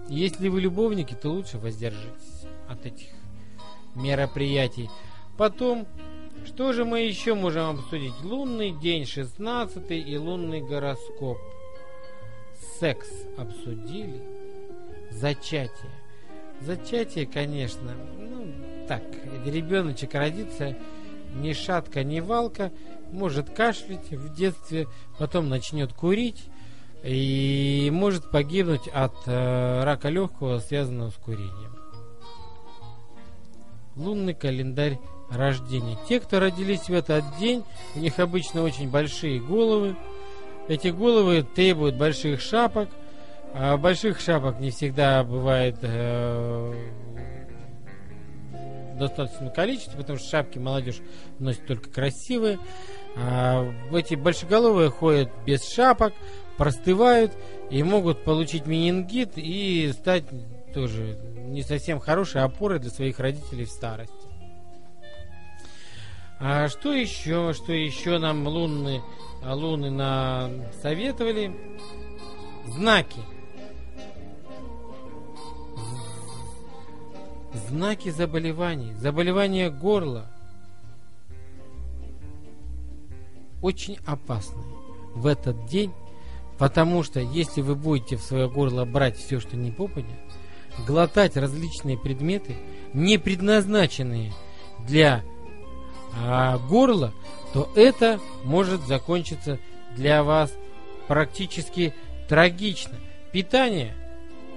Speaker 1: Если вы любовники, то лучше воздержитесь от этих мероприятий. Потом, что же мы еще можем обсудить? Лунный день 16 и лунный гороскоп. Секс обсудили. Зачатие. Зачатие, конечно, ну, так, ребеночек родится, ни шатка, ни валка, может кашлять в детстве, потом начнет курить и может погибнуть от э, рака легкого, связанного с курением. Лунный календарь рождения. Те, кто родились в этот день, у них обычно очень большие головы. Эти головы требуют больших шапок. А больших шапок не всегда бывает э, достаточное количество, потому что шапки молодежь носит только красивые. А эти большеголовые ходят без шапок, простывают и могут получить менингит и стать тоже не совсем хорошей опорой для своих родителей в старости. А что еще, что еще нам лунны, луны на советовали? Знаки. Знаки заболеваний. Заболевания горла. Очень опасны в этот день, потому что если вы будете в свое горло брать все, что не попадет, глотать различные предметы, не предназначенные для а, горла, то это может закончиться для вас практически трагично. Питание.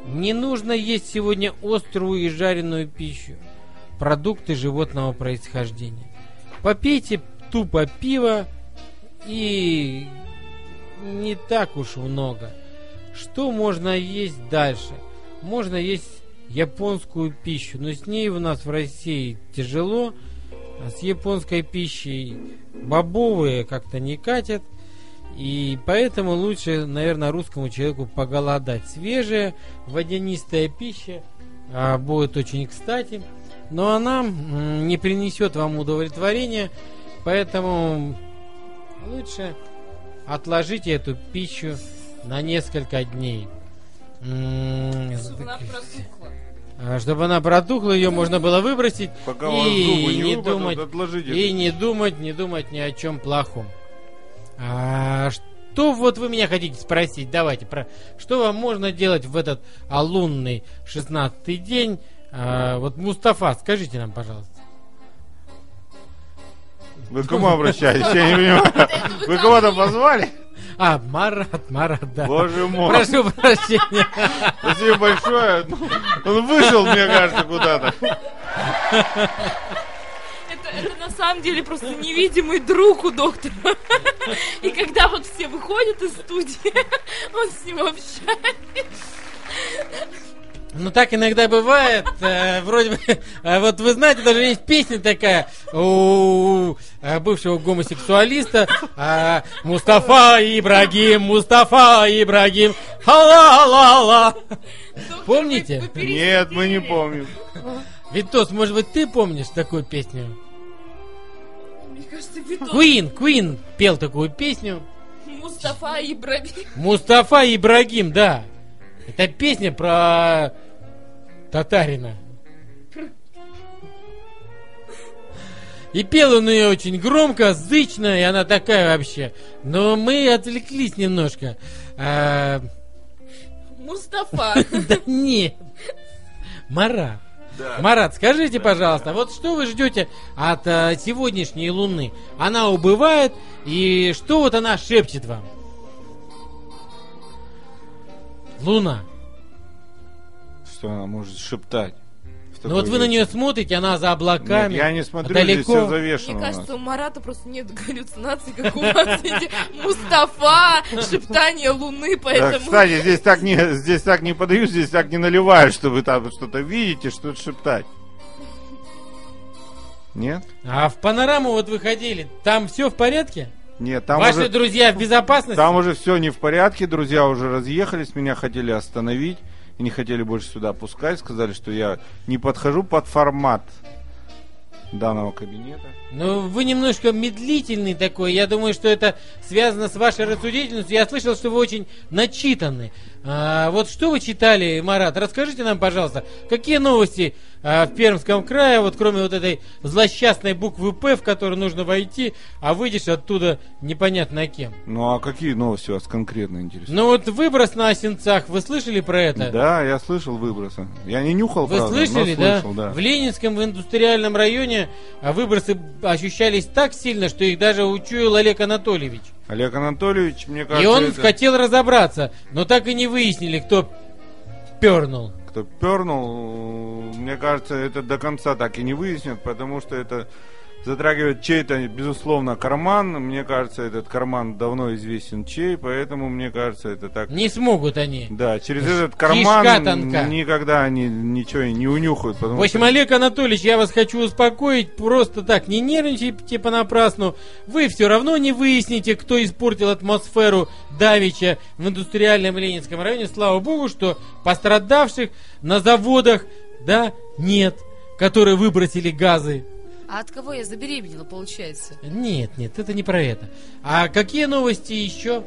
Speaker 1: Не нужно есть сегодня острую и жареную пищу. Продукты животного происхождения. Попейте тупо пиво и не так уж много. Что можно есть дальше? можно есть японскую пищу, но с ней у нас в России тяжело. А с японской пищей бобовые как-то не катят. И поэтому лучше, наверное, русскому человеку поголодать. Свежая водянистая пища а, будет очень кстати, но она м, не принесет вам удовлетворения, поэтому лучше отложите эту пищу на несколько дней. Чтобы она протухла. Чтобы она протухла, ее можно было выбросить
Speaker 5: Пока у вас зубы
Speaker 1: и
Speaker 5: не
Speaker 1: не
Speaker 5: выпадут,
Speaker 1: думать,
Speaker 5: отложите
Speaker 1: и
Speaker 5: это.
Speaker 1: не думать, не думать ни о чем плохом. А что вот вы меня хотите спросить? Давайте про что вам можно делать в этот а, лунный 16 день? А, вот Мустафа, скажите нам, пожалуйста.
Speaker 5: Вы к кому обращаетесь? Я не
Speaker 1: (laughs)
Speaker 5: понимаю. Вы кого-то позвали?
Speaker 1: А, Марат, Марат, да.
Speaker 5: Боже мой.
Speaker 1: Прошу прощения.
Speaker 5: Спасибо большое. Он вышел, мне кажется, куда-то.
Speaker 3: Это, это на самом деле просто невидимый друг у доктора. И когда вот все выходят из студии, (laughs) он с ним общается.
Speaker 1: Ну так иногда бывает, э, вроде бы, э, вот вы знаете, даже есть песня такая у э, бывшего гомосексуалиста э, Мустафа Ибрагим, Мустафа Ибрагим, ха-ла-ла-ла. Помните?
Speaker 5: Нет, мы не помним.
Speaker 1: Витос, может быть, ты помнишь такую песню?
Speaker 3: Мне кажется, Витон.
Speaker 1: Куин, Куин пел такую песню.
Speaker 3: Мустафа и
Speaker 1: Мустафа Ибрагим, да. Это песня про татарина. И пел он ее очень громко, зычно, и она такая вообще. Но мы отвлеклись немножко. А,
Speaker 3: Мустафа.
Speaker 1: (laughs) Да нет. Мара. Марат, скажите, пожалуйста, вот что вы ждете от э, сегодняшней Луны? Она убывает, и что вот она шепчет вам? Луна.
Speaker 5: Что она может шептать? в
Speaker 1: Ну вот
Speaker 5: такой
Speaker 1: вы на
Speaker 5: вечер?
Speaker 1: нее смотрите, она за облаками.
Speaker 5: Нет, я не смотрю,
Speaker 1: далеко.
Speaker 5: здесь все завешено
Speaker 3: Мне
Speaker 5: у нас.
Speaker 3: кажется, у Марата просто нет галлюцинаций, как у вас эти Мустафа, шептание Луны,
Speaker 5: Да,
Speaker 3: поэтому...
Speaker 5: кстати, здесь так не здесь так не подают, здесь так не наливают, что вы там что-то видите, что-то шептать. Нет?
Speaker 1: А в панораму вот выходили, там все в порядке?
Speaker 5: Нет, там
Speaker 1: Ваши
Speaker 5: уже,
Speaker 1: друзья в безопасности?
Speaker 5: там уже все не в порядке, друзья уже разъехались, меня хотели остановить и не хотели больше сюда пускать, сказали, что я не подхожу под формат данного кабинета.
Speaker 1: Ну, вы немножко медлительный такой. Я думаю, что это связано с вашей рассудительностью. Я слышал, что вы очень начитаны. А, вот что вы читали, Марат? Расскажите нам, пожалуйста, какие новости а, в Пермском крае, вот кроме вот этой злосчастной буквы «П», в которую нужно войти, а выйдешь оттуда непонятно кем.
Speaker 5: Ну а какие новости вас конкретно интересуют?
Speaker 1: Ну вот выброс на Осенцах, вы слышали про это?
Speaker 5: Да, я слышал выбросы. Я не нюхал,
Speaker 1: Вы
Speaker 5: правда, но
Speaker 1: слышали,
Speaker 5: слышал,
Speaker 1: да?
Speaker 5: да.
Speaker 1: В Ленинском в индустриальном районе а, выбросы ощущались так сильно, что их даже учуял Олег Анатольевич.
Speaker 5: Олег Анатольевич, мне кажется,
Speaker 1: и он
Speaker 5: это-
Speaker 1: хотел разобраться, но так и не выяснили, кто пернул.
Speaker 5: кто пернул, э, мне кажется, это до конца так и не выяснят, потому что это затрагивает чей-то, безусловно, карман. Мне кажется, этот карман давно известен чей, поэтому, мне кажется, это так...
Speaker 1: Не смогут они.
Speaker 5: Да, через этот
Speaker 1: Кишка
Speaker 5: карман
Speaker 1: тонка.
Speaker 5: никогда они ничего и не унюхают. Потому
Speaker 1: В общем,
Speaker 5: что...
Speaker 1: Олег Анатольевич, я вас хочу успокоить, просто так, не нервничайте понапрасну. Вы все равно не выясните, кто испортил атмосферу Давича в индустриальном Ленинском районе. Слава богу, что пострадавших на заводах, да, нет, которые выбросили газы.
Speaker 13: А от кого я забеременела, получается?
Speaker 1: Нет, нет, это не про это. А какие новости еще?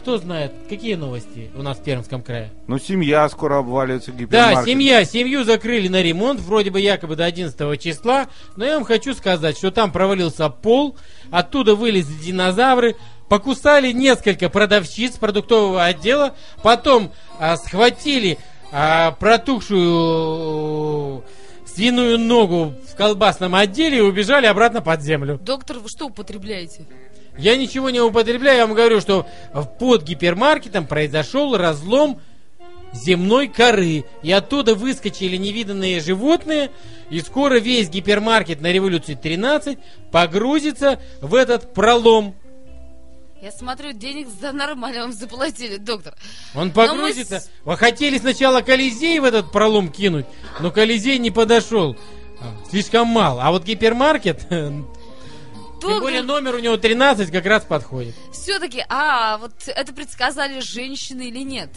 Speaker 1: Кто знает, какие новости у нас в Пермском крае?
Speaker 5: Ну, семья скоро обвалится, гипермаркет.
Speaker 1: Да, семья, семью закрыли на ремонт, вроде бы якобы до 11 числа, но я вам хочу сказать, что там провалился пол, оттуда вылезли динозавры, покусали несколько продавщиц продуктового отдела, потом а, схватили а, протухшую э, свиную ногу в колбасном отделе и убежали обратно под землю.
Speaker 13: Доктор, вы что употребляете?
Speaker 1: Я ничего не употребляю, я вам говорю, что в- под гипермаркетом произошел разлом земной коры. И оттуда выскочили невиданные животные, и скоро весь гипермаркет на революции 13 погрузится в этот пролом.
Speaker 13: Я смотрю, денег за нормально вам заплатили, доктор. Но мы
Speaker 1: Он погрузится.
Speaker 13: с-
Speaker 1: Вы хотели сначала Колизей в этот пролом кинуть, но Колизей не подошел. А, Слишком мало. А вот гипермаркет, (laughs) тем более номер у него 13, как раз подходит.
Speaker 13: Все-таки, а вот это предсказали женщины или нет?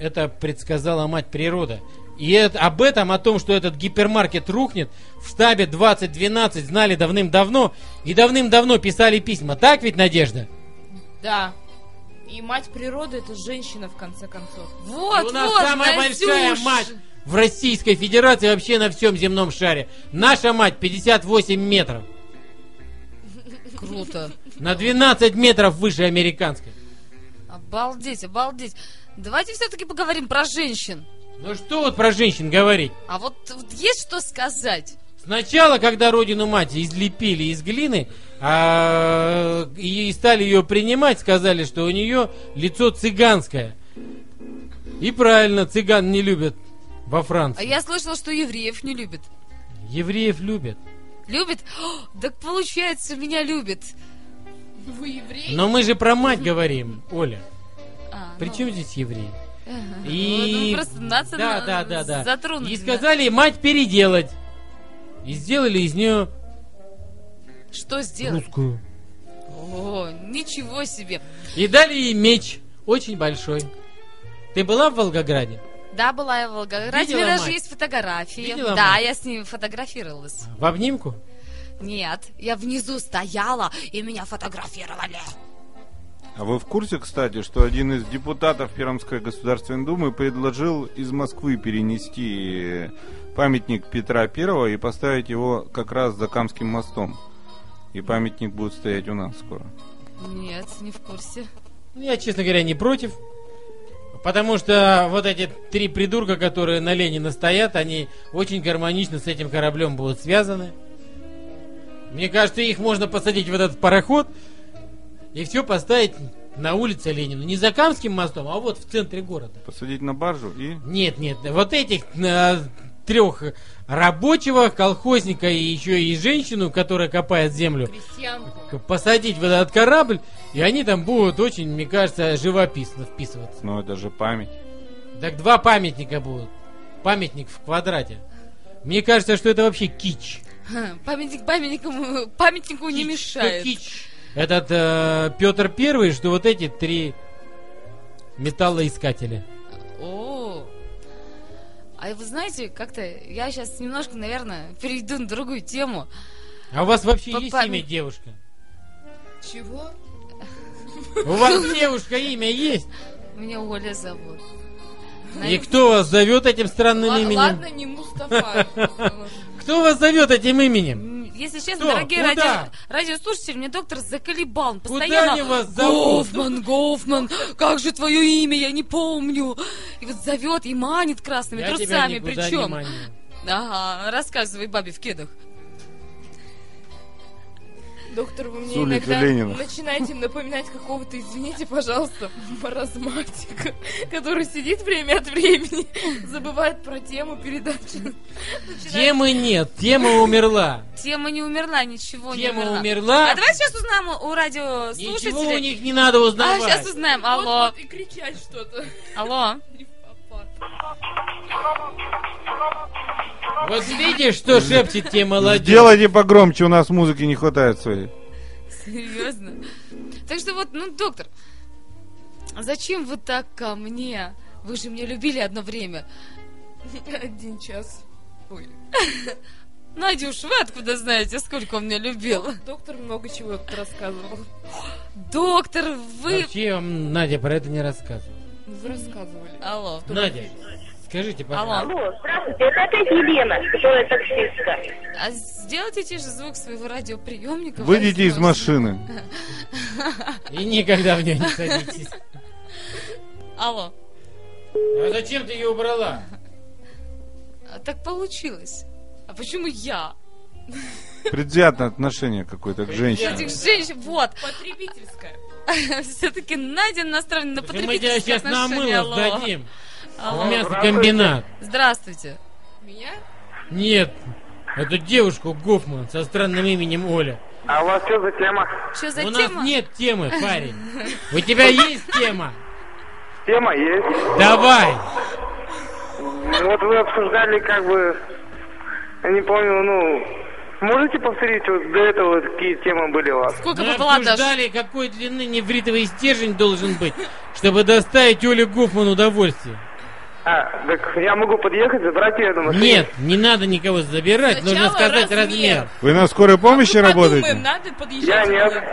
Speaker 1: это предсказала мать природа. И это- об этом, о том, что этот гипермаркет рухнет, в штабе 2012 знали давным-давно и давным-давно писали письма. Так ведь, Надежда?
Speaker 3: Да. И мать природы это женщина, в конце концов.
Speaker 13: Вот,
Speaker 1: И у нас самая большая мать в Российской Федерации вообще на всем земном шаре. Наша мать 58 метров.
Speaker 13: Круто.
Speaker 1: На 12 метров выше американской.
Speaker 13: Обалдеть, обалдеть. Давайте все-таки поговорим про женщин.
Speaker 1: Ну что вот про женщин говорить?
Speaker 13: А вот, вот есть что сказать?
Speaker 1: Сначала, когда родину мать излепили из глины а, и стали ее принимать, сказали, что у нее лицо цыганское. И правильно, цыган не любят во
Speaker 13: А
Speaker 1: Франции.
Speaker 13: я слышала, что евреев не любит.
Speaker 1: Евреев любят.
Speaker 13: Любит? О, так получается, меня любит.
Speaker 3: Вы еврей?
Speaker 1: Но мы же про мать говорим, Оля.
Speaker 13: А, ну,
Speaker 1: При чем здесь евреи?
Speaker 13: ага.
Speaker 1: И...
Speaker 13: Ну, просто нация
Speaker 1: да,
Speaker 13: на-
Speaker 1: да, да, да.
Speaker 13: затронута.
Speaker 1: И сказали мать переделать. И сделали из нее
Speaker 13: Что сделать?
Speaker 1: русскую.
Speaker 13: О, ничего себе.
Speaker 1: И дали ей меч очень большой. Ты была в Волгограде?
Speaker 13: Да, была я в Волгограде. У
Speaker 1: Видела
Speaker 13: меня даже
Speaker 1: мать?
Speaker 13: есть фотографии.
Speaker 1: Видела
Speaker 13: да,
Speaker 1: мать?
Speaker 13: я с ними фотографировалась.
Speaker 1: В обнимку?
Speaker 13: Нет, я внизу стояла, и меня фотографировали.
Speaker 5: А вы в курсе, кстати, что один из депутатов Пермской Государственной Думы предложил из Москвы перенести памятник Петра Первого и поставить его как раз за Камским мостом? И памятник будет стоять у нас скоро.
Speaker 13: Нет, не в курсе.
Speaker 1: Ну, Я, честно говоря, не против. Потому что вот эти три придурка, которые на Ленина стоят, они очень гармонично с этим кораблем будут связаны. Мне кажется, их можно посадить в этот пароход и все поставить на улице Ленина. Не за Камским мостом, а вот в центре города.
Speaker 5: Посадить на баржу и...
Speaker 1: Нет, нет, вот этих э, трех рабочего, колхозника и еще и женщину, которая копает землю, к- посадить в этот корабль, и они там будут очень, мне кажется, живописно вписываться.
Speaker 5: Ну, это же память.
Speaker 1: Так два памятника будут. Памятник в квадрате. Мне кажется, что это вообще кич.
Speaker 2: Ха, Памятник памятнику, памятнику не мешает.
Speaker 1: что Этот э, Петр Первый, что вот эти три металлоискателя.
Speaker 2: О, а вы знаете, как-то я сейчас немножко, наверное, перейду на другую тему.
Speaker 1: А у вас вообще
Speaker 2: По
Speaker 1: есть
Speaker 2: пам-
Speaker 1: имя девушка?
Speaker 2: Чего?
Speaker 1: У вас
Speaker 2: (laughs)
Speaker 1: девушка имя есть?
Speaker 2: Меня Оля зовут.
Speaker 1: И кто вас зовет этим странным
Speaker 2: Л-
Speaker 1: именем?
Speaker 2: ладно, не Мустафа.
Speaker 1: Кто вас зовет этим именем?
Speaker 2: М, Если честно,
Speaker 1: Кто?
Speaker 2: дорогие
Speaker 1: Куда?
Speaker 2: радио- радиослушатели, мне доктор заколебал. Он
Speaker 1: Куда
Speaker 2: постоянно...
Speaker 1: они вас зовут?
Speaker 2: Гофман, Гофман, как же твое имя, я не помню. И вот зовет и манит красными
Speaker 1: Я тебя
Speaker 2: трусами,
Speaker 1: никуда не
Speaker 2: причем.
Speaker 1: маню.
Speaker 2: Ага, рассказывай бабе в кедах.
Speaker 3: Доктор, вы
Speaker 5: С
Speaker 3: мне
Speaker 5: улицы
Speaker 3: иногда
Speaker 5: Ленина.
Speaker 3: начинаете напоминать какого-то, извините, пожалуйста, маразматика, который сидит время от времени, забывает про тему передачи.
Speaker 1: Темы нет, тема умерла.
Speaker 2: Тема не умерла, ничего
Speaker 1: Тема
Speaker 2: не умерла.
Speaker 1: умерла.
Speaker 2: А давай сейчас узнаем у радиослушателей.
Speaker 1: Ничего у них не надо узнавать.
Speaker 2: А, сейчас узнаем. Алло.
Speaker 3: И кричать что-то.
Speaker 2: Алло.
Speaker 1: Вот видишь, что шепчет тебе молодежь.
Speaker 5: Делайте погромче, у нас музыки не хватает своей.
Speaker 2: Серьезно. Так что вот, ну, доктор, а зачем вы так ко мне? Вы же меня любили одно время.
Speaker 3: Один час. Ой.
Speaker 2: (laughs) Надюш, вы откуда знаете, сколько он меня любил?
Speaker 3: Доктор много чего тут рассказывал.
Speaker 2: Доктор, вы...
Speaker 1: Вообще, я вам Надя про это не рассказывает.
Speaker 3: Вы рассказывали.
Speaker 2: Алло.
Speaker 1: Надя, скажите, пожалуйста.
Speaker 2: Алло.
Speaker 12: Здравствуйте, это опять Елена, которая таксистка.
Speaker 2: А сделайте тише звук своего радиоприемника.
Speaker 5: Выйдите из машины.
Speaker 1: И никогда в нее не садитесь.
Speaker 2: Алло.
Speaker 1: А зачем ты ее убрала?
Speaker 2: А Так получилось. А почему я?
Speaker 5: Предвзятное отношение какое-то к женщине.
Speaker 2: Этих женщин, вот. (laughs)
Speaker 3: Потребительская.
Speaker 2: Все-таки Надя настроена на
Speaker 1: Да мы тебя
Speaker 2: потребительские
Speaker 1: сейчас на
Speaker 2: отношения.
Speaker 1: мыло
Speaker 2: Алло.
Speaker 1: сдадим.
Speaker 2: Алло.
Speaker 1: В мясокомбинат.
Speaker 2: Здравствуйте.
Speaker 3: Меня?
Speaker 1: Нет, эту девушку Гофман со странным именем Оля.
Speaker 9: А у вас что за тема?
Speaker 2: Что за
Speaker 1: У нас
Speaker 2: тема?
Speaker 1: нет темы, парень. У тебя есть тема?
Speaker 9: Тема есть. Ну,
Speaker 1: Давай.
Speaker 9: Вот вы обсуждали как бы... Я не помню, ну... Можете повторить, вот до этого какие темы были у вас?
Speaker 2: Сколько
Speaker 1: Мы
Speaker 2: пополам даже?
Speaker 1: обсуждали, какой длины невритовый стержень должен быть, чтобы доставить Оле Гофман удовольствие.
Speaker 9: А, так я могу подъехать, забрать ее, я думаю.
Speaker 1: Нет, не надо никого забирать, нужно сказать размер.
Speaker 5: Вы на скорой помощи
Speaker 3: Думаем,
Speaker 5: работаете?
Speaker 3: надо
Speaker 9: Я
Speaker 3: подъезжать.
Speaker 9: нет.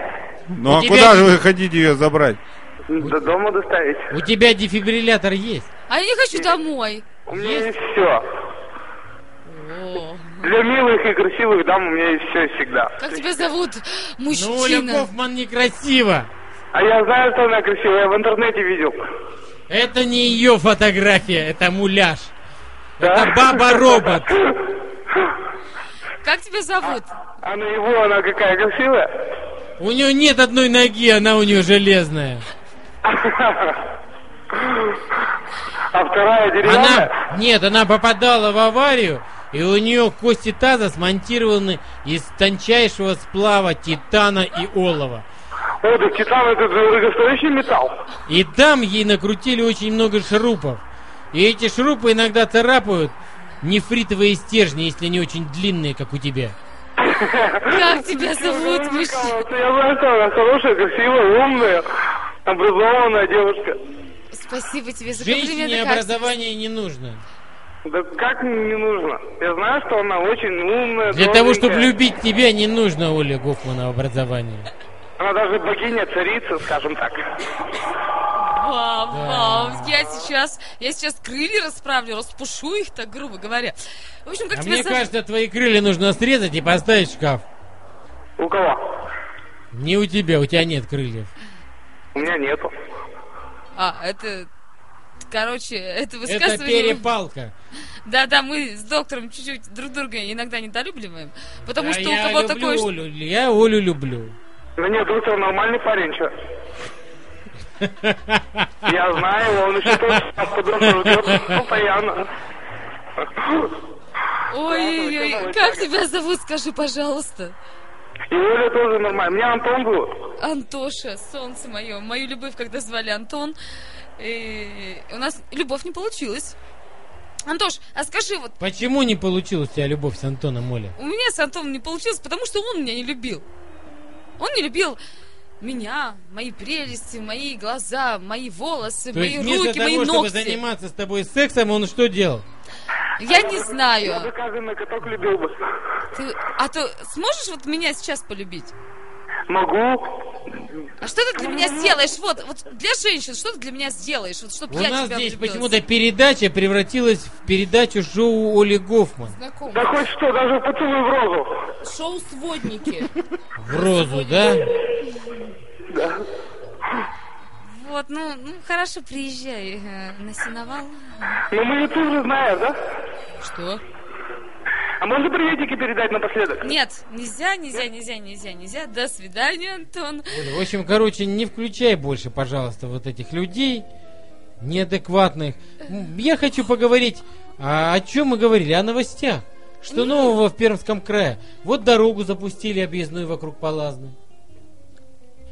Speaker 5: Ну
Speaker 1: У
Speaker 5: а
Speaker 1: тебя
Speaker 5: куда
Speaker 1: не-
Speaker 5: же вы хотите ее забрать?
Speaker 9: До дома доставить.
Speaker 1: У тебя дефибриллятор есть?
Speaker 2: А я не
Speaker 5: Э,
Speaker 2: хочу домой.
Speaker 9: У меня есть все.
Speaker 2: О,
Speaker 9: Для милых и красивых дам у меня есть все всегда.
Speaker 2: как тебя зовут,
Speaker 1: Ну, Оля
Speaker 2: мужчина?
Speaker 1: Гофман некрасива.
Speaker 9: А я знаю, что она красивая, я в интернете видел.
Speaker 1: Это не ее фотография, это муляж.
Speaker 9: Да?
Speaker 1: Это баба-робот.
Speaker 2: Как тебя зовут?
Speaker 9: А на его она какая красивая? (laughs)
Speaker 1: У нее нет одной ноги, она у нее железная.
Speaker 9: А вторая деревянная?
Speaker 1: Она, нет, она попадала в аварию, и у нее кости таза смонтированы из тончайшего сплава титана и олова.
Speaker 9: О, да титан это дорогостоящий металл.
Speaker 1: И там ей накрутили очень много шурупов. И эти шурупы иногда царапают нефритовые стержни, если не очень длинные, как у тебя.
Speaker 2: Как тебя зовут, мужчина?
Speaker 9: Вот Ну, Я знаю, что она хорошая, красивая, умная, образованная девушка.
Speaker 2: Спасибо тебе за комплименты.
Speaker 1: Женщине
Speaker 2: как
Speaker 1: образование не нужно.
Speaker 9: Да как не нужно? Я знаю, что она очень умная,
Speaker 1: Для того, чтобы
Speaker 9: добренькая.
Speaker 1: любить тебя, не нужно, Оля Гофмана, образование.
Speaker 9: Она даже богиня, царица, скажем так.
Speaker 2: Вау, вау. Я сейчас, я сейчас крылья расправлю, распушу их так, грубо говоря. В общем, как
Speaker 1: А
Speaker 2: тебя
Speaker 1: мне
Speaker 2: зовут?
Speaker 1: кажется, твои крылья нужно срезать и поставить в шкаф.
Speaker 9: У кого?
Speaker 1: Не у тебя, у тебя нет крыльев.
Speaker 9: У меня нету.
Speaker 2: А, это... короче, это высказывание...
Speaker 1: Это перепалка.
Speaker 2: Да-да, мы с доктором чуть-чуть друг друга иногда недолюбливаем, потому
Speaker 1: Да,
Speaker 2: что у
Speaker 1: А я
Speaker 2: кого
Speaker 1: люблю
Speaker 2: такое... что-
Speaker 1: Олю, я Олю люблю.
Speaker 9: Да нет, доктор нормальный парень, что? Я знаю его, он еще тоже нас Ну, подростка ждет постоянно.
Speaker 2: Ой-ой-ой, как тебя зовут, скажи, пожалуйста?
Speaker 9: И Оля тоже нормальная. Меня Антон зовут.
Speaker 2: Антоша, солнце мое, мою любовь, когда звали Антон, э, у нас любовь не получилась. Антош, а скажи, вот
Speaker 1: Почему не получилась у тебя любовь с Антоном, Оля?
Speaker 2: у меня с Антоном не получилось, потому что он меня не любил. Он не любил меня, мои прелести, мои глаза, мои волосы,
Speaker 1: То
Speaker 2: мои
Speaker 1: есть вместо
Speaker 2: руки,
Speaker 1: того,
Speaker 2: мои
Speaker 1: чтобы
Speaker 2: ногти.
Speaker 1: заниматься с тобой сексом, он что делал?
Speaker 2: Я не знаю.
Speaker 9: Я бы каждый на каток любил бы.
Speaker 2: Ты, а ты сможешь вот меня сейчас полюбить?
Speaker 9: Могу.
Speaker 2: А что ты для меня сделаешь? Вот, вот для женщин, что ты для меня сделаешь? Вот, чтобы
Speaker 1: У
Speaker 2: я
Speaker 1: нас
Speaker 2: тебя
Speaker 1: здесь
Speaker 2: влюбилась?
Speaker 1: почему-то передача превратилась в передачу шоу Оли Гофман.
Speaker 9: Да А хоть что, даже поцелуй в розу.
Speaker 3: Шоу «Сводники».
Speaker 1: В розу, да?
Speaker 14: Вот, ну, ну хорошо, приезжай э, на сеновал.
Speaker 9: Но мы ее тоже знаем, да?
Speaker 2: Что?
Speaker 9: А можно приветики передать напоследок?
Speaker 2: Нет, нельзя, нельзя, нельзя, нельзя, нельзя. До свидания, Антон.
Speaker 1: В общем, короче, не включай больше, пожалуйста, вот этих людей неадекватных. М, Я хочу поговорить, а о чем мы говорили, о новостях. Что нового в Пермском крае? Вот дорогу запустили объездную вокруг Палазны.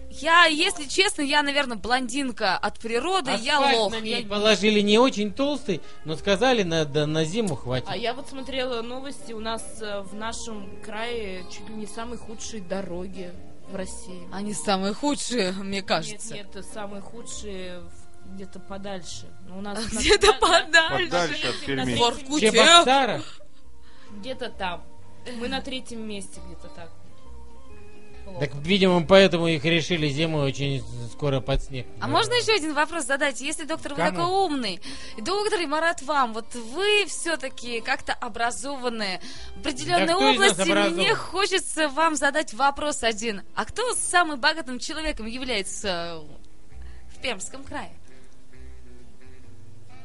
Speaker 2: Я, если честно, я, наверное, блондинка от природы, я
Speaker 1: Асфальт
Speaker 2: лох.
Speaker 1: на
Speaker 2: Я-
Speaker 1: ней положили не очень толстый, но сказали, на, да, на зиму хватит.
Speaker 3: А я вот смотрела новости, у нас э, в нашем крае чуть ли не самые худшие дороги в России.
Speaker 2: Они
Speaker 14: (laughs)
Speaker 2: самые худшие, мне кажется.
Speaker 3: Нет, нет, самые худшие в- где-то подальше. Но у нас
Speaker 2: А Где-то подальше.
Speaker 5: Подальше от Перми.
Speaker 3: В Иркуте.
Speaker 1: Чебоксарах?
Speaker 3: Где-то там. Мы на третьем месте где-то так.
Speaker 1: Так, видимо, поэтому их решили зимой очень скоро под снег.
Speaker 14: А можно еще один вопрос задать? Если доктор, вы
Speaker 1: Кому?
Speaker 14: такой умный, и доктор и Марат вам, вот вы все-таки как-то образованные в определенной
Speaker 2: Да кто из нас
Speaker 14: области,
Speaker 2: образован?
Speaker 14: мне хочется вам задать вопрос один. А кто самым богатым человеком является в Пермском крае?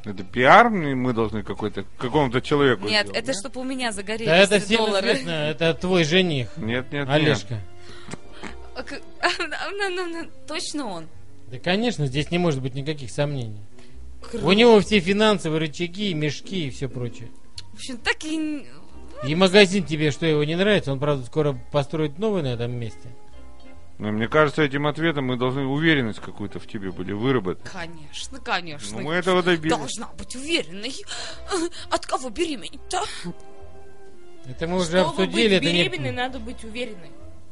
Speaker 5: Это пиар мне- мы должны какой-то какому-то человеку
Speaker 14: Нет,
Speaker 5: сделать,
Speaker 14: это чтобы у меня загорелись
Speaker 1: Да это всем
Speaker 14: доллары.
Speaker 1: известно, это твой жених.
Speaker 5: Нет, нет,
Speaker 1: Олежка.
Speaker 14: (laughs) А к- (laughs) а, ну, ну, ну, Точно он.
Speaker 1: Да, конечно, здесь не может быть никаких сомнений.
Speaker 14: Круто.
Speaker 1: У него все финансовые рычаги, мешки и все прочее.
Speaker 14: В общем, так и... н-
Speaker 1: И магазин тебе, что его не нравится, он, правда, скоро построит новый на этом месте.
Speaker 5: Ну, мне кажется, этим ответом мы должны уверенность какую-то в тебе были выработать.
Speaker 2: Конечно, конечно.
Speaker 5: Ну, мы этого добились.
Speaker 2: Должна
Speaker 14: (laughs)
Speaker 2: быть уверенной. От кого беременеть-то?
Speaker 1: Это мы уже
Speaker 3: Чтобы
Speaker 1: обсудили,
Speaker 3: быть
Speaker 1: это не...
Speaker 3: беременной, надо быть уверенной.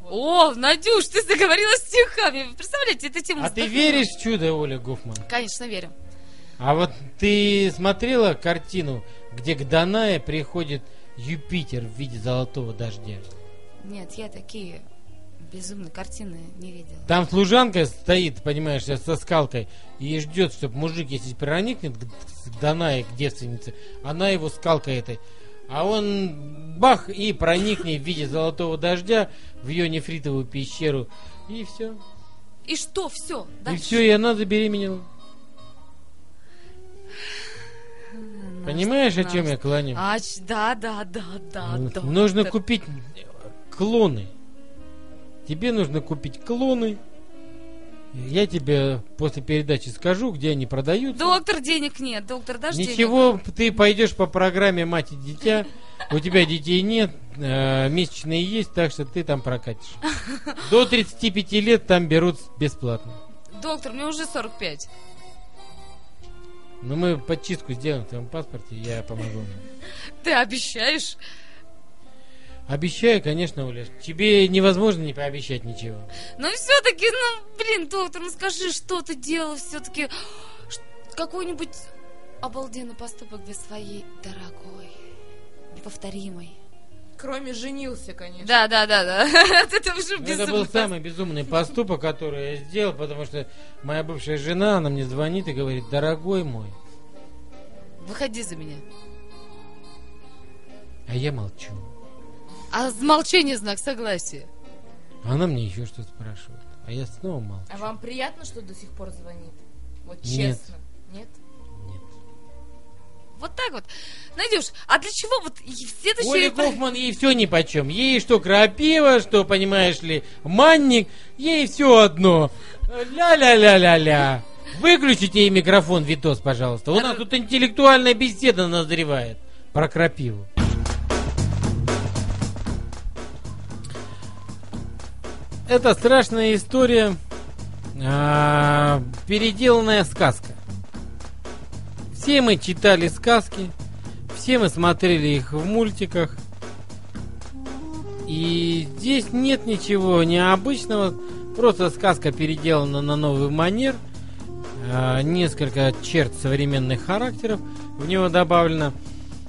Speaker 2: О, Надюш, ты заговорила стихами. Представляете, это тема...
Speaker 1: А ты веришь в чудо, Оля Гофман?
Speaker 2: Конечно, верю.
Speaker 1: А вот ты смотрела картину, где к Данае приходит Юпитер в виде золотого дождя?
Speaker 14: Нет, я такие безумные картины не видела.
Speaker 1: Там служанка стоит, понимаешь, со скалкой и ждет, чтобы мужик, если проникнет к к Данае, к девственнице, она его скалкой этой. А он бах и проникнет в виде золотого дождя в ее нефритовую пещеру. И все.
Speaker 2: И что, все?
Speaker 1: И все, и она забеременела. Понимаешь, о чем я клоню?
Speaker 2: А, ч- да, да, да, да,
Speaker 1: Н-
Speaker 2: да.
Speaker 1: Нужно
Speaker 2: Так,
Speaker 1: купить клоны. Тебе нужно купить клоны. Я тебе после передачи скажу, где они продают.
Speaker 2: Доктор, денег нет, доктор, дашь
Speaker 1: Ничего, ты пойдешь по программе «Мать и дитя», у тебя детей нет, э, месячные есть, так что ты там прокатишь. До 35 лет там берут бесплатно.
Speaker 2: денег? Доктор, мне уже 45.
Speaker 1: Но мы подчистку сделаем в твоем паспорте, я помогу.
Speaker 2: Ты обещаешь?
Speaker 1: Обещаю, конечно, Оля, тебе невозможно не пообещать ничего.
Speaker 2: Но все-таки, ну, блин, доктор, ну скажи, что ты делал все-таки? Какой-нибудь обалденный поступок для своей дорогой, неповторимой.
Speaker 3: Кроме женился, конечно.
Speaker 2: Да, да,
Speaker 3: (laughs)
Speaker 2: да, да. Это уже
Speaker 1: Ну, Это был
Speaker 2: безумно.
Speaker 1: самый безумный поступок, который я сделал, потому что моя бывшая жена, она мне звонит и говорит, дорогой мой,
Speaker 2: Выходи за меня.
Speaker 1: а я молчу.
Speaker 2: А молчание знак согласия.
Speaker 1: А она мне еще что спрашивает, а я снова молчу.
Speaker 3: А вам приятно, что до сих пор звонит? Вот
Speaker 1: Нет.
Speaker 3: честно. Нет?
Speaker 1: Нет.
Speaker 13: Вот так вот. Надюш, а для чего вот и в следующий...
Speaker 1: Оля Гофман ей все ни по чем. Ей что крапива, что, понимаешь ли, манник, ей все одно. Ля-ля-ля-ля-ля. Выключите ей микрофон, Витос, пожалуйста. У нас тут интеллектуальная беседа назревает про крапиву. Это страшная история, а, переделанная сказка. Все мы читали сказки, все мы смотрели их в мультиках. И здесь нет ничего необычного, просто сказка переделана на новый манер, а, несколько черт современных характеров в него добавлено.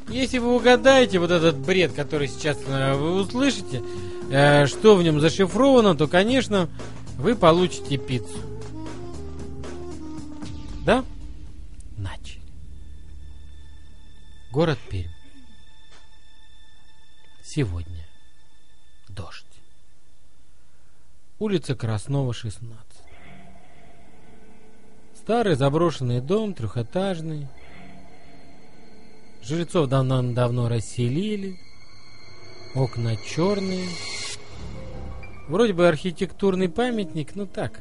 Speaker 1: Если вы угадаете вот этот бред, который сейчас э, вы услышите, э, что в нем зашифровано, то, конечно, вы получите пиццу. Да? Начали. Город Пермь. Сегодня дождь. Улица Краснова, 16. Старый заброшенный дом, трехэтажный. Жильцов давно-давно расселили. Окна черные. Вроде бы архитектурный памятник, но так.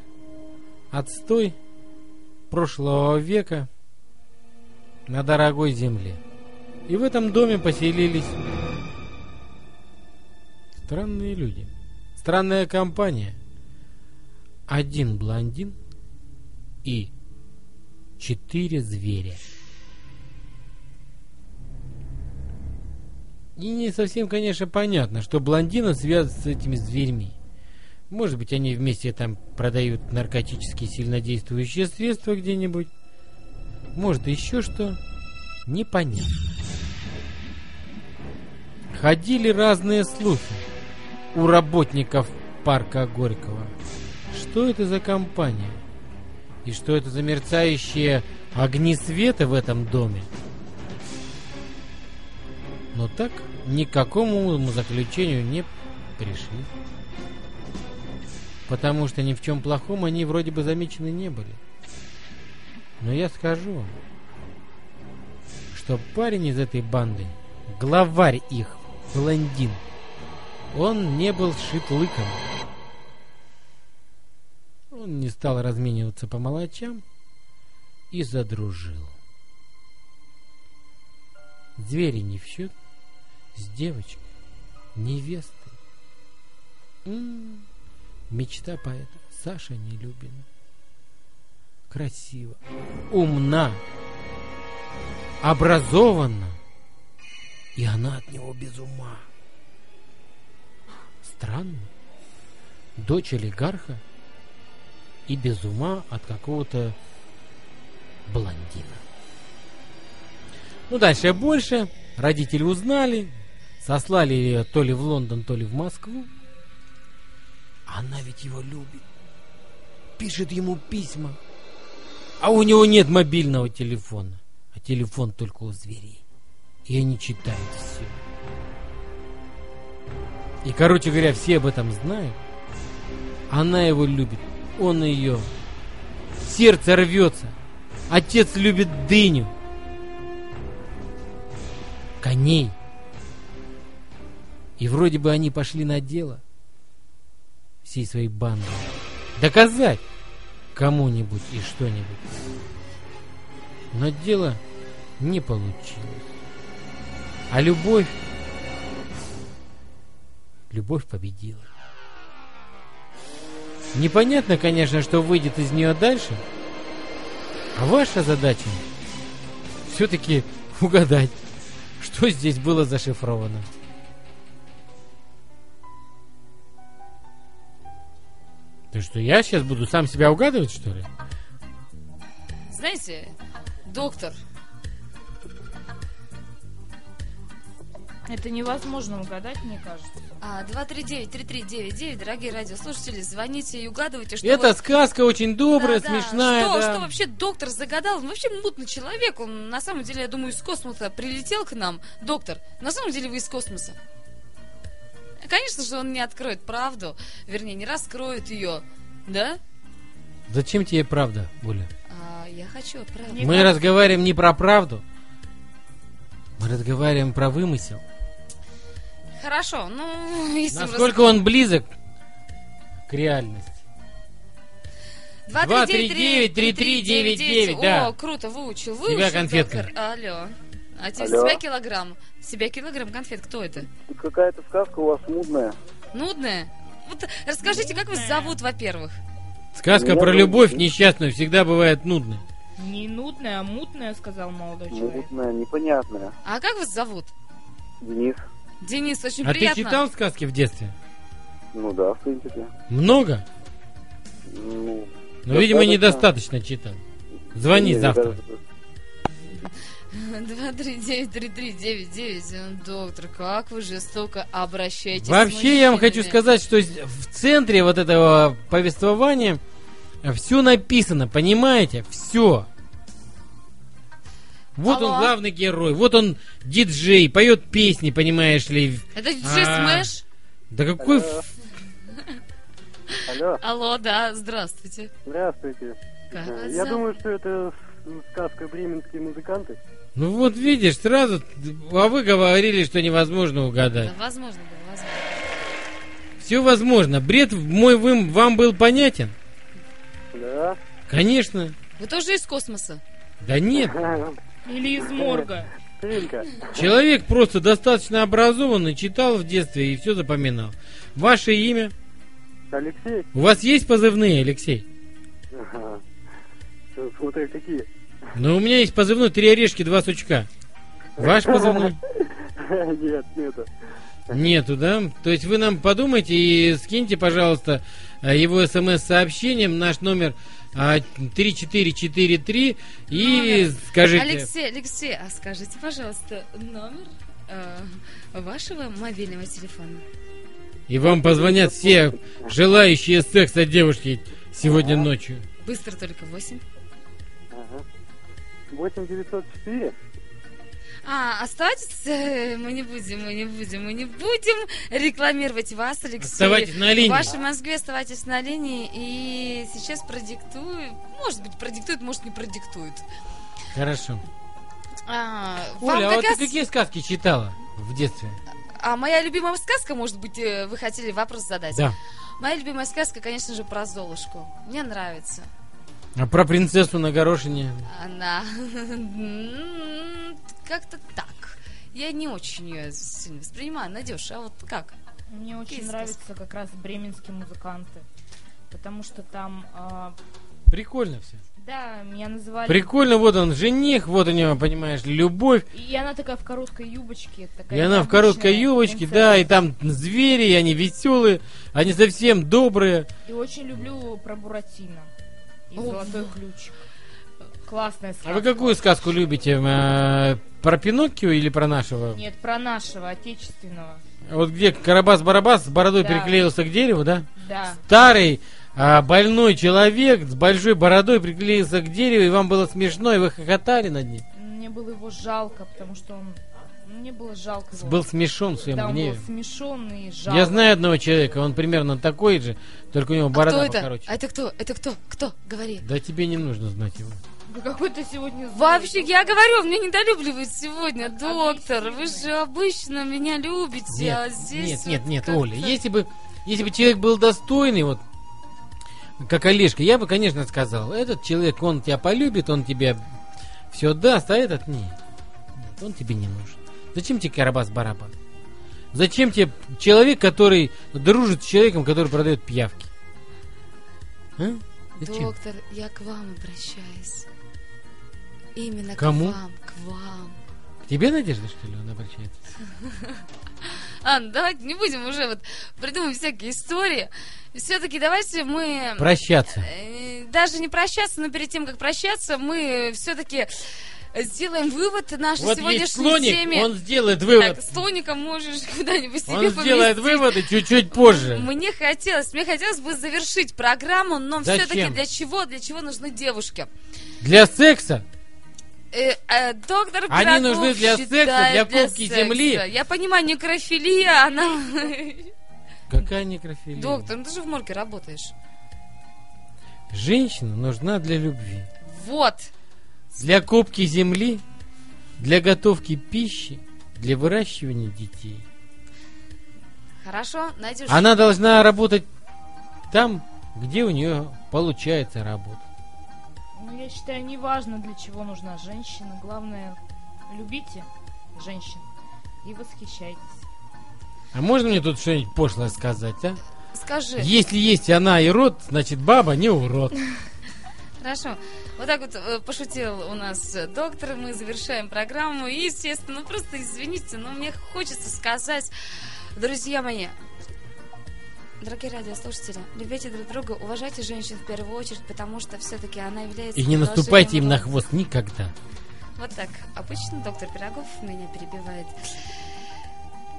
Speaker 1: Отстой прошлого века на дорогой земле. И в этом доме поселились странные люди. Странная компания. Один блондин и четыре зверя. И не совсем, конечно, понятно, что блондина связывают с этими зверьми. Может быть, они вместе там продают наркотические сильнодействующие средства где-нибудь. Может, еще что. Непонятно. Ходили разные слухи у работников парка Горького. Что это за компания? И что это за мерцающие огни света в этом доме? Но так ни к какому заключению не пришли. Потому что ни в чем плохом они вроде бы замечены не были. Но я скажу вам, что парень из этой банды, главарь их, блондин, он не был шит лыком. Он не стал размениваться по мелочам и задружил. Звери не в счет, с девочкой, невестой. М-м-м, мечта поэта Саша Нелюбина. Красиво, умна, образована, и она от него без ума. Странно, дочь олигарха и без ума от какого-то блондина. Ну, дальше больше. Родители узнали. Сослали ее то ли в Лондон, то ли в Москву. Она ведь его любит. Пишет ему письма. А у него нет мобильного телефона. А телефон только у зверей. И они читают все. И, короче говоря, все об этом знают. Она его любит. Он ее. Сердце рвется. Отец любит дыню коней. И вроде бы они пошли на дело всей своей банды. Доказать кому-нибудь и что-нибудь. Но дело не получилось. А любовь... Любовь победила. Непонятно, конечно, что выйдет из нее дальше. А ваша задача все-таки угадать, что здесь было зашифровано? Ты что, я сейчас буду сам себя угадывать, что ли?
Speaker 13: Знаете, доктор,
Speaker 3: Это невозможно угадать, мне кажется.
Speaker 13: а, 239-3399, дорогие радиослушатели, звоните и угадывайте, что...
Speaker 1: Эта
Speaker 13: вот-
Speaker 1: сказка очень добрая,
Speaker 13: Да-да,
Speaker 1: смешная.
Speaker 13: Что,
Speaker 1: да.
Speaker 13: что вообще доктор загадал? Он вообще мутный человек. Он, на самом деле, я думаю, из космоса прилетел к нам. Доктор, на самом деле вы из космоса. Конечно же, он не откроет правду. Вернее, не раскроет ее. Да?
Speaker 1: Зачем тебе правда, Буля?
Speaker 13: А, я хочу правду.
Speaker 1: Мы разговариваем не про правду, Мы разговариваем про вымысел.
Speaker 2: Хорошо, ну, (laughs) если... мы
Speaker 1: Насколько
Speaker 2: раз-
Speaker 1: он близок к реальности? 239-3399, да.
Speaker 2: О, круто, выучил,
Speaker 1: С
Speaker 2: выучил.
Speaker 1: тебя конфетка.
Speaker 2: доктор. Алло. А тебе, с
Speaker 15: Алло.
Speaker 2: тебя килограмм. С тебя килограмм конфет. Кто это?
Speaker 15: Какая-то сказка у вас ну. мудная.
Speaker 2: Нудная? Вот расскажите, как вас зовут, во-первых?
Speaker 1: Сказка
Speaker 15: Меня
Speaker 1: про
Speaker 15: зовут
Speaker 1: любовь
Speaker 15: Денис.
Speaker 1: несчастную всегда бывает нудной.
Speaker 3: Не нудная, а мутная, сказал молодой человек.
Speaker 15: Мутная, непонятная.
Speaker 2: А как вас зовут?
Speaker 15: Денис.
Speaker 2: Денис, очень
Speaker 1: А ты
Speaker 2: приятно.
Speaker 1: читал сказки в детстве?
Speaker 15: Ну да, в принципе.
Speaker 1: Много?
Speaker 2: (laughs)
Speaker 15: Ну,
Speaker 1: Но, видимо,
Speaker 15: достаточно.
Speaker 1: недостаточно читал. Звони
Speaker 15: Мне
Speaker 1: завтра.
Speaker 15: кажется,
Speaker 2: 239-3399, доктор, как вы жестоко обращаетесь с
Speaker 1: Вообще, я вам хочу
Speaker 2: мужчинами.
Speaker 1: сказать, что с- в центре вот этого повествования все написано, понимаете? Все. Вот
Speaker 2: Алло.
Speaker 1: он главный герой, вот он диджей, поет песни, понимаешь ли.
Speaker 2: Это диджей
Speaker 1: А,
Speaker 2: Смэш?
Speaker 1: Да какой...
Speaker 2: Алло.
Speaker 1: ф-
Speaker 9: Алло,
Speaker 2: Алло, да, здравствуйте.
Speaker 9: здравствуйте.
Speaker 2: Как вас
Speaker 9: Я
Speaker 2: зовут?
Speaker 9: думаю, что это с- сказка «Бременские музыканты».
Speaker 1: Ну вот видишь, сразу... А вы говорили, что невозможно угадать.
Speaker 2: Да, возможно, да, возможно.
Speaker 1: Все возможно. Бред мой вым- вам был понятен?
Speaker 9: Да.
Speaker 1: Конечно.
Speaker 2: Вы тоже из космоса?
Speaker 1: Да нет.
Speaker 3: Или из морга.
Speaker 1: Человек просто достаточно образованный, читал в детстве и все запоминал. Ваше имя?
Speaker 9: Алексей?
Speaker 1: У вас есть позывные, Алексей?
Speaker 9: Ага. Что, Смотря какие.
Speaker 1: Ну, у меня есть позывной «Три орешки, два сучка». Ваш позывной?
Speaker 9: (laughs) Нет, нету.
Speaker 1: Нету, да? То есть вы нам подумайте и скиньте, пожалуйста, э, его смс-сообщением, наш номер а, 3443 и скажите...
Speaker 2: Алексей, Алексей, а скажите, пожалуйста, номер э, вашего мобильного телефона?
Speaker 1: И вам позвонят все желающие секса девушки сегодня ночью.
Speaker 2: Быстро только 8.
Speaker 9: Ага. 8904.
Speaker 2: А, оставайтесь, э, мы не будем, мы не будем, мы не будем рекламировать вас, Алексей.
Speaker 1: Оставайтесь на линии.
Speaker 2: В вашей Москве оставайтесь на линии и сейчас продиктую, может быть, продиктует, может, не продиктует.
Speaker 1: Хорошо.
Speaker 2: А, вам
Speaker 1: Оля, а
Speaker 2: как
Speaker 1: вот
Speaker 2: раз-
Speaker 1: ты какие сказки читала в детстве?
Speaker 2: а моя любимая сказка, может быть, э, вы хотели вопрос задать?
Speaker 1: Да.
Speaker 2: Моя любимая сказка, конечно же, про Золушку. Мне нравится.
Speaker 1: А про принцессу на горошине?
Speaker 2: Она (laughs) м, как-то так. Я не очень ее сильно воспринимаю. Надюш, а вот как?
Speaker 3: Мне очень
Speaker 2: Есть
Speaker 3: нравятся как раз бременские музыканты. Потому что там, а,
Speaker 1: Прикольно все.
Speaker 3: да, меня называли...
Speaker 1: Прикольно, вот он жених, вот у него, понимаешь, любовь.
Speaker 3: И она такая в короткой юбочке. Такая
Speaker 1: И она в
Speaker 3: необычная
Speaker 1: короткой юбочке, да, и там звери, и они веселые, они совсем добрые.
Speaker 3: И очень люблю про Буратино. И золотой ключ. Классная сказка.
Speaker 1: А вы какую сказку любите? Э, Про Пиноккио или про нашего?
Speaker 3: Нет, про нашего, отечественного.
Speaker 1: Вот где Карабас-Барабас с бородой
Speaker 3: Да.
Speaker 1: приклеился к дереву, да?
Speaker 3: Да.
Speaker 1: Старый а, больной человек с большой бородой приклеился к дереву, и вам было смешно, и вы хохотали над ним.
Speaker 3: Мне было его жалко, потому что он... ну, Мне было жалко его.
Speaker 1: Был смешон в своем
Speaker 3: да, он
Speaker 1: гневе.
Speaker 3: был смешон и жалок.
Speaker 1: Я знаю одного человека, он примерно такой же, только у него борода
Speaker 2: кто это?
Speaker 1: покороче.
Speaker 2: А это кто? Это кто? Кто? Говори.
Speaker 1: Да тебе не нужно знать его.
Speaker 3: Да какой ты сегодня злой.
Speaker 2: Вообще, я говорю, меня недолюбливают сегодня, доктор. Вы же обычно меня любите, а
Speaker 1: Нет,
Speaker 2: здесь...
Speaker 1: нет, нет, нет, Оля, если бы, если бы человек был достойный, вот, как Олежка, я бы, конечно, сказал, этот человек, он тебя полюбит, он тебе все даст, а этот нет. Нет, он тебе не нужен. Зачем тебе карабас-барабас? Зачем тебе человек, который дружит с человеком, который продает пиявки? А? Зачем?
Speaker 2: Доктор, я к вам обращаюсь. Именно
Speaker 1: Кому?
Speaker 2: к вам, к вам.
Speaker 1: К тебе, Надежда, что ли, он обращается?
Speaker 2: (laughs) Ан, давайте не будем уже вот придумывать всякие истории. Все-таки давайте мы...
Speaker 1: Прощаться.
Speaker 2: э, Даже не прощаться, но перед тем, как прощаться, мы все-таки сделаем вывод нашей
Speaker 1: Вот
Speaker 2: сегодняшней
Speaker 1: есть слоник,
Speaker 2: теме.
Speaker 1: он сделает вывод.
Speaker 2: Так, слоника можешь (laughs) куда-нибудь себе
Speaker 1: Он сделает
Speaker 2: поместить.
Speaker 1: выводы чуть-чуть позже.
Speaker 2: Мне хотелось, мне хотелось бы завершить программу, но
Speaker 1: Зачем?
Speaker 2: все-таки для чего, для чего нужны девушки?
Speaker 1: Для секса
Speaker 2: Э, э, доктор
Speaker 1: Они
Speaker 2: Пирогов
Speaker 1: нужны для
Speaker 2: считает,
Speaker 1: секса, для кубки
Speaker 2: секса.
Speaker 1: земли.
Speaker 2: Я понимаю, некрофилия, она... (laughs)
Speaker 1: Какая некрофилия?
Speaker 2: Доктор, ну ты же в морге работаешь.
Speaker 1: Женщина нужна для любви.
Speaker 2: Вот.
Speaker 1: Для кубки земли для готовки пищи, для выращивания детей.
Speaker 2: Хорошо, найдешь.
Speaker 1: Она должна работать там, где у нее получается работать.
Speaker 4: Ну, я считаю, неважно, для чего нужна женщина. Главное, любите женщин и восхищайтесь.
Speaker 1: А можно мне тут что-нибудь пошлое сказать, а?
Speaker 2: Скажи.
Speaker 1: Если есть она и рот, значит баба не урод.
Speaker 2: (laughs) Хорошо. Вот так вот э, пошутил у нас э, доктор. Мы завершаем программу. И, естественно, ну просто извините, но мне хочется сказать, друзья мои, дорогие радиослушатели, любите друг друга, уважайте женщин в первую очередь, потому что все-таки она является...
Speaker 1: И не
Speaker 2: продолжением
Speaker 1: наступайте им на
Speaker 2: рода.
Speaker 1: хвост никогда.
Speaker 2: Вот так. Обычно доктор Пирогов меня перебивает.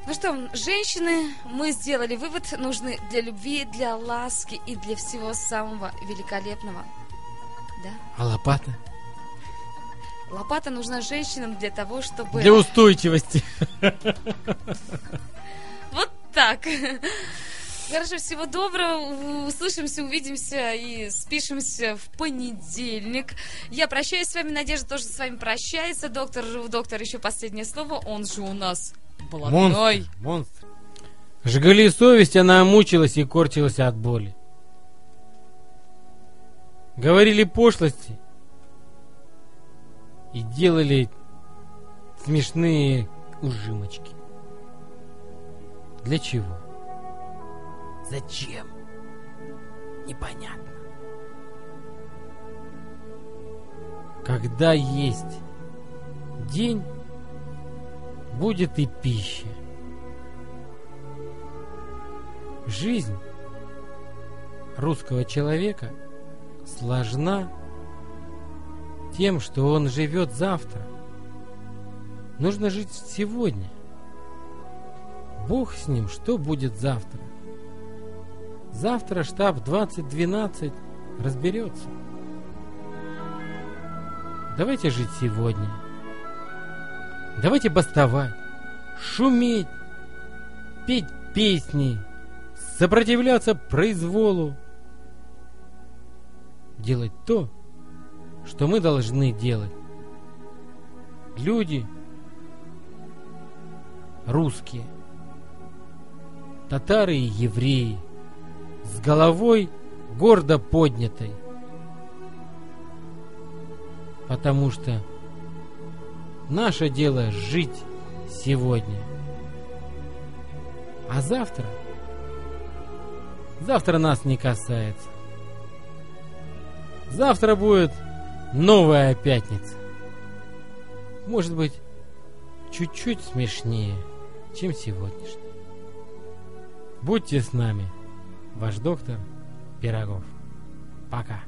Speaker 2: Ну что, женщины, мы сделали вывод, нужны для любви, для ласки и для всего самого великолепного. Да?
Speaker 1: А лопата?
Speaker 2: Лопата нужна женщинам для того, чтобы...
Speaker 1: Для устойчивости. (laughs)
Speaker 2: Вот так. Хорошо, всего доброго. Услышимся, увидимся и спишемся в понедельник. Я прощаюсь с вами. Надежда тоже с вами прощается. Доктор, у доктора еще последнее слово. Он же у нас блатной.
Speaker 1: Монстр, монстр. Жгли совесть, она мучилась и корчилась от боли. Говорили пошлости и делали смешные ужимочки. Для чего? Зачем? Непонятно. Когда есть день, будет и пища. Жизнь русского человека сложна тем, что он живет завтра. Нужно жить сегодня. Бог с ним, что будет завтра. Завтра штаб 2012 разберется. Давайте жить сегодня. Давайте бастовать, шуметь, петь песни, сопротивляться произволу, делать то, что мы должны делать. Люди русские, татары и евреи, с головой гордо поднятой, потому что Наше дело жить сегодня. А завтра? Завтра нас не касается. Завтра будет новая пятница. Может быть, чуть-чуть смешнее, чем сегодняшняя. Будьте с нами. Ваш доктор Пирогов. Пока.